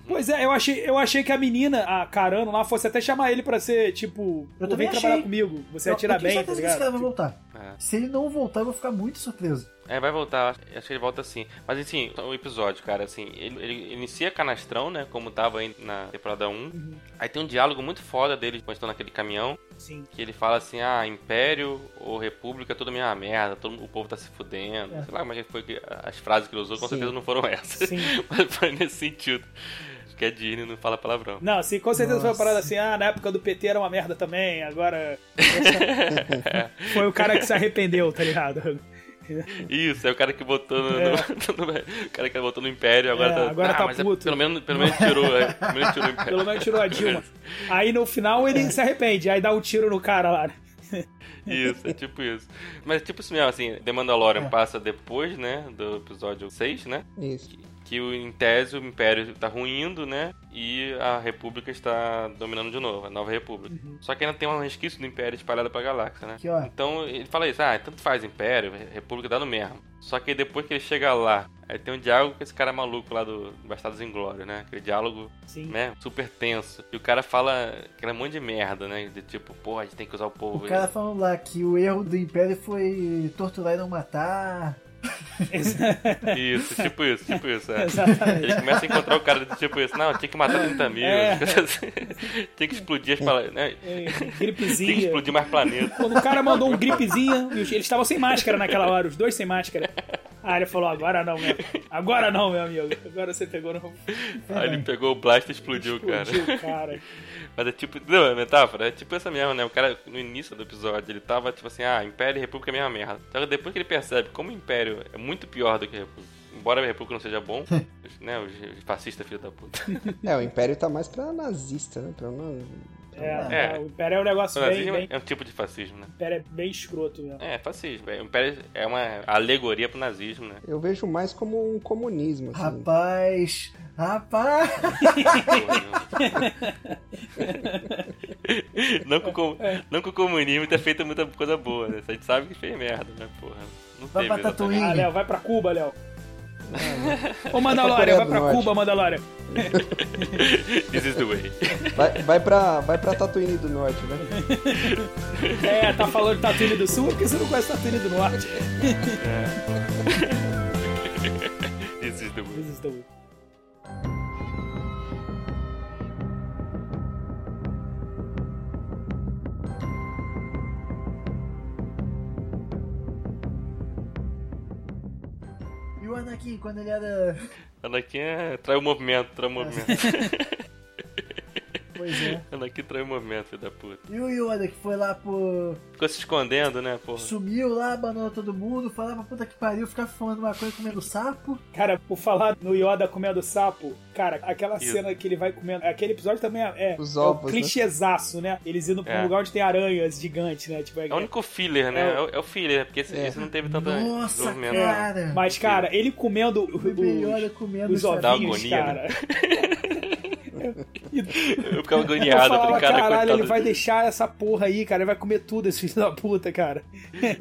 S3: Pois é, eu achei, eu achei que a menina, a Carano lá, fosse até chamar ele pra ser, tipo, pô,
S4: Eu
S3: vem
S4: também
S3: trabalhar
S4: achei.
S3: comigo, você
S4: Eu-
S3: atira
S4: eu tenho
S3: bem, tá
S4: certeza que esse cara vai
S3: ligado?
S4: voltar.
S1: É.
S4: Se ele não voltar, eu vou ficar muito surpreso.
S1: É, vai voltar, acho- acho que ele volta sim. Mas assim, o episódio, cara, assim, ele, ele inicia canastrão, né? Como tava aí na temporada 1. Aí tem um diálogo muito foda dele quando estão naquele caminhão.
S3: Sim.
S1: Que ele fala assim, ah, Império ou República, é tudo a mesma merda, todo, mundo- o povo tá se fudendo.
S4: É.
S1: Sei lá como é que foi que- as frases que ele usou, com
S2: Sim.
S1: certeza não foram *laughs* essas.
S3: Sim.
S1: Mas *laughs* foi nesse sentido. Acho que a Disney não fala palavrão.
S3: Não, assim, com certeza foi uma
S4: Nossa.
S3: parada assim, ah, na época do PT era uma merda
S1: *laughs*
S3: também, agora. foi o cara que se arrependeu, tá ligado? *laughs*
S1: Isso, é o cara que botou no. *laughs*
S3: É.
S1: no- no- o cara que botou no Império, agora
S3: É,
S1: tá.
S3: agora
S1: ah,
S3: tá
S1: mas é-
S3: puto.
S1: pelo, menos, pelo menos tirou, é, pelo menos tirou o Império.
S3: Pelo menos tirou a Dilma. Aí no final ele se arrepende, aí dá um tiro no cara lá.
S1: *laughs* Isso, é tipo isso. Mas é tipo isso mesmo, assim, The Mandalorian
S3: É.
S1: passa depois, né? Do episódio 6, né?
S2: Isso.
S1: Que, que o, em tese o Império tá ruindo, né? E a República está dominando de novo, a Nova República.
S3: Uhum.
S1: Só que ainda tem um resquício do Império espalhado pra galáxia, né?
S4: Que, ó.
S1: Então ele fala isso, ah, tanto faz Império, República dá no mesmo. Só que depois que ele chega lá, Aí tem um diálogo com esse cara maluco lá do Bastardos Inglórios, né? Aquele diálogo,
S3: Sim.
S1: né? Super tenso. E o cara fala aquele monte de merda, né? De tipo, pô, a gente tem que usar o povo.
S4: O cara falou lá que o erro do Império foi torturar e não matar.
S1: *laughs*
S3: *laughs*
S1: Isso, tipo isso, tipo isso. É.
S3: Exatamente.
S1: Ele começa a encontrar o cara de tipo isso. Não, tinha que matar 30 mil. assim."
S3: É.
S1: *laughs* tinha que explodir as palavras. Né?
S3: É,
S1: Tinha que
S3: gripezinha.
S1: explodir mais
S3: *laughs*
S1: planeta.
S3: Quando o cara mandou um gripezinha, e os- eles estavam sem máscara naquela hora, os dois sem máscara. A área falou: agora não, meu. Agora não, meu amigo. Agora você pegou no.
S1: Aí ele pegou o blaster e explodiu,
S3: Explodiu,
S1: cara.
S3: o cara.
S1: Mas é tipo. Não, é metáfora. É tipo essa mesma, né? O cara, no início do episódio, ele tava tipo assim: ah, Império e República é a mesma merda. Só que depois que ele percebe como o Império é muito pior do que a República. Embora a República não seja bom, né? Os os fascistas, filho da puta.
S2: É, o Império tá mais pra nazista, né? Pra não...
S3: É,
S1: É.
S3: O Império é um
S1: *laughs*
S3: negócio
S1: O
S3: bem,
S1: nazismo
S3: bem.
S1: é um tipo de fascismo, né?
S3: O Império é bem escroto, né?
S1: É, fascismo. velho. O Império é uma alegoria pro nazismo, né?
S2: Eu vejo mais como um comunismo, assim.
S4: Rapaz, rapaz.
S1: não, *laughs* que o, com- não que o comunismo tenha feito muita coisa boa, né? A gente sabe que fez merda, né, porra? Não
S4: Vai
S1: teve
S4: pra
S1: exatamente.
S4: Tatooine.
S3: Ah, Léo, vai pra Cuba, Léo. Ô,
S2: Coreia
S3: Mandalória, vai
S2: do
S3: pra
S2: Norte.
S3: Cuba, Mandalória.
S1: This is the way. *laughs*
S2: Vai, vai, pra, vai pra Tatooine do Norte, né?
S3: É, tá falando de Tatuíne do Sul, porque você não conhece Tatuíne do Norte.
S1: This is the way.
S3: Resistam.
S4: E o Anakin, quando ele era.
S1: Anakin é... trai o movimento, trai o
S3: É.
S1: movimento.
S4: Pois é.
S1: *laughs* Anakin trai o movimento, filho da puta.
S4: E o Yoda que foi lá pro.
S1: Ficou se escondendo, né, porra?
S4: Sumiu lá, abandonou todo mundo, foi lá pra puta que pariu, ficar fumando maconha e comendo sapo.
S3: Cara, por falar no Yoda comendo sapo, cara, aquela
S1: Isso.
S3: cena que ele vai comendo. Aquele episódio também é, é,
S2: Os
S3: é o
S2: ovos, né?
S3: clichêzaço, né? Eles indo pra um
S1: É.
S3: lugar onde tem aranhas gigantes, né? Tipo, é-
S1: É o único filler, né? É o, é o filler, porque esse,
S2: É.
S1: esse não teve tanto
S4: Nossa,
S1: desenvolvimento.
S4: cara!
S3: Mas, cara, ele comendo o-
S4: O bebê Yoda
S3: os,
S4: comendo
S3: os
S1: Dá
S3: ovinhos,
S1: agonia, né? *laughs*
S3: cara.
S1: Eu ficava
S3: Eu
S1: agoniado, eu
S3: falava,
S1: falei, cara,
S3: caralho,
S1: coitado
S3: ele vai
S1: dele."
S3: deixar essa porra aí, cara. Ele vai comer tudo, esse filho da puta, cara.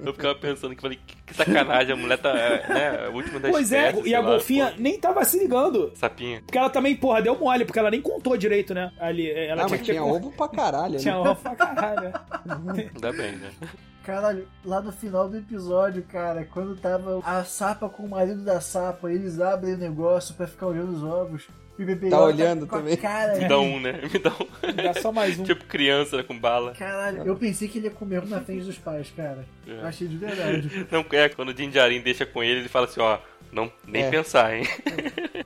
S1: Eu ficava pensando que falei, que que sacanagem, a mulher tá, é, né, a última das
S3: pois é,
S1: espécies,
S3: e a
S1: sei lá,
S3: golfinha
S1: porra.
S3: nem tava se ligando.
S1: Sapinha.
S3: Porque ela também, porra, deu mole, porque ela nem contou direito, né? Ali, ela
S2: Ah,
S3: tinha
S2: mas
S3: que ter
S2: tinha
S3: con-
S2: ovo pra caralho,
S3: Tinha
S2: né?
S3: ovo pra caralho. né?
S1: Ainda bem, né?
S4: Caralho, lá no final do episódio, cara, quando tava a sapa com o marido da sapa, eles abrem o negócio pra ficar olhando os ovos. E o bebê
S2: Tá
S4: Yoda
S2: olhando
S4: com a
S1: *laughs*
S2: também.
S4: Cara,
S3: É.
S1: Me dá um, né? Me dá um. *laughs*
S3: Dá só mais um.
S1: Tipo criança né, com bala.
S4: Caralho, eu pensei que ele ia comer um na frente dos pais, cara. Eu achei de verdade.
S1: Não é, quando o Dinjarin deixa com ele, ele fala assim, ó, não, nem
S2: É.
S1: pensar, hein?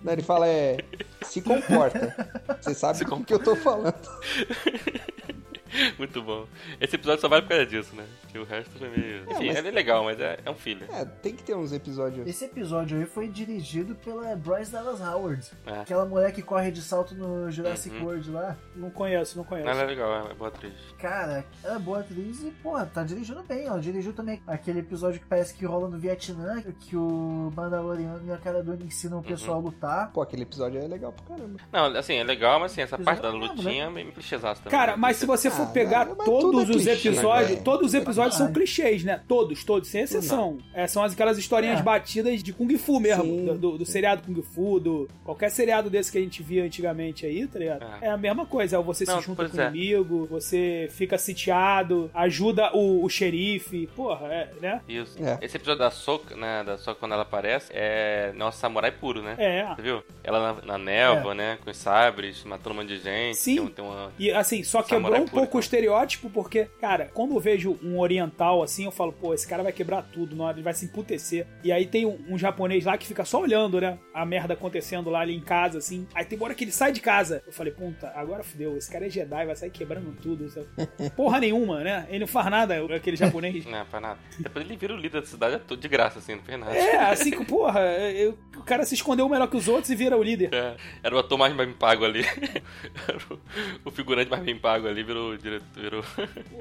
S2: Não, ele fala, é... Se comporta. Você sabe o que eu tô falando.
S1: Muito bom. Esse episódio só vale por causa disso, né? Que o resto foi meio... Enfim,
S2: mas-
S1: ele é legal, mas é, é um filler.
S2: É, tem que ter uns episódios...
S4: Esse episódio aí foi dirigido pela Bryce Dallas Howard.
S1: É.
S4: Aquela mulher que corre de salto no Jurassic World lá.
S3: Não conheço, não conheço.
S1: Ela é legal, é boa atriz.
S4: Cara, ela é boa atriz e, pô, tá dirigindo bem. Ela dirigiu também aquele episódio que parece que rola no Vietnã, que o Mandaloriano e a cara do ensinam
S3: Uhum.
S4: o pessoal a lutar.
S2: Pô, aquele episódio é legal pra caramba.
S1: Não, assim, é legal, mas assim, essa
S4: Mas
S1: parte
S4: ela
S1: da
S4: é brava,
S1: lutinha é meio clichêzaço também. né?
S3: Cara, mas se você for
S2: Ah,
S3: pegar
S2: não, mas tudo é
S3: todos os
S2: clichê, é.
S3: episódios,
S2: velho.
S3: todos os episódios são
S4: Ai.
S3: clichês, né? Todos, todos, sem exceção. É, são as- aquelas historinhas
S4: É.
S3: batidas de Kung Fu mesmo,
S2: Sim.
S3: do, do- do seriado Kung Fu, do qualquer seriado desse que a gente via antigamente aí, tá ligado? É,
S1: É.
S3: a mesma coisa, é o você
S1: Não,
S3: se junta
S1: pois
S3: com
S1: é.
S3: um amigo, você fica sitiado, ajuda o, o xerife, porra, é, né?
S1: Isso.
S2: É.
S1: Esse episódio da Soca, né? Da Soca quando ela aparece, é nosso samurai puro, né?
S3: É.
S1: Você viu? Ela na, na névoa, né? Com os sabres, matando um monte de gente.
S3: Sim.
S1: Tem, um- tem uma...
S3: E assim, só
S1: Samurai
S3: quebrou um
S1: puro,
S3: pouco o
S1: cara.
S3: estereótipo, porque, cara, quando eu vejo um oriental assim, eu falo, pô, esse cara vai quebrar tudo, não, ele vai se emputecer. E aí tem um, um japonês lá que fica só olhando, né? A merda acontecendo lá ali em casa, assim. Aí tem uma hora que ele sai de casa. Eu falei, puta, agora fudeu, esse cara é Jedi, vai sair quebrando tudo. sabe? Porra nenhuma, né? Ele não faz nada,
S1: *laughs*
S3: aquele japonês.
S1: Não, faz né, nada. Depois ele vira o líder da cidade é tudo de graça, assim, não fez nada.
S3: É, assim que, porra, eu- o cara se escondeu melhor que os outros e vira o líder.
S1: É, Era o ator mais bem pago ali. *laughs* Era o- o figurante mais bem pago ali virou o diretor. Virou...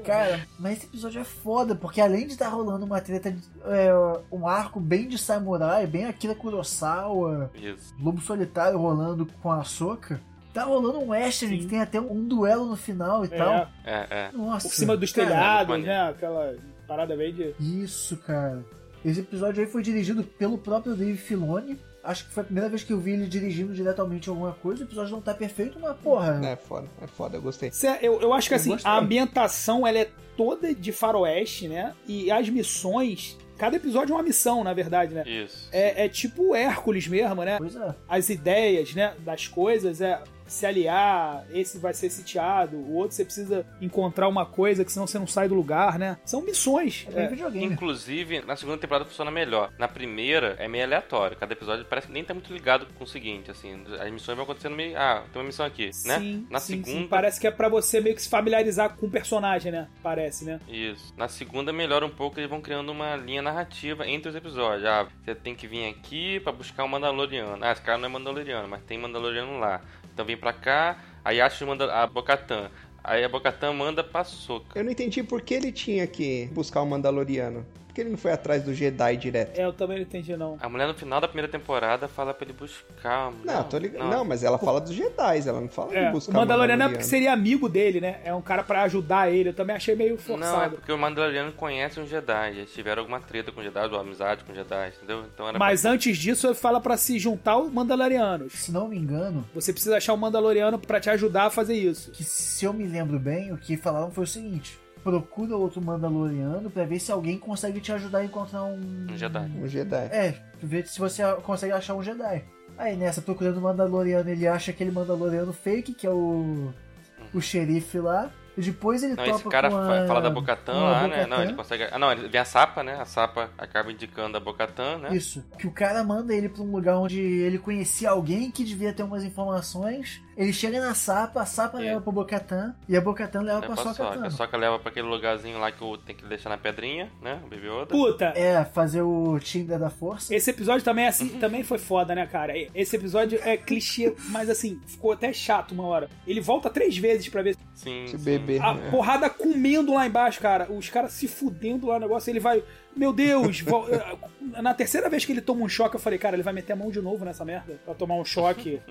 S4: Cara, mas esse episódio é foda, porque além de estar rolando uma treta, de, é, um arco bem de samurai, bem Akira Kurosawa,
S1: Isso.
S4: Lobo Solitário rolando com a soca, tá rolando um western que tem até um duelo no final e
S3: É,
S4: tal.
S1: É, é.
S4: Nossa.
S3: por cima dos
S4: cara.
S3: telhados,
S1: maneiro.
S3: né? Aquela parada bem de.
S4: Isso, cara. Esse episódio aí foi dirigido pelo próprio Dave Filoni. Acho que foi a primeira vez que eu vi ele dirigindo diretamente alguma coisa. O episódio não tá perfeito, mas porra.
S3: Ah.
S2: É foda, é foda, eu gostei.
S3: Cê- Eu, eu acho que
S4: Eu
S3: assim,
S4: gostei.
S3: a ambientação ela é toda de faroeste, né? E as missões. Cada episódio é uma missão, na verdade, né?
S1: Isso.
S3: É, é tipo Hércules mesmo, né?
S4: Pois é.
S3: As ideias, né? Das coisas é se aliar, esse vai ser sitiado, o outro você precisa encontrar uma coisa que senão você não sai do lugar, né? São missões.
S4: É bem
S3: É,
S4: videogame.
S1: Inclusive, na segunda temporada funciona melhor. Na primeira, é meio aleatório. Cada episódio parece que nem tá muito ligado com o seguinte, assim. As missões vão acontecendo meio. Ah, tem uma missão aqui, né?
S3: Sim,
S1: na
S3: sim, sim.
S1: segunda.
S3: Parece que é pra você meio que se familiarizar com o personagem, né? Parece, né?
S1: Isso. Na segunda melhora um pouco, eles vão criando uma linha narrativa entre os episódios. Ah, você tem que vir aqui pra buscar o Mandaloriano. Ah, esse cara não é Mandaloriano, mas tem Mandaloriano lá. Então vem pra cá, aí acha o Manda a Bocatã. Aí a Bocatã manda pra Soca.
S2: Eu não entendi por que ele tinha que buscar o Mandaloriano. Por que ele não foi atrás do Jedi direto?
S3: É, eu também não entendi, não.
S1: A mulher no final da primeira temporada fala pra ele buscar.
S2: Não, tô ligado. Não. mas ela fala dos Jedi, ela não fala
S3: É,
S2: de
S3: o
S2: buscar
S3: Mandaloriano é porque seria amigo dele, né? É um cara pra ajudar ele. Eu também achei meio
S1: Não, é
S3: forçado.
S1: porque o Mandaloriano conhece um Jedi. Eles tiveram alguma treta com o Jedi, ou amizade com o Jedi, entendeu? Então era
S3: Mas antes disso, ele fala pra se juntar aos Mandalorianos.
S4: Se não me engano,
S3: Você precisa achar o Mandaloriano pra te ajudar a fazer isso.
S4: que se eu me lembro bem, o que falaram foi o seguinte: procura outro Mandaloriano pra ver se alguém consegue te ajudar a encontrar um.
S1: um Jedi.
S2: Um Jedi.
S4: É, ver se você consegue achar um Jedi. Aí nessa, procurando o Mandaloriano, ele acha aquele Mandaloriano fake, que é o. o xerife lá. E depois ele
S1: Uhum. Não,
S4: topa
S1: esse cara
S4: com a-
S1: fa- fala da Bocatã
S4: com a
S1: lá, né? Não,
S4: Bo-Katan.
S1: ele consegue. Ah, não, ele vem a Sapa, né? A Sapa acaba indicando a Bocatã, né?
S4: Isso. Que o cara manda ele pra um lugar onde ele conhecia alguém que devia ter umas informações. Ele chega na Sapa, a Sapa
S1: É.
S4: leva pro Bocatã e a Bocatã leva
S1: Aí
S4: pra
S1: passa a soca.
S4: Sokatã.
S1: A soca leva pra aquele lugarzinho lá que eu tenho que deixar na pedrinha, né? O Baby Yoda.
S3: Puta!
S4: É, fazer o Tinder da Força.
S3: Esse episódio também, é assim, também foi foda, né, cara? Esse episódio é clichê, mas assim, ficou até chato uma hora. Ele volta três vezes pra ver
S1: Sim,
S2: Esse
S1: sim.
S2: bebê.
S3: a
S2: né?
S3: porrada comendo lá embaixo, cara. Os caras se fudendo lá no negócio. Ele vai, meu Deus, vol- *laughs* na terceira vez que ele toma um choque, eu falei, cara, ele vai meter a mão de novo nessa merda pra tomar um choque,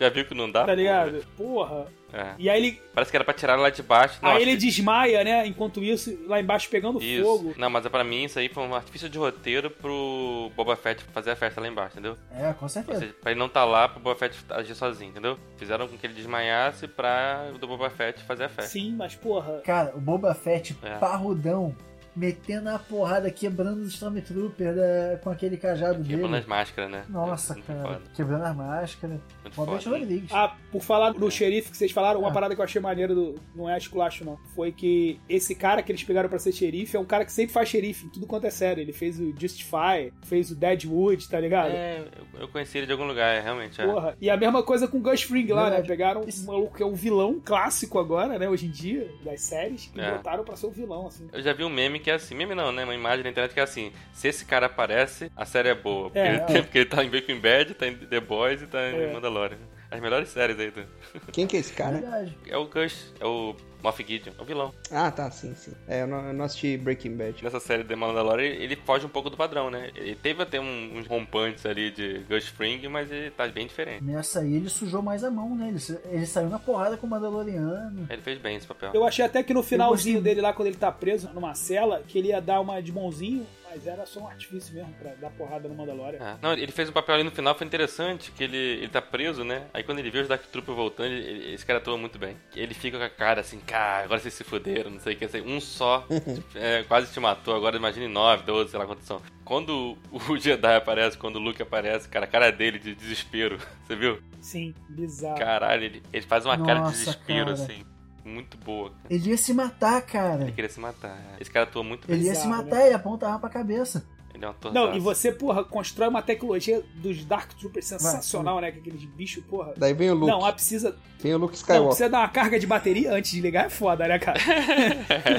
S1: Já viu que não dá?
S3: tá ligado? Porra.
S1: É.
S3: E aí ele
S1: Parece que era pra tirar ela lá de baixo. Não,
S3: Aí
S1: acho
S3: ele
S1: que-
S3: desmaia, né? Enquanto isso, lá embaixo pegando
S1: Isso.
S3: fogo.
S1: Não, mas é pra mim isso aí foi um artifício de roteiro pro Boba Fett fazer a festa lá embaixo, entendeu?
S4: É, com
S1: Ou
S4: certeza.
S1: seja, pra ele não tá lá, pro Boba Fett agir sozinho, entendeu? Fizeram com que ele desmaiasse pra o do Boba Fett fazer a festa.
S3: Sim, mas porra.
S4: Cara, o Boba Fett
S1: É.
S4: parrudão, metendo a porrada, quebrando os Stormtrooper da- com aquele cajado
S1: Quebrando
S4: dele.
S1: as máscaras, né?
S4: Nossa,
S1: Muito
S4: cara.
S1: foda,
S4: Quebrando as máscaras.
S1: muito
S4: Robert
S1: foda.
S4: Rodrigues.
S3: Ah, por falar do xerife que vocês falaram, uma
S4: Ah.
S3: parada que eu achei maneira do. Não é esculacho, não. Foi que esse cara que eles pegaram pra ser xerife é um cara que sempre faz xerife em tudo quanto é sério. Ele fez o Justify, fez o Deadwood, tá ligado?
S1: É, eu- eu conheci ele de algum lugar, é, realmente. É.
S3: Porra. E a mesma coisa com o Gus Fring lá, né?
S4: Verdade.
S3: Pegaram um
S4: Isso.
S3: maluco que é um vilão clássico agora, né? Hoje em dia, das séries, e
S1: É.
S3: botaram pra ser o vilão, assim.
S1: Eu já vi um meme que é assim, meme não, né? Uma imagem na internet que é assim: se esse cara aparece, a série é boa. Porque,
S3: É,
S1: ele,
S4: é.
S1: porque ele tá em Breaking Bad, tá em The Boys e tá em
S3: É.
S1: Mandalorian. As melhores séries aí. do-
S2: Quem que é esse cara?
S4: Verdade.
S1: É o Gus, é o Moff Gideon, é o vilão.
S2: Ah, tá, sim, sim. É, eu não, eu não assisti Breaking Bad.
S1: Nessa série The Mandalorian, ele foge um pouco do padrão, né? Ele teve até um- uns rompantes ali de Gus Fring, mas ele tá bem diferente.
S4: Nessa aí ele sujou mais a mão, né? Ele, sa- ele saiu na porrada com o Mandaloriano.
S1: Ele fez bem esse papel.
S3: Eu achei até que no finalzinho
S4: Eu gostei.
S3: dele lá, quando ele tá preso numa cela, que ele ia dar uma de bonzinho, mas era só um artifício mesmo pra dar porrada no Mandalorian.
S1: É. Não, ele fez um papel ali no final, foi interessante, que ele, ele tá preso, né? Aí quando ele vê os Dark Trooper voltando, ele- ele- esse cara atua muito bem. Ele fica com a cara assim, cara, agora vocês se fuderam, não sei o que, sei, um
S4: *laughs*
S1: só é, quase te matou, agora imagine nove, 12, sei lá quantos são. Quando o Jedi aparece, quando o Luke aparece, cara, a cara dele de desespero, *laughs* você viu?
S3: Sim, bizarro.
S1: Caralho, ele, ele faz uma cara de
S4: Nossa,
S1: desespero,
S4: cara.
S1: assim, muito boa. cara.
S4: Ele ia se matar,
S1: Ele
S4: cara.
S1: queria se matar. é. Esse cara atua muito bem.
S4: Ele ia
S3: Bizarro,
S4: se matar, ele apontava pra cabeça.
S1: Ele é um ator.
S3: Não,
S1: *laughs*
S3: e você, porra, constrói uma tecnologia dos Dark Troopers sensacional, né? Que aqueles bichos, porra.
S2: Daí vem o Luke.
S3: Não, ah, precisa.
S2: Vem o Luke
S3: Não,
S2: Skywalker.
S3: precisa dar uma carga de bateria antes de ligar, é foda,
S1: *laughs*
S3: né, cara?
S1: É,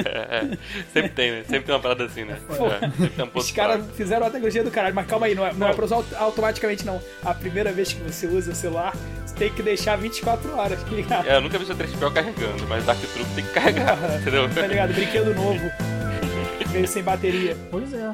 S1: Sempre tem, né? Sempre tem uma parada assim, né? É, sempre tem um ponto
S3: Os caras
S1: fraco.
S3: fizeram uma tecnologia do caralho, mas calma aí, não é, não é pra usar aut- automaticamente, não. A primeira vez que você usa o celular, você tem que deixar 24 horas, tá ligado?
S1: É, eu nunca vi seu 3PO carregando, mas Dark Troop tem que carregar, entendeu?
S3: Tá ligado?
S1: *laughs*
S3: Brinquedo novo. Veio sem bateria.
S4: Pois é.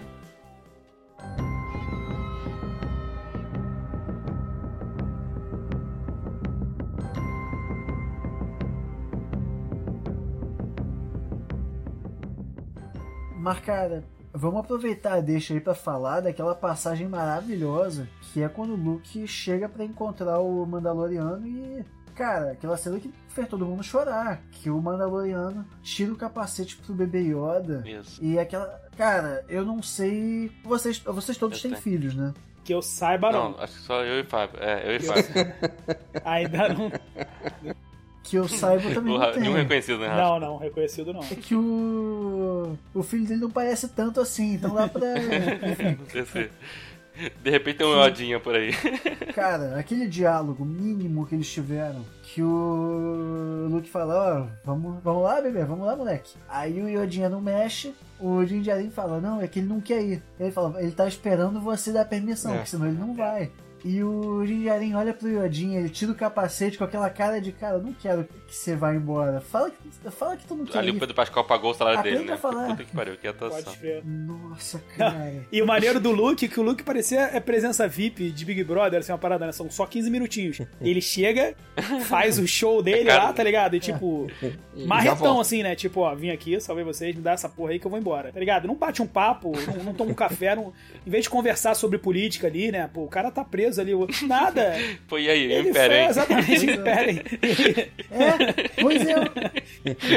S4: Mas, cara, Vamos aproveitar a deixa aí pra falar daquela passagem maravilhosa que é quando o Luke chega pra encontrar o Mandaloriano e. Cara, aquela cena que fez todo mundo chorar. Que o Mandaloriano tira o capacete pro bebê Yoda.
S1: Isso.
S4: E aquela. Cara, eu não sei. Vocês, vocês todos
S1: Eu
S4: têm
S1: tenho.
S4: filhos, né?
S3: Que eu saiba, não.
S1: Não, acho que só eu e Fábio. É, eu e Fábio.
S3: Ainda não.
S4: Que
S1: *laughs*
S4: eu saiba eu também
S1: O
S4: não
S1: Ra- Nenhum
S4: tenho.
S1: reconhecido, né, Rafa?
S3: *laughs* Não, não, reconhecido não.
S4: É que o. O filho dele não parece tanto assim, então dá pra.
S1: *laughs* *laughs* Esse- De repente tem um Yodinha por aí.
S4: Cara, aquele diálogo mínimo que eles tiveram, que o Luke fala, ó, vamos, vamos lá, bebê, vamos lá, moleque. Aí o Yodinha não mexe, o Jinjarin fala, não, é que ele não quer ir. Ele fala, ele tá esperando você dar permissão,
S2: É.
S4: porque senão ele não vai. E o Jinjarin olha pro Yodinha, ele tira o capacete com aquela cara de, cara, eu não quero que você vá embora. Fala que, fala que tu não quer
S1: Ali o
S4: ir.
S1: Pedro Pascal pagou o
S3: Ah,
S1: salário
S4: Aprenda
S1: dele, né?
S4: a falar.
S1: Puta que pariu, que
S3: Pode
S1: atuação.
S3: crer.
S4: Nossa,
S1: *laughs*
S4: cara.
S3: E o maneiro do Luke, que o Luke parecia é presença VIP de Big Brother, assim, uma parada, né? São só 15 minutinhos. Ele chega, faz o *laughs* show dele
S1: Cara.
S3: lá, tá ligado? E tipo,
S2: E já
S3: marretão
S2: volto.
S3: assim, né? Tipo, ó, vim aqui, salvei vocês, me dá essa porra aí que eu vou embora, tá ligado? Não bate um papo, não, não toma um café, não... em vez de conversar sobre política ali, né? Pô, o cara tá preso ali, o- *laughs* nada.
S1: Pô, e aí,
S3: Ele
S1: Império,
S3: foi,
S1: hein?
S3: *laughs* exatamente, Império.
S4: É, pois é.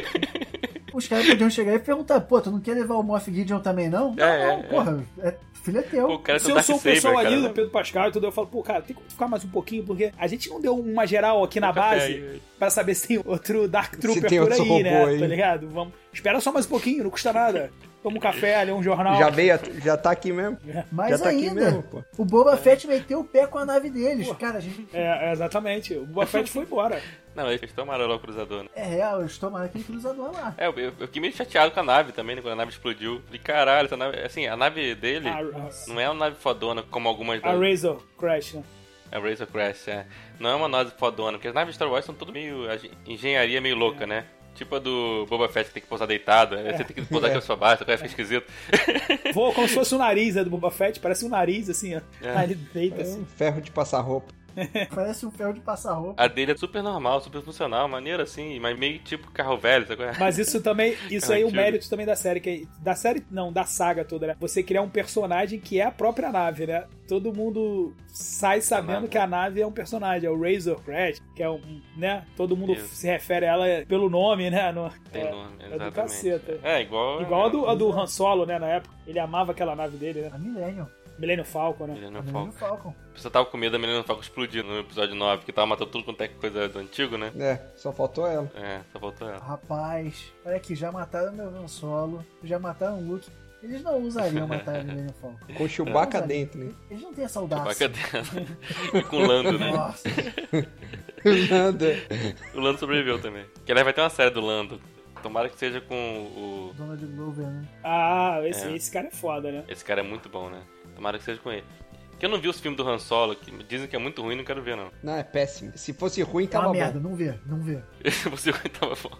S4: Os caras podiam chegar e perguntar, pô, tu não quer levar o Moff Gideon também, não? Não,
S1: É,
S4: não,
S1: é,
S4: porra, é, filho é teu.
S1: Pô, o cara
S3: Se
S1: tem um
S3: eu
S1: Dark
S3: sou o
S1: Saber,
S3: pessoal ali do
S1: cara.
S3: Pedro Pascal e tudo, eu falo, pô, cara, tem que ficar mais um pouquinho, porque a gente não deu uma geral aqui na
S1: Café
S3: base.
S1: aí.
S3: Pra saber se tem outro Dark Trooper
S2: tem
S3: por
S2: outro
S3: aí, né?
S2: robô aí.
S3: Tá ligado? Vamos. Espera só mais um pouquinho, não custa nada. Toma um café, lê um jornal.
S2: Já veio, a- já tá aqui mesmo.
S4: Mas
S2: já tá aqui
S4: ainda,
S2: mesmo, pô.
S4: o Boba
S1: É.
S4: Fett meteu o pé com a nave deles. Cara, a gente,
S3: É, é, exatamente. O Boba Fett foi embora.
S1: Não, eles tomaram lá o cruzador, né?
S4: é real, eles tomaram aquele cruzador lá.
S1: É, eu, eu fiquei meio chateado com a nave também, né? Quando a nave explodiu. Falei, caralho, essa nave. Assim, a nave dele
S3: A,
S1: não é uma nave fodona como algumas *laughs*
S3: a
S1: das.
S3: Razor Crash, né?
S1: É Razor Crash, é. Não é uma nave fodona, porque as naves de Star Wars são tudo meio. a gen- engenharia meio louca,
S3: É.
S1: né? Tipo a do Boba Fett que tem que pousar deitado, aí você tem que
S3: *laughs*
S1: pousar
S3: É.
S1: aqui na sua base, agora fica esquisito.
S3: Voa como se fosse o nariz né, do Boba Fett, parece um nariz assim, ó.
S1: É.
S3: Aí ele deita
S2: É
S3: assim.
S2: um ferro de passar roupa.
S4: Parece um ferro de passar roupa.
S1: A dele é super normal, super funcional, maneira assim, mas meio tipo carro velho, sabe? qual é?
S3: Mas isso também, isso aí é o
S1: Mentira.
S3: mérito também da série, que é, da série não, da saga toda, né? Você criar um personagem que é a própria nave, né? Todo mundo sai sabendo
S1: É nave.
S3: que a nave é um personagem, é o Razor Crest, que é um, né? Todo mundo
S1: Isso.
S3: se refere a ela pelo nome, né? No-
S1: Tem
S3: é,
S1: nome,
S3: é do
S1: exatamente.
S3: caceta.
S1: É, igual.
S3: Igual a do, a do Han Solo, né? Na época, ele amava aquela nave dele, né?
S4: A Millennium,
S3: Millennium Falcon, né?
S1: Millennium
S4: a
S1: Falcon.
S4: Millennium Falcon.
S1: Você tava com medo da menina Falcon explodir no episódio 9, que tava matando tudo quanto é coisa do antigo, né?
S2: É, só faltou ela.
S1: É, só faltou ela.
S4: Rapaz, olha aqui, já mataram meu Han Solo, já mataram o Luke. Eles não usariam matar a Millennium Falcon.
S2: Com o Chewbacca
S4: Nossa,
S2: dentro, né? *laughs*
S4: Eles não têm
S1: *laughs*
S4: essa
S1: Vai
S4: audácia.
S1: cadê? *laughs* e com o Lando, né?
S4: Nossa.
S2: Nada.
S1: O Lando sobreviveu também. Que aliás vai ter uma série do Lando. Tomara que seja com o.
S4: Donald Glover, né?
S3: Ah, esse,
S1: É.
S3: esse cara é foda, né?
S1: Esse cara é muito bom, né? Tomara que seja com ele. Que eu não vi os filmes do Han Solo, que dizem que é muito ruim, não quero ver, não. *laughs*
S2: Não, é péssimo. Se fosse ruim,
S4: Tá
S2: tava
S4: uma
S2: bom.
S4: merda, não vê, não vê.
S1: Você é tava bom.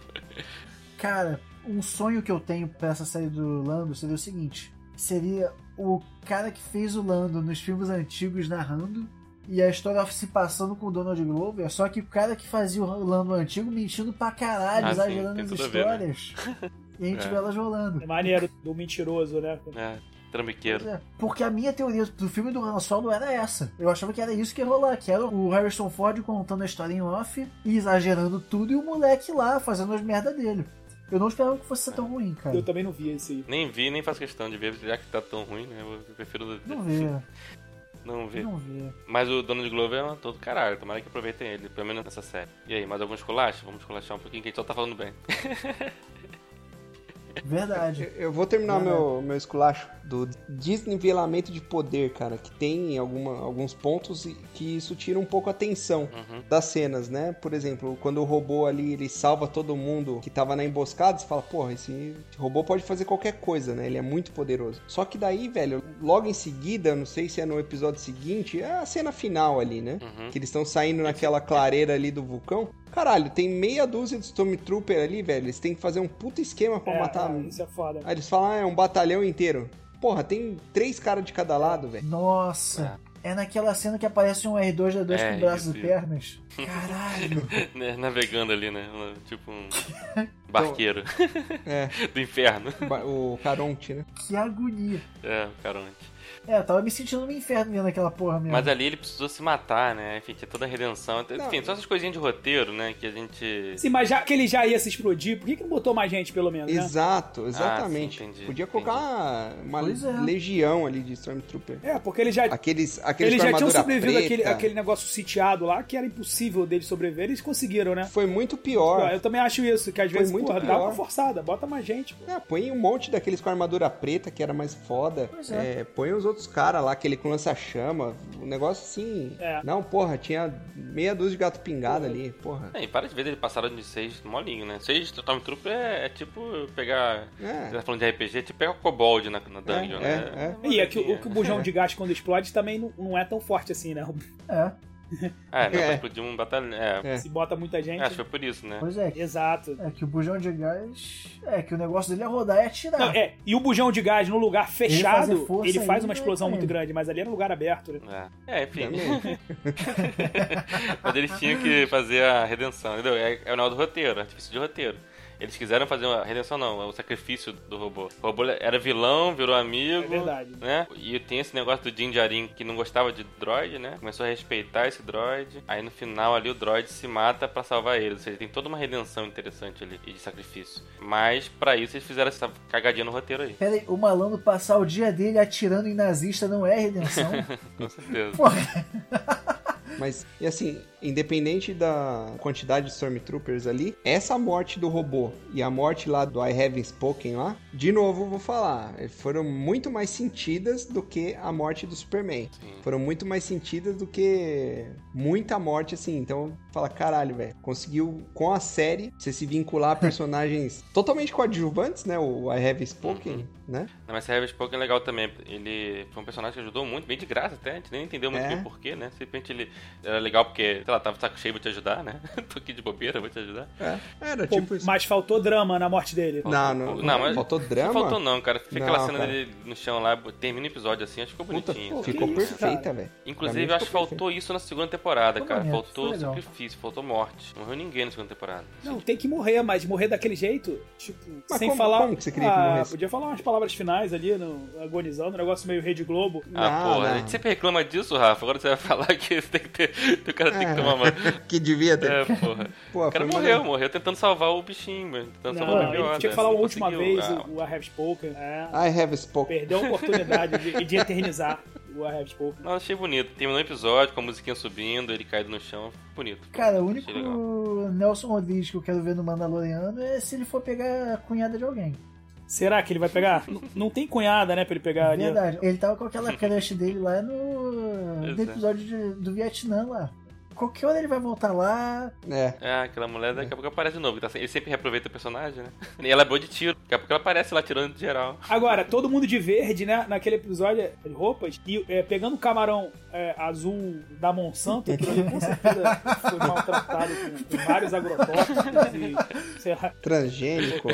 S4: Cara, um sonho que eu tenho pra essa série do Lando seria o seguinte: seria o cara que fez o Lando nos filmes antigos narrando e a história se passando com o Donald Glover, só que o cara que fazia o Lando antigo mentindo pra caralho,
S1: Ah, sim,
S4: exagerando
S1: tem
S4: as
S1: tudo a ver, né?
S4: histórias.
S1: *laughs*
S4: E a gente
S1: É.
S4: vê elas rolando.
S3: É maneiro, do mentiroso, né?
S1: É,
S4: Pois
S1: trambiqueiro.
S4: é, Porque a minha teoria do filme do Han Solo era essa. Eu achava que era isso que ia rolar, que era o Harrison Ford contando a história em off e exagerando tudo e o moleque lá fazendo as merdas dele. Eu não esperava que fosse ser tão ruim, cara.
S3: Eu também não vi esse aí.
S1: Nem vi, nem faço questão de ver, já que tá tão ruim, né? Eu prefiro
S4: Não vê.
S1: *laughs* não ver.
S4: Não vê.
S1: Mas o Donald Glover é um ator do caralho, tomara que aproveitem ele, pelo menos nessa série. E aí, mais alguns colachos? Vamos colachar um pouquinho, que a gente só tá falando bem.
S4: Verdade.
S2: Eu- Eu vou terminar
S4: Verdade.
S2: meu, meu esculacho do desnivelamento de poder, cara, que tem alguma, alguns pontos e- que isso tira um pouco a tensão
S1: Uhum.
S2: das cenas, né? Por exemplo, quando o robô ali, ele salva todo mundo que tava na emboscada, você fala, porra, esse robô pode fazer qualquer coisa, né? Ele é muito poderoso. Só que daí, velho, logo em seguida, não sei se é no episódio seguinte, é a cena final ali, né?
S1: Uhum.
S2: Que eles estão saindo naquela clareira ali do vulcão. Caralho, tem meia dúzia de Stormtrooper ali, velho. Eles têm que fazer um puta esquema pra
S3: É,
S2: matar
S3: é, isso é foda.
S4: *laughs*
S2: Aí eles falam, ah, é um batalhão inteiro. Porra, tem três caras de cada lado, velho.
S4: Nossa. É naquela cena que aparece um R2D2
S1: É,
S4: com braços
S1: isso,
S4: e
S1: isso.
S4: pernas. Caralho!
S1: né, navegando ali, né? Tipo
S2: *laughs*
S1: um barqueiro
S2: É,
S1: *laughs* do inferno.
S2: ba- o Caronte, né?
S4: que agonia!
S1: É, o Caronte.
S4: É, eu tava me sentindo no inferno vendo aquela porra
S2: É.
S4: mesmo.
S1: Mas ali ele precisou se matar, né? Enfim, tinha toda a redenção. Então, Enfim, só essas coisinhas de roteiro, né? Que a gente.
S3: Sim, mas já que ele já ia se explodir, por que, que não botou mais gente, pelo menos, né?
S2: Exato, exatamente.
S1: Ah, entendi,
S2: Podia colocar uma
S4: Pois é.
S2: legião ali de Stormtrooper.
S3: É, porque ele já,
S2: Aqueles, aqueles
S3: ele
S2: com
S3: já tinham
S2: armadura
S3: sobrevivido
S2: preta. é.
S3: àquele, àquele negócio sitiado lá, que era impossível dele sobreviver, eles conseguiram, né?
S2: Foi muito
S3: Pô,
S2: pior.
S3: Eu também acho isso, que às
S2: Foi
S3: vezes,
S2: muito
S3: porra, dá
S2: pior.
S3: uma forçada, bota mais gente, pô.
S2: É, põe um monte daqueles com armadura preta, que era mais foda.
S4: Pois é.
S2: É, põe os outros caras lá, aquele com lança-chama. Um negócio assim.
S3: É.
S2: Não, porra, tinha meia dúzia de gato pingado ali, porra.
S1: É, e várias vezes eles passaram de seis molinho, né? Seis Stormtrooper é, é tipo pegar.
S2: É.
S1: Você tá falando de RPG, é tipo pegar o Kobold na, na dungeon,
S2: é,
S1: né?
S2: é.
S1: uma
S3: E é que o,
S1: doidinha.
S3: o que o bujão de gás quando explode também não, não é tão forte assim, né?
S4: É,
S1: Ah, não,
S2: É.
S1: pra explodir um batalhão. É,
S2: É.
S3: Se bota muita gente.
S1: acho que foi por isso, né?
S4: pois é.
S3: Exato.
S4: É que o bujão de gás. É que o negócio dele é rodar e atirar.
S3: Não, é, e o bujão de gás no lugar
S4: Ele
S3: fechado,
S4: fazia força
S3: ele faz uma
S4: ainda,
S3: explosão
S4: é.
S3: muito grande, mas ali era um lugar aberto, né?
S1: É, É, enfim.
S2: Também.
S1: Mas eles tinham que fazer a redenção, entendeu? É, é o nó do roteiro, artifício de roteiro. Eles quiseram fazer uma redenção, não, o sacrifício do robô. O robô era vilão, virou amigo.
S3: É verdade.
S1: Né? E tem esse negócio do Din Djarin que não gostava de droid, né? Começou a respeitar esse droid. Aí no final ali o droid se mata pra salvar ele. Ou seja, tem toda uma redenção interessante ali e de sacrifício. Mas pra isso eles fizeram essa cagadinha no roteiro aí.
S4: Pera aí, o malandro passar o dia dele atirando em nazista não é redenção?
S1: Com certeza.
S4: Porra,
S2: Mas, e assim, independente da quantidade de Stormtroopers ali, essa morte do robô e a morte lá do I Haven't Spoken lá, de novo vou falar, foram muito mais sentidas do que a morte do Superman. Foram muito mais sentidas do que muita morte, assim. Então, fala, caralho, velho. Conseguiu, com a série, você se vincular a personagens *laughs* totalmente coadjuvantes, né? O I Have Spoken,
S1: Uhum.
S2: né?
S1: Não, mas Harry Spoke é legal também. Ele foi um personagem que ajudou muito, bem de graça até. A gente nem entendeu muito
S2: É.
S1: bem o porquê, né? De repente ele era legal porque, sei lá, tava de saco cheio, vou te ajudar, né? *laughs* Tô aqui de bobeira, vou te ajudar.
S2: É, era
S3: Pô,
S2: tipo isso. É.
S3: mas faltou drama na morte dele.
S2: Não, não,
S1: Não, mas-
S2: faltou drama?
S1: Não faltou não, cara. Fica aquela
S2: É, Não,
S1: cena
S2: cara.
S1: dele no chão lá, termina o episódio assim, acho que ficou
S2: Puta,
S1: bonitinho. sabe?
S2: ficou
S3: que isso,
S2: perfeita,
S3: cara.
S2: velho. Pra
S1: Inclusive,
S2: mim
S1: eu acho que
S2: ficou
S1: faltou isso na segunda temporada,
S4: Foi
S1: cara.
S4: maneiro, foi
S1: Faltou
S4: legal.
S1: sacrifício, faltou morte. Não morreu ninguém na segunda temporada.
S3: Não, tem que morrer, mas morrer daquele jeito, tipo,
S2: Mas
S3: sem
S2: como-
S3: falar. Ah,
S2: como que você queria que morresse?
S3: Podia falar umas palavras finais ali, no, agonizando, um negócio meio Rede Globo.
S1: Ah,
S2: Não,
S1: porra.
S2: não.
S1: A gente sempre reclama disso, Rafa. Agora você vai *laughs* falar que, tem que, ter, que o cara tem que
S2: É.
S1: tomar
S2: *laughs*
S1: uma...
S2: Que devia ter.
S1: É, porra.
S2: Pô,
S1: o cara
S2: foi
S1: morreu,
S2: maneiro.
S1: morreu tentando salvar o bichinho, mano. Tentando
S3: Não,
S1: salvar o
S3: ele
S1: Baby
S3: tinha
S1: Yoda.
S3: que falar
S1: Não
S3: uma última
S1: né? conseguiu.
S3: vez
S1: Ah,
S3: o, o I Have Spoken. É,
S2: I have spoken.
S3: perdeu a oportunidade de, de eternizar o I Have Spoken.
S1: Não, achei bonito. Terminou o episódio com a musiquinha subindo, ele caído no chão. Bonito.
S4: cara, o único
S1: Achei legal.
S4: Nelson Rodrigues que eu quero ver no Mandaloriano é se ele for pegar a cunhada de alguém.
S3: Será que ele vai pegar? N- não tem cunhada, né, pra ele pegar ali.
S4: Verdade. Ele tava com
S1: *laughs*
S4: aquela crush dele lá no, no
S1: Pois é.
S4: episódio de- do Vietnã lá. Qualquer hora ele vai voltar lá.
S2: É.
S1: Ah, aquela mulher daqui a pouco aparece de novo. tá sem- Ele sempre reaproveita o personagem, né? *laughs* E ela é boa de tiro. Daqui a pouco ela aparece lá tirando de geral.
S3: Agora, todo mundo de verde, né? Naquele episódio é, de roupas, e é, pegando o camarão é, azul da Monsanto, que ele com certeza foi maltratado com, com vários agrotóxicos e, sei lá,
S2: Transgênico.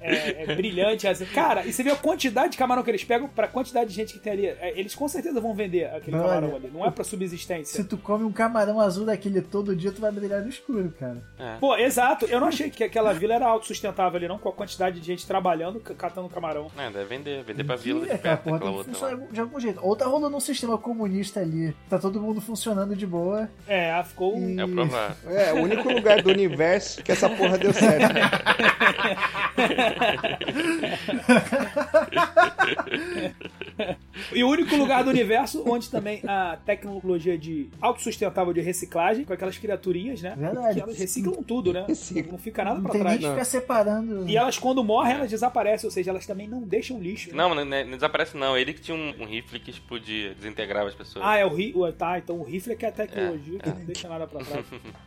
S3: é, é brilhante. Assim. Cara, e você vê a quantidade de camarão que eles pegam pra quantidade de gente que tem ali. É, eles com certeza vão vender aquele
S4: Olha,
S3: camarão ali. Não é pra
S4: Se
S3: subsistência.
S4: tu come um camarão azul daquele todo dia, tu vai brilhar no escuro, cara.
S1: É,
S3: Pô, exato. Eu não achei que aquela vila era autossustentável ali, não, com a quantidade de gente trabalhando, c- catando camarão.
S1: É, deve vender. Vender pra
S4: Que,
S1: vila
S3: É,
S1: de
S4: aquela
S1: perto,
S4: porra
S1: daquela
S4: tem que
S1: outra lá.
S4: funcionar de algum jeito. Ou tá rolando um sistema comunista ali, tá todo mundo funcionando de boa.
S3: É, ficou um.
S1: É o provável.
S2: É, o único lugar do universo que essa porra deu certo.
S3: E o único lugar do universo onde também a tecnologia de autossustentável de reciclagem, com aquelas criaturinhas, né?
S4: Verdade.
S3: Que elas reciclam tudo, né?
S2: Reciclam.
S3: Não fica nada
S4: Não
S3: pra
S4: tem nem
S3: trás. né?
S4: que ficar separando.
S3: E elas, quando morrem, elas desaparecem, ou seja, elas também não deixam lixo. né?
S1: Não, não, não desaparece não. Ele que tinha um, um rifle que explodia, desintegrava as pessoas.
S3: Ah, é o rifle. Tá, então o rifle é que é a tecnologia que não deixa nada pra trás.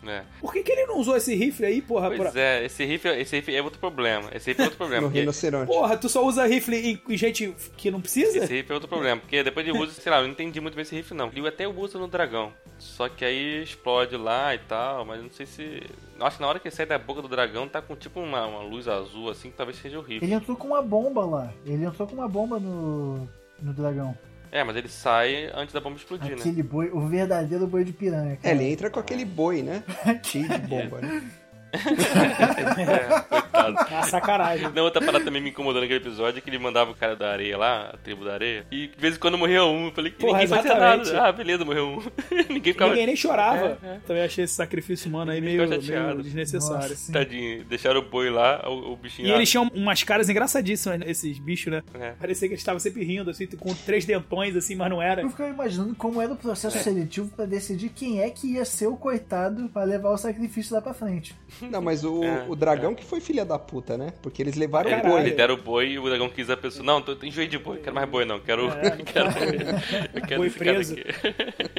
S1: É.
S3: Por que, que ele não usou esse rifle aí, porra?
S1: Pois
S3: pra-
S1: é, esse rifle, esse rifle é outro problema. Esse
S3: *laughs*
S1: rifle é outro problema.
S2: No
S1: porque-
S2: rinoceronte.
S3: Porra, tu só usa rifle em- em gente que não precisa?
S1: Esse riff é outro problema, porque depois de uso, sei lá, eu não entendi muito bem esse riff, não. Ele até usa no dragão. Só que aí explode lá e tal, mas eu não sei se. eu Acho que na hora que ele sai da boca do dragão, tá com tipo uma, uma luz azul assim, que talvez seja o riff.
S4: Ele entrou com uma bomba lá. Ele entrou com uma bomba no, no dragão.
S1: É, mas ele sai antes da bomba explodir, né?
S4: Aquele boi, o verdadeiro boi de piranha.
S2: É,
S4: Cara.
S2: ele entra com aquele boi, né? Cheio de bomba, né?
S1: É, coitado.
S3: É uma sacanagem.
S1: Não, outra parada também me incomodou naquele episódio é que ele mandava o cara da areia lá, a tribo da areia, e de vez em quando morria um. Eu falei, que
S3: Porra,
S1: ninguém fazia
S3: exatamente.
S1: nada. Ah, beleza, morreu um. *laughs* ninguém *laughs* ficava.
S3: Ninguém nem chorava.
S1: É, é.
S3: Também achei esse sacrifício humano aí
S1: Ninguém
S3: meio,
S1: ficou chateado.
S3: meio desnecessário.
S4: Nossa.
S1: Tadinho, deixaram o boi lá, o, o bichinho
S3: E
S1: lá.
S3: eles tinham umas caras engraçadíssimas, esses bichos, né?
S1: É.
S3: Parecia que eles estavam sempre rindo, assim, com três dentões, assim, mas não era.
S4: Eu ficava imaginando como era o processo
S3: É.
S4: seletivo pra decidir quem é que ia ser o coitado pra levar o sacrifício lá pra frente.
S2: Não, mas o,
S1: É,
S2: o dragão que foi filha da puta, né? Porque eles levaram o
S1: Ele-
S2: boi.
S1: Ele deram o boi e o dragão quis a pessoa. Não, tô, enjoei de boi, quero mais boi não, quero. quero eu *laughs* quero
S3: É, Boi
S1: esse cara
S3: preso.
S1: aqui. *laughs*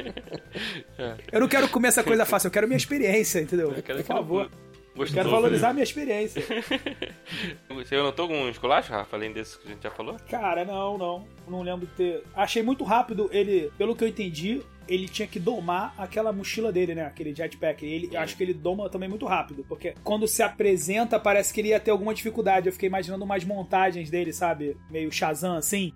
S3: Eu não quero comer essa coisa fácil, eu quero minha experiência, entendeu?
S1: Eu quero
S3: Por
S1: aquele
S3: favor.
S1: boi
S3: Eu
S1: gostoso.
S3: quero valorizar a minha experiência.
S1: Você anotou algum um esculacho, Rafa, além desse que a gente já falou?
S3: Cara, não, não. Não lembro de ter. Achei muito rápido ele, pelo que eu entendi, ele tinha que domar aquela mochila dele, né? Aquele jetpack. Ele, acho que ele doma também muito rápido, porque quando se apresenta, parece que ele ia ter alguma dificuldade. Eu fiquei imaginando umas montagens dele, sabe? Meio Shazam assim.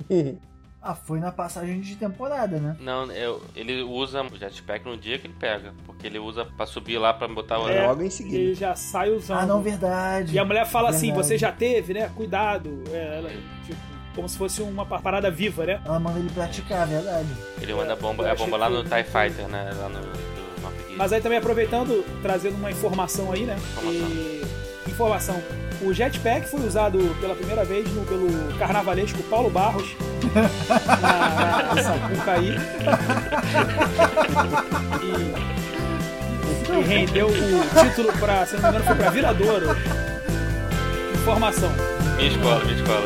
S4: Ah, foi na passagem de temporada, né?
S1: Não, eu- ele usa o jetpack no dia que ele pega, porque ele usa pra subir lá pra botar o.
S3: É.
S2: Logo em
S3: E
S2: seguida.
S3: ele já sai usando.
S4: Ah, não, verdade.
S3: Então, E a mulher fala assim:
S4: Verdade.
S3: você já teve, né? Cuidado. É, ela, tipo, como se fosse uma pa- parada viva, né?
S4: Ela manda ele praticar, verdade.
S1: Ele manda a bomba,
S3: eu
S1: é a
S3: achei
S1: bomba lá
S3: que-
S1: no TIE Fighter, né? Lá no, no Map Gear.
S3: Mas aí também aproveitando, trazendo uma informação aí, né?
S1: Informação.
S3: E- informação. O jetpack foi usado pela primeira vez no- pelo carnavalesco Paulo Barros na, na Sapucaí. E, e rendeu o título para, se não me engano, foi para Viradouro. Informação.
S1: Minha escola, minha escola.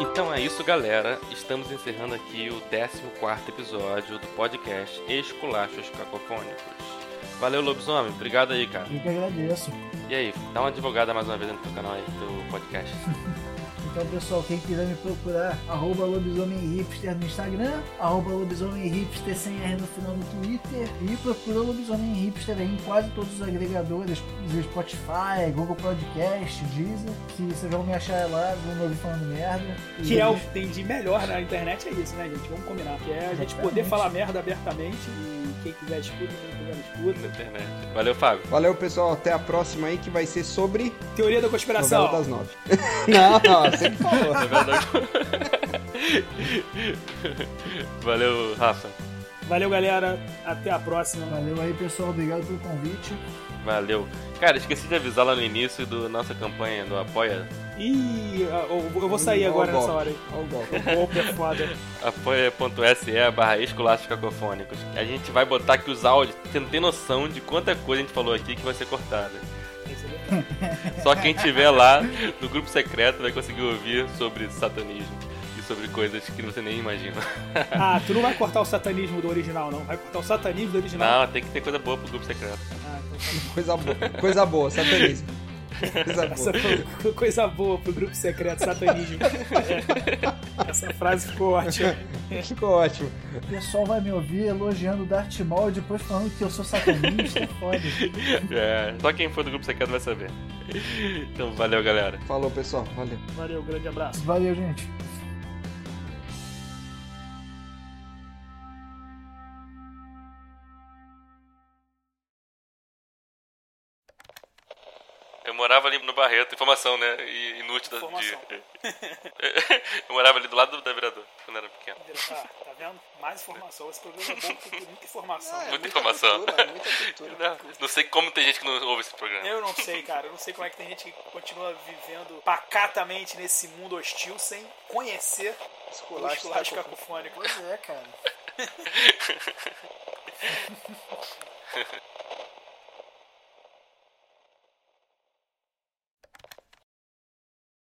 S1: Então é isso, galera. Estamos encerrando aqui o 14 episódio do podcast Esculachos Cacofônicos. Valeu, lobisomem. Obrigado aí, cara.
S4: Eu que agradeço.
S1: E aí, dá uma advogada mais uma vez no teu canal aí, do *laughs* podcast.
S4: Então, pessoal, quem quiser me procurar, arroba lobisomem hipster no Instagram, arroba lobisomem hipster sem R no final no Twitter, e procura lobisomem hipster aí em quase todos os agregadores, Spotify, Google Podcast, Deezer, que vocês vão me achar lá, vão me ouvir falando merda. E
S3: Que é o
S4: eles-
S3: que tem de melhor na internet, é isso, né, gente? Vamos combinar. Que é a gente poder
S4: Exatamente.
S3: falar merda abertamente e quem quiser escuta, quem quiser não
S1: Na
S3: escuta.
S1: internet. Valeu, Fábio.
S2: Valeu, pessoal. Até a próxima aí, que vai ser sobre
S3: Teoria da
S2: Novela
S3: conspiração.
S2: das Nove. *laughs* não, não, você que falou.
S1: É Valeu, Rafa.
S3: Valeu, galera. Até a próxima.
S4: Valeu aí, pessoal. Obrigado pelo convite.
S1: Valeu. Cara, esqueci de avisar lá no início da nossa campanha do Apoia.
S3: Ih, eu vou- eu vou sair
S2: Ó o
S3: agora nessa
S2: golpe,
S3: hora aí.
S2: ó o golpe.
S3: Golpe é foda.
S2: *laughs*
S1: apoia.se barra esculachos cacofônicos. A gente vai botar aqui os áudios. Você não tem noção de quanta coisa a gente falou aqui que vai ser cortada. Só quem tiver lá no grupo secreto vai conseguir ouvir sobre satanismo e sobre coisas que você nem imagina.
S3: Ah, tu não vai cortar o satanismo do original, não. Vai cortar o satanismo do original.
S1: Não, tem que ter coisa boa pro grupo secreto.
S3: Ah, então tá.
S2: Coisa boa, coisa boa, satanismo. Coisa
S3: *laughs* Essa
S2: boa.
S3: foi uma coisa boa pro grupo secreto
S2: *laughs*
S3: satanismo. É. Essa frase ficou ótima.
S2: Ficou ótimo.
S4: O pessoal vai me ouvir elogiando o Darth Maul e depois falando que eu sou satanista. *laughs* é Foda.
S1: É, só quem for do grupo secreto vai saber. Então, valeu, galera.
S2: Falou, pessoal. Valeu.
S3: Valeu, grande abraço.
S4: Valeu, gente.
S1: Eu morava ali no Barreto, informação, né? E inútil da
S3: Informação.
S1: de- *laughs* Eu morava ali do lado da virador, quando era pequeno.
S3: Ah, tá vendo? Mais informação. Esse programa é bom porque tem muita informação.
S2: É,
S1: Muita informação.
S2: muita cultura.
S1: Não, não sei como tem gente que não ouve esse programa.
S3: Eu não sei, cara. Eu não sei como é que tem gente que continua vivendo pacatamente nesse mundo hostil sem conhecer o esculacho cacofônico.
S4: Pois é, cara.